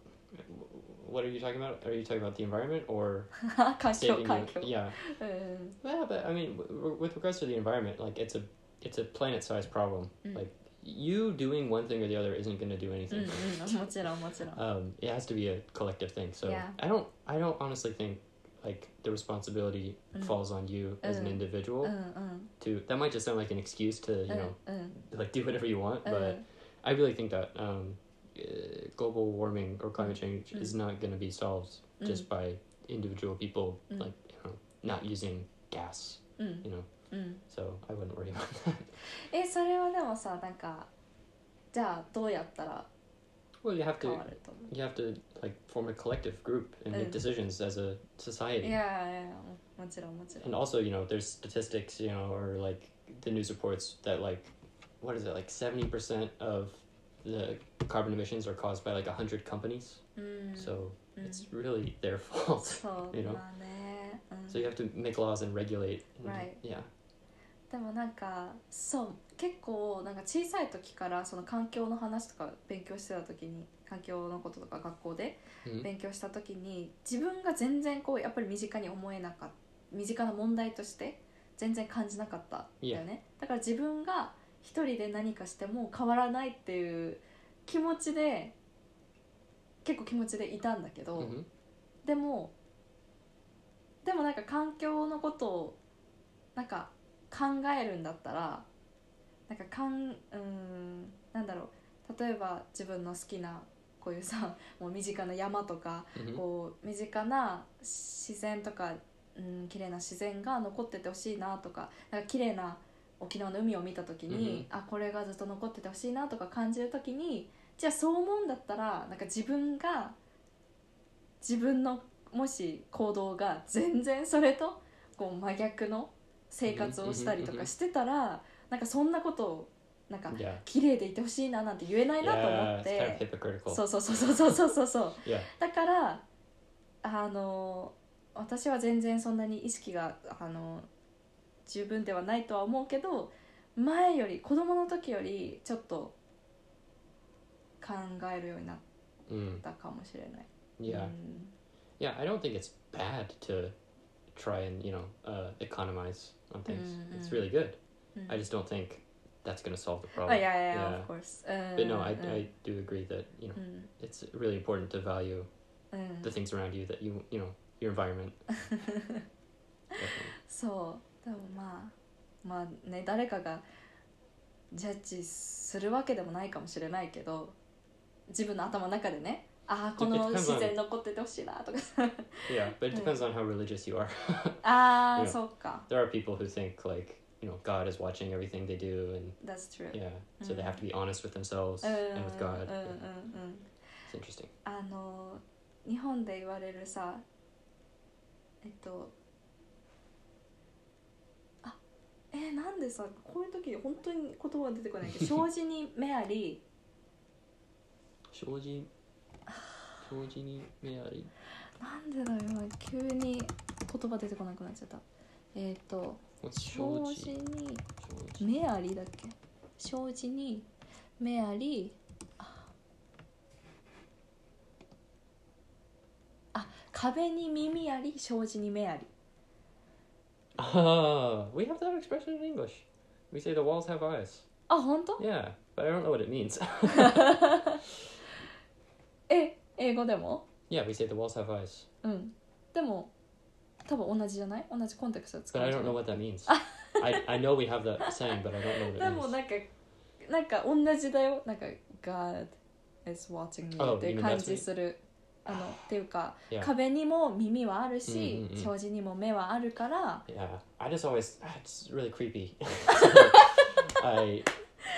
A: What are you talking about? Are you talking about the environment or
B: 環境
A: saving
B: 環
A: the?
B: 境、
A: Yeah.
B: うん、
A: Yeah, but I mean, w- w- with regards to the environment, like it's a it's a planet-sized problem.
B: Mm.
A: Like you doing one thing or the other isn't going to do
B: うん
A: anything.
B: うんもちろんもちろん
A: um, it has to be a collective thing. So
B: Yeah.
A: I don't I don't honestly think like the responsibility
B: Mm.
A: falls on you as an
B: Mm.
A: individual
B: うんうん、
A: to that might just sound like an excuse to you
B: うん
A: know
B: うん、
A: like do whatever you want,
B: う
A: but
B: ん
A: I really think that um, uh, global warming or climate change
B: Mm.
A: is not going to be solved just by individual people
B: Mm.
A: like you know, not using gas.
B: うん、
A: You know,
B: うん、
A: so I wouldn't worry about that.
B: えそれはでもさなんかじゃあどうやったら
A: Well, you have
B: 変
A: to
B: わると思う
A: you have to like form a collective group and
B: Mm.
A: make decisions as a
B: い
A: society.
B: やいやもちろんもちろん
A: and also you know there's statistics you know or like the news reports that like what is it like 70% of the carbon emissions are caused by like 100 companies
B: うん
A: so
B: うん
A: it's really their fault
B: そう
A: you know
B: まあね、うん
A: so you have to make laws and regulate and-
B: Right.
A: yeah
B: でもなんかそう結構なんか小さい時からその環境の話とか勉強してた時に環境のこととか学校で
A: Mhm.
B: 勉強した時に自分が全然こうやっぱり身近に思えなかった身近な問題として全然感じなかったんだよねだから自分が一人で何かしても変わらないっていう気持ちで結構気持ちでいたんだけど、
A: Mhm.
B: でもでもなんか環境のことをなんか考えるんだったらなんかかんうーんなんだろう例えば自分の好きなこういうさもう身近な山とか
A: Mhm.
B: こう身近な自然とか、うん、綺麗な自然が残っててほしいなとかなんか綺麗な沖縄の海を見た時に、あこれがずっと残っててほしいなとか感じる時にじゃあそう思うんだったらなんか自分が自分のもし行動が全然それとこう真逆の生活をしたりとかしてたらなんかそんなことをなんか
A: yeah
B: 綺麗でいてほしいななんて言えないなと思っ
A: yeah it's kind of
B: て
A: hypocritical
B: そうそうそうそうそうそうそう
A: yeah
B: だからあの私は全然そんなに意識があの十分ではないとは思うけど前より子供の時よりちょっと考えるようになっ
A: mm.
B: たかもしれない。
A: yeah
B: うん、
A: yeah i don't think it's bad to try and you know uh, economize on things
B: Mm,
A: it's
B: mm.
A: really good
B: うん
A: i just don't think that's going to solve the problem
B: あいやいやいや
A: yeah.
B: of course。Mm-hmm.
A: But no, I,
B: うん
A: I do agree that you know
B: うん、
A: it's really important to value
B: うん
A: the things around you that you you know your environment. Definitely.
B: そうでもまあまあね誰かがジャッジするわけでもないかもしれないけど自分の頭の中でねああこの
A: It depends on-
B: 自然残っててほしいなと か
A: yeah, but it depends on how religious you are.
B: ああ
A: Yeah.
B: そうか
A: There are people who think like you know God is watching everything they do, and
B: That's true
A: yeah, so they have to be honest with themselves
B: うんうんうん
A: and with God.
B: うん
A: Yeah,
B: うんうん
A: it's interesting.
B: あの日本で言われるさえっとあえーなんでさこういう時本当に言葉が出てこ ないけど障子にメアリ
A: 正直-正直に目あり。
B: ーなんでだよ今急に言葉出てこなくなっちゃったえっと
A: What's
B: 障子
A: 正直?
B: に
A: 正直。
B: メアリーだっけ障子にメアリーああ壁に耳あり障子に目あり
A: Ah, we have that expression in English. We say the walls have eyes.
B: あ本当
A: Yeah, but I don't know what it means.
B: え英語でも
A: yeah, we say the walls have eyes,
B: うんでも多分同じじゃない同じコンテクストで使
A: but
B: う
A: I
B: じゃ
A: don't
B: な
A: know
B: い
A: what that means. I, I know we have that saying, but I don't
B: で
A: know what it means.
B: もなんかなんか同じだよなんか「God is watching me」
A: Oh,
B: って
A: you mean
B: 感
A: that's me?
B: じするあのっていうか
A: Yeah.
B: 壁にも耳はある
A: うん
B: し
A: うんうん
B: 障子にも目はあるから
A: Yeah, I just always ah, it's really creepy. I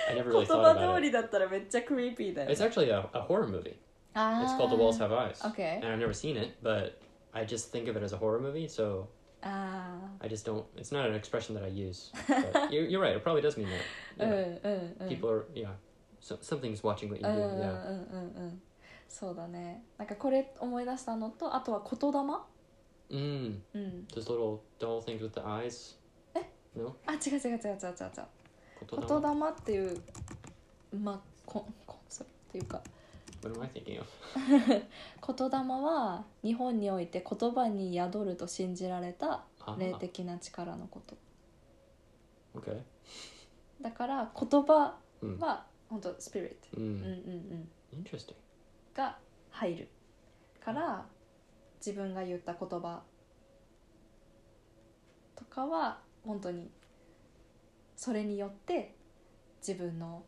A: I never
B: 言
A: really thought
B: 葉
A: about
B: 通
A: it.
B: りだったらめっちゃクリーピーだよ
A: It's
B: ね
A: actually a, a horror movie.
B: あー
A: It's called The Walls Have Eyes.
B: Ah, Okay.
A: And I've never seen it, but I just think of it as a horror movie, so
B: あ
A: I just don't. It's not an expression that I use. But you're, you're right. It probably does mean that.
B: ー
A: You
B: うん
A: know,
B: うんうん
A: People are yeah. So, something's watching what you
B: うん
A: do.
B: うん
A: Yeah.
B: うんうんうんそうだねなんかこれ思い出したのとあとは言霊
A: Mm.
B: うん
A: Those little doll things with the eyes.
B: Eh?
A: No.
B: あ違う違う違う違う違う違う
A: Kotodama?
B: 言霊っていうまあコンコンセプトっていうか
A: What am I thinking of?
B: 言霊は日本において言葉に宿ると信じられた
A: Ah,
B: 霊的な力のこと
A: okay.
B: だから言葉
A: Mm.
B: は本当スピリット、うん、うん
A: Mm.
B: うん
A: Interesting.
B: が入るから自分が言った言葉とかは本当にそれによって自分の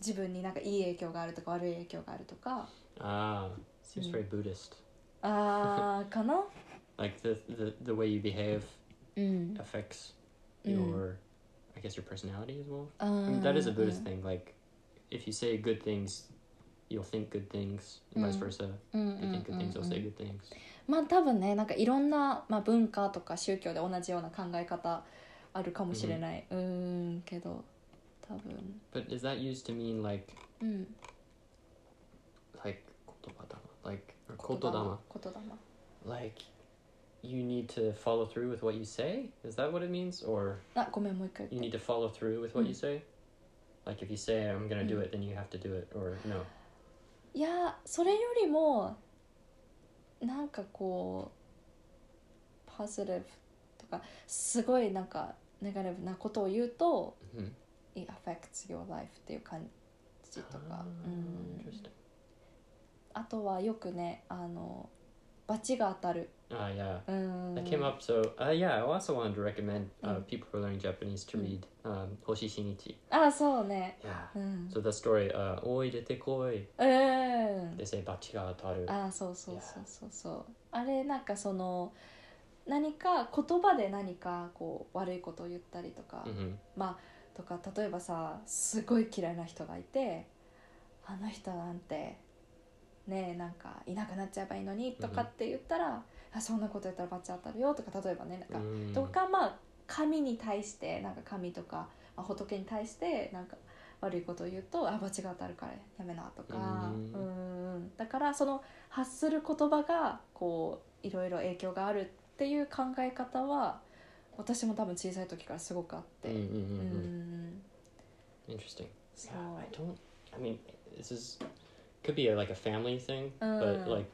B: 自分になんかいい影響があるとか悪い影響があるとか
A: Ah, seems
B: Mm.
A: very Buddhist.
B: あーかな
A: Like the, the the way you behave
B: うん、
A: affects
B: Mm.
A: your, I guess your personality as well.
B: あ
A: I mean, that is a
B: ー
A: Buddhist thing. Like, if you say good things, you'll think good things, and vice
B: Mm.
A: versa.
B: うんうん
A: If you think
B: う
A: good
B: ん
A: things, you'll
B: う
A: say
B: ん
A: good things.
B: まあ多分ねなんかいろんな、まあ、文化とか宗教で同じような考え方あるかもしれない、うーんけど多分
A: But is that used to mean like
B: うん。
A: like kotobadama, like or
B: 言
A: kotodama,
B: 霊。言霊
A: like you need to follow through with what you say? Is that what it means, or
B: あ、ごめん、もう一回
A: you need to follow through with what you
B: Mm.
A: say? Like if you say I'm gonna do
B: Mm.
A: it, then you have to do it, or no?
B: いや、それよりも、なんかこう、ポジティブとか、すごいなんか、ネガティブなことを言うと、
A: hmm
B: it affects your life っていう感じとか
A: Ah,。
B: うん。
A: interesting.
B: あとはよくね、あの、罰が当たる。
A: Ah, yeah.
B: うん。
A: That came up. So, uh, yeah, I also wanted to recommend uh,
B: Mm.
A: people who are learning Japanese to
B: Mm.
A: read um, Hoshi Shinichi.
B: あ、そうね。
A: Yeah.
B: うん。
A: So the story, uh, "Oi, dete koi."
B: うん。
A: They say "bachi ga ataru."
B: あーそうそうそうそうそうあれなんかその何か言葉で何かこう悪いことを言ったりとか、
A: hmm
B: とか例えばさすごい嫌いな人がいて「あの人なんてねえなんかいなくなっちゃえばいいのに」とかって言ったら「あそんなこと言ったらバチ当たるよ」とか例えばねなんか、
A: Mm.
B: とかまあ神に対してなんか神とか、まあ、仏に対してなんか悪いことを言うと「あ罰が当たるからやめな」とか
A: うん
B: うんうんだからその発する言葉がこういろいろ影響があるっていう考え方は私も多分小さい時からすごくあって。う
A: Mm, mm, mm,
B: んう
A: mm.
B: ん
A: Interesting.
B: そ
A: Yeah,
B: う
A: I don't. I mean, this is could be a, like a family thing, but
B: Mm.
A: like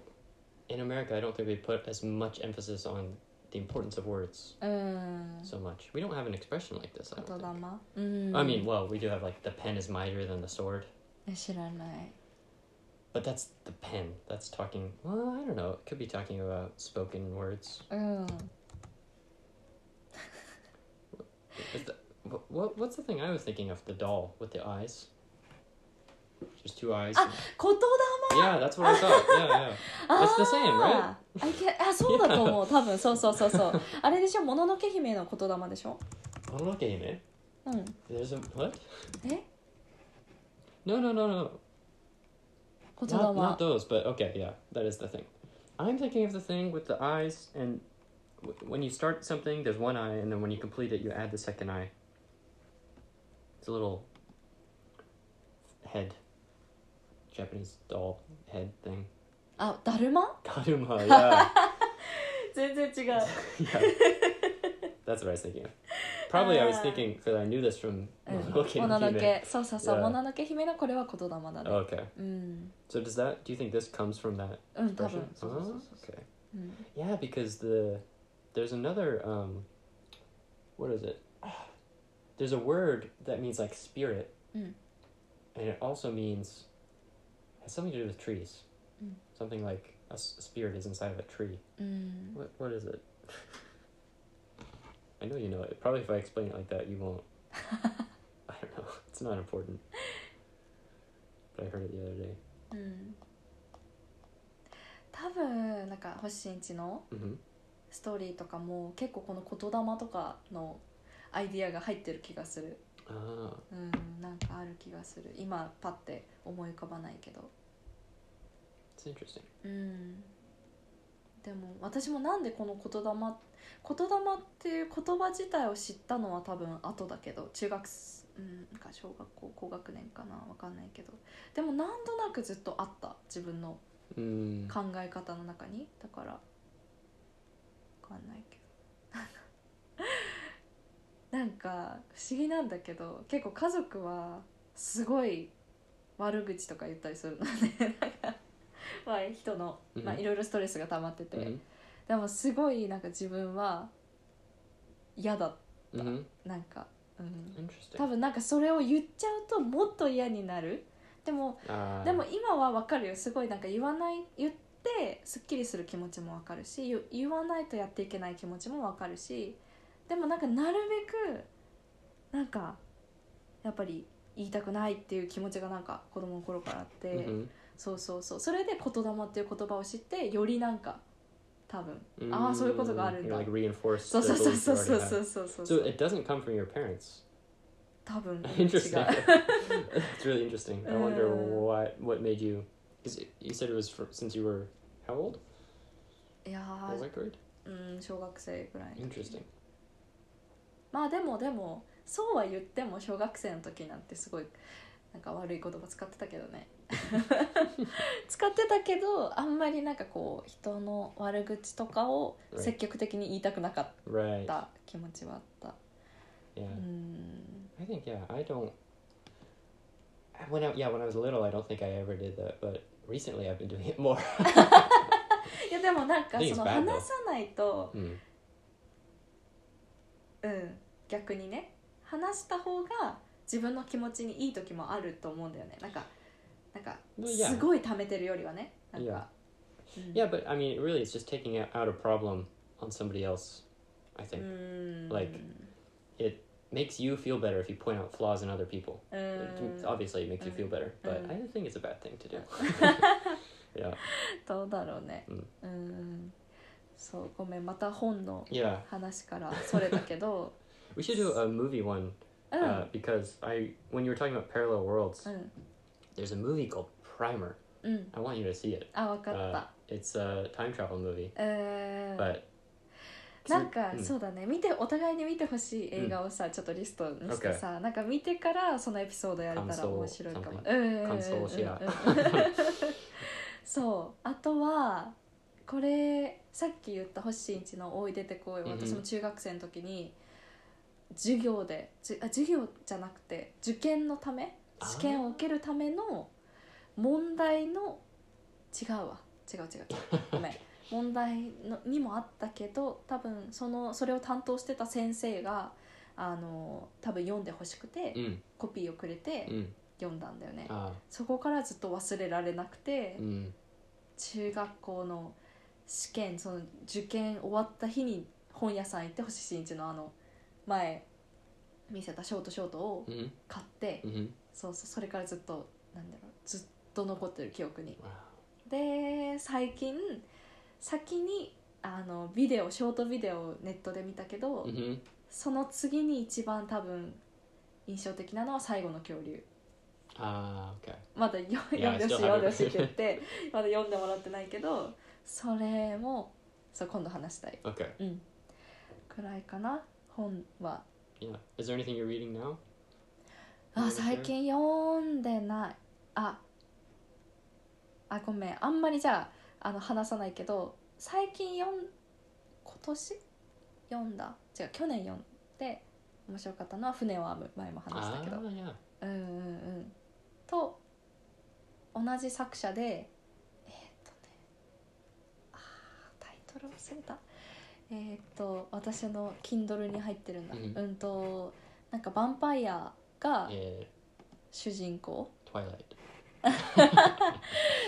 A: in America, I don't think we put as much emphasis on the importance of words
B: うん。
A: so much. We don't have an expression like this. I
B: 言
A: don't think.
B: 霊。うん。
A: I mean, well, we do have like the pen is mightier than the sword.
B: え知らない。
A: But that's the pen. That's talking. Well, I don't know. It could be talking about spoken words.
B: うん。
A: Is the, wh- what What's the thing I was thinking of? The doll with the eyes. There's two eyes.
B: あ言霊。
A: yeah, that's what I thought. Yeah,
B: あー
A: It's the same, right?
B: I can- あそうだと思う多分そうそうそうそうあれでしょ「もののけ姫」の言霊でしょ
A: yeah. I'm looking at it.
B: うん
A: There's a what?
B: え
A: No, no, no, no.
B: 言
A: Not,
B: 霊
A: not those, but okay, yeah, that is the thing. I'm thinking of the thing with the eyes, and w- when you start something, there's one eye, and then when you complete it, you add the second eye. It's a little head, Japanese doll head thing.
B: あだるま
A: Karuma, yeah,
B: 全然違う
A: yeah. That's what I was thinking of. Probably I was
B: Ah.
A: thinking because I knew this from
B: うん
A: Mononoke
B: も
A: and
B: のの
A: Hime.
B: けそうそうそう
A: Yeah.
B: もののけ姫のこれは言霊だね
A: Okay,
B: うん
A: so does that? Do you think this comes from that
B: うん多
A: expression?
B: 分そうそうそう
A: Oh, okay.
B: うん
A: Yeah, because the there's another um, what is it? There's a word that means like spirit,
B: Mm.
A: and it also means has something to do with trees.
B: Mm.
A: Something like a, s- a spirit is inside of a tree.
B: うん、
A: What what is it? I know you know it. Probably if I explain it like that, you won't. I don't know. It's not important. But I heard it the other day.
B: うん、多分なんか星新一の
A: hmm
B: ストーリーとかも結構この言霊とかのアイディアが入ってる気がする
A: Ah,
B: うんなんかある気がする今パッて思い浮かばないけど
A: it's interesting.
B: うんでも私もなんでこの言霊言霊っていう言葉自体を知ったのは多分後だけど中学すうんか小学校高学年かなわかんないけどでもなんとなくずっとあった自分の
A: Mm.
B: 考え方の中にだからわかんないけど なんか不思議なんだけど結構家族はすごい悪口とか言ったりするのね なんかまあ人の、まあ、
A: うん
B: いろいろストレスが溜まってて、
A: Mhm.
B: でもすごいなんか自分は嫌だ
A: Mhm.
B: なんか、うん、
A: Interesting.
B: 多分なんかそれを言っちゃうともっと嫌になるでも
A: Ah.
B: でも今はわかるよすごいなんか言わない言ってすっきりする気持ちもわかるし言言わないとやっていけない気持ちもわかるしでもなんかなるべくなんかやっぱり言いたくないっていう気持ちがなんか子供の頃からあって、
A: Mhm.
B: そうそうそうそれで「言霊」っていう言葉を知ってよりなんか多分
A: Mm,
B: そういうことがあるんだ。
A: You're like reinforced
B: そう
A: the
B: そうそうそう
A: beliefs you
B: そうそうそうそう
A: already have. So it doesn't come from your parents.
B: 多分違う
A: Interesting. It's really interesting. I wonder
B: Uh.
A: what what made you. 'cause you said it was for, since you were how old?
B: いや
A: What was
B: ー
A: that grade?
B: うん小学生ぐらいの時
A: Interesting.
B: まあでもでもそうは言っても小学生の時なんてすごいなんか悪い言葉使ってたけど ね使ってたけどあんまりなんかこう人の悪口とかを
A: Right.
B: 積極的に言いたくなかっ
A: Right.
B: た気持ちはあった、
A: Yeah.
B: うん、
A: I think yeah. I don't. I- When I, yeah, when I was little, I don't think I ever did that. But recently, I've been doing it more.
B: いやでもなんか
A: I think
B: その
A: it's bad, though.
B: 話さないと、
A: Mm.
B: うん、逆にね話した方が自分の気持ちにいい時もあると思うんだよねなんかなんか
A: Well, yeah.
B: すごい溜めてるよりはねなんか、うん、
A: Yeah, but I mean, really, it's just taking o- out a problem on somebody else. I
B: う
A: think
B: ん
A: Like, it makes you feel better if you point out flaws in other people.
B: うん
A: It- Obviously, it makes you
B: Mm.
A: feel better, but
B: Mm.
A: I think it's a bad thing to do. yeah,
B: どうだろうね
A: うん
B: うんそうごめんまた本の
A: yeah.
B: 話からそれたけど
A: We should do a movie one
B: うん、
A: uh, because I, when you were talking about parallel worlds,
B: うん
A: there's a movie called Primer.
B: うん、
A: I want you to see it.
B: あわかっ
A: Uh,
B: た
A: it's a time travel movie,
B: えー
A: but
B: なんか、
A: うん
B: そうだね見てお互いに見てほしい映画をさ、ちょっとリストにしてさ、なんか見てからそのエピソードやれたら
A: 感想
B: 面白いかも
A: something
B: うんうんうんうん
A: 感想をシェア
B: うんうん そうあとはこれさっき言った星新一の「おい出てこい」
A: うんうん
B: 私も中学生の時に授業でじあ授業じゃなくて受験のため
A: あー
B: 試験を受けるための問題の違うわ違う違うごめん問題のにもあったけど多分そのそれを担当してた先生があの多分読んでほしくて
A: mm,
B: コピーをくれて
A: mm,
B: 読んだんだよね
A: ah,
B: そこからずっと忘れられなくて
A: mm,
B: 中学校の試験その受験終わった日に本屋さん行って星新一のあの前見せたショートショートを
A: mm,
B: 買って、
A: mm,
B: そうそうそれからずっとなんだろうずっと残ってる記憶に
A: wow,
B: で最近先にあのビデオショートビデオをネットで見たけど、
A: mm-hmm.
B: その次に一番多分印象的なのは「最後の恐竜」
A: ah, okay.
B: まだよ読
A: Yeah,
B: んでほしい
A: I
B: 読ん
A: still
B: で
A: haven't.
B: ほしいって言ってまだ読んでもらってないけどそれもそう今度話したい
A: Okay.
B: うんくらいかな本は
A: Yeah. Is there anything you're reading now?
B: あ
A: Anything
B: 最近読んでないああごめんあんまりじゃああの話さないけど最近読ん今年読んだ違う去年読んで面白かったのは「船を編む」前も
A: there?
B: 話し
A: Ah,
B: たけど
A: yeah.
B: うんうんうんと同じ作者でえーっとねあータイトル忘れたえーっと私の Kindle に入ってるんだ、
A: うん
B: うん、となんかヴァンパイアが
A: Yeah,
B: 主人公
A: Twilight.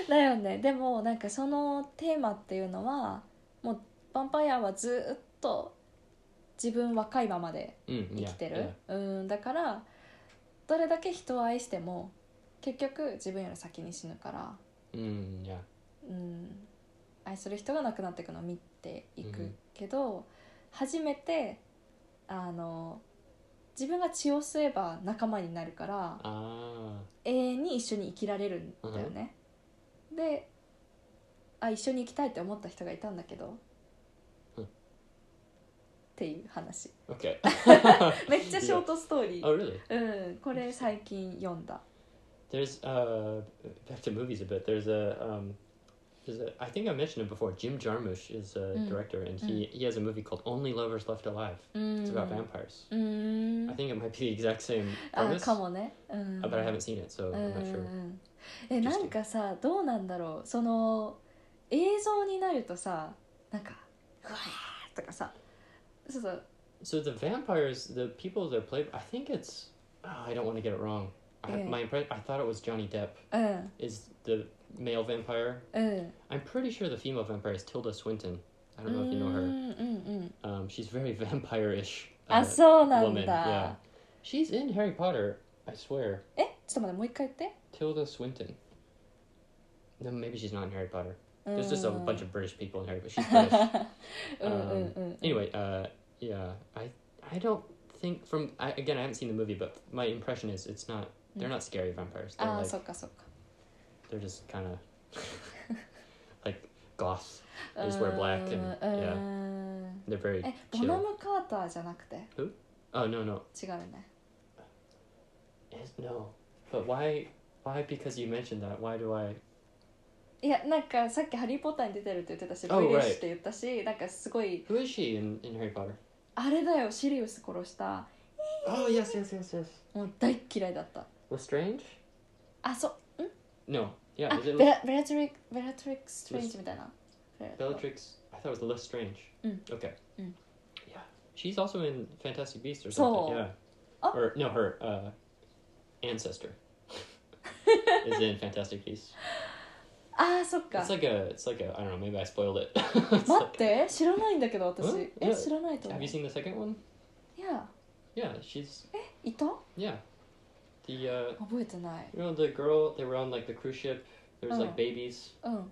B: だよねでもなんかそのテーマっていうのはもうヴァンパイアはずっと自分若いままで
A: Mm,
B: 生
A: yeah,
B: きてる
A: yeah.
B: うんだからどれだけ人を愛しても結局自分より先に死ぬから
A: Mm, yeah.
B: うん愛する人が亡くなっていくのを見ていくけど、初めてあの自分が血を吸えば仲間になるから。
A: Ah.
B: 永遠に一緒に生きられるんだよね、であ一緒に生きたいって思った人がいたんだけど、
A: うん
B: っていう話
A: Okay.
B: めっちゃショートストーリ
A: oh,
B: ー
A: really?
B: うんこれ最近読んだ
A: There's uh, back to movies a bit. There's a um, there's a. I think I mentioned it before. Jim Jarmusch is a
B: Mm. Mm.
A: director, and he he has a movie called Only Lovers Left Alive.
B: う
A: It's
B: ん
A: about vampires.
B: うー
A: I
B: ん
A: think it might be the exact same
B: あ
A: premise,
B: かもねうん
A: uh, but I haven't seen it, so
B: うん
A: I'm
B: うん
A: not
B: う
A: sure.
B: んえなんかさどうなんだろうその映像になるとさなんかうわーとかさそうそう
A: So the vampires, the people they're played, I think it's. Oh, I don't want to get it wrong. I,
B: Yeah.
A: my impre- I thought it was Johnny Depp
B: うん
A: is the male vampire.
B: うん
A: I'm pretty sure the female vampire is Tilda Swinton. I don't know if you know
B: うん
A: her.
B: うんうん
A: Um, she's very vampire-ish.
B: あ
A: uh,
B: そうなん
A: woman.
B: だ
A: Yeah. She's in Harry Potter, I swear.
B: えちょっと待ってもう一回言って
A: Tilda Swinton. No, maybe she's not in Harry Potter. There's just a
B: うん
A: bunch of British people in Harry Potter. She's British.
B: うんうんうん、
A: anyway, uh, yeah, I I don't think from I, again I haven't seen the movie, but my impression is it's not they're not scary vampires. They're
B: ああ、
A: like
B: そっかそっか
A: they're just kind of like goths. They just wear black
B: うーん
A: and
B: う
A: yeah,
B: ーん
A: they're very
B: えボ
A: chill.
B: ナム・カーターじゃなくて
A: Oh no no
B: 違うよね
A: Yes, no. But why? Why? Because you mentioned that. Why do I?
B: いやなんかさっき「ハリー・ポッター」に出てるって言ってたし
A: Oh,
B: ブリッシ
A: right.
B: ュって言ったしなんかすごい
A: Who is she in, in Harry Potter?
B: あれだよシリウス殺した
A: Oh yes, yes, yes, yes.
B: もう大っ嫌いだった
A: Lestrange?
B: あそう
A: No. Yeah.
B: あ
A: Is it
B: ベラベラトリック・ベラトリック・ストレンジみたいな
A: Bellatrix? I thought it was Lestrange.
B: Mm.
A: Okay.
B: Mm.
A: Yeah. She's also in Fantastic Beasts or
B: So-
A: something. Yeah.
B: Oh.
A: Or no, her uh, ancestor is in Fantastic Beasts.
B: ああそっか
A: It's like a. It's like a. I don't know. Maybe I spoiled it.
B: 待
A: It's like-
B: って知らないんだけど私
A: んい
B: え
A: や
B: 知らないと思
A: have
B: う
A: you
B: い
A: seen the second one?
B: や
A: Yeah. She's.
B: いた
A: Yeah. The. Uh,
B: 覚えてない。
A: You know the girl they were on like the cruise ship. There was
B: Oh.
A: like babies.
B: うん。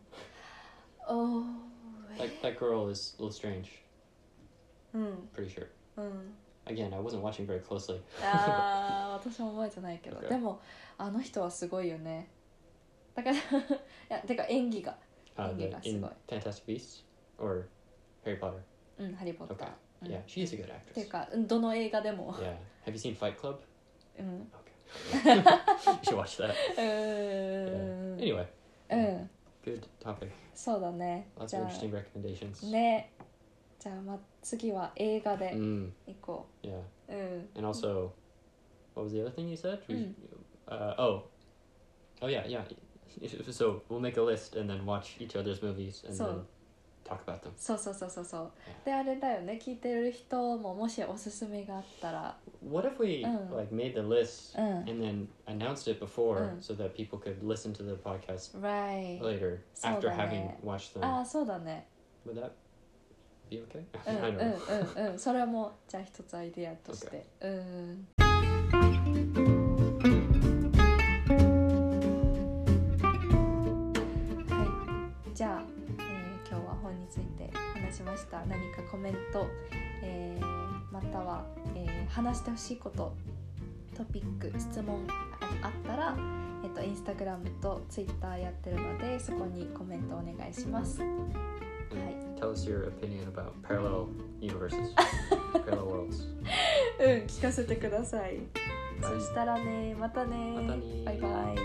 B: おー
A: Like that girl is Lestrange,
B: うん。
A: pretty sure.
B: うん。
A: Again, I wasn't watching very closely.
B: Ah. あ ー私も覚えてないけど、
A: Okay.
B: でもあの人はすごいよね。だからいやてか演技が
A: Uh, the,
B: Ingeborg
A: in
B: Sigurd.
A: Fantastic Beasts or Harry Potter.
B: うんハリーポッター
A: Okay.。
B: Mm.
A: Yeah, she is a good
B: ってい
A: actress.
B: うかうんどの映画でも。
A: Yeah. Have you seen Fight Club?
B: うん。
A: Okay. you should watch that.
B: うーん。
A: Anyway,
B: うん。
A: good topic.
B: そうだね。
A: Lots
B: じ
A: of
B: ゃ
A: interesting recommendations.
B: あね。じゃあま次は映画で
A: Mm,
B: 行こ
A: yeah.
B: う。うん。
A: And also, what was the other thing you said? We,
B: Mm.
A: uh, oh, oh yeah, yeah. So we'll make a list and then watch each other's movies and
B: So-
A: then talk about them.
B: そうそうそうそうそう。であれだよね聞いてる人ももしおすすめがあったら。
A: What if we
B: Mm.
A: like made the list
B: うん。
A: and then announced it before
B: Mm.
A: so that people could listen to the podcast
B: Right.
A: later
B: So
A: after
B: then,
A: having
B: uh, uh,
A: watched them?
B: ああそうだね。
A: Would that be okay?
B: うん
A: I
B: うん
A: don't know.
B: うんうん。それもじゃあ一つアイデアとして。うん。はい。じゃあ、えー、今日は本について話しました。何かコメント、えー、または、えー、話してほしいこと、トピック、質問ああったら。えっと、インスタグラムとツイッターやってるのでそこにコメントお願いします。はい
A: And Tell us your opinion about parallel universes, parallel worlds.
B: うん、聞かせてください。
A: はい
B: そしたらね、またね。
A: またね
B: バイバイ。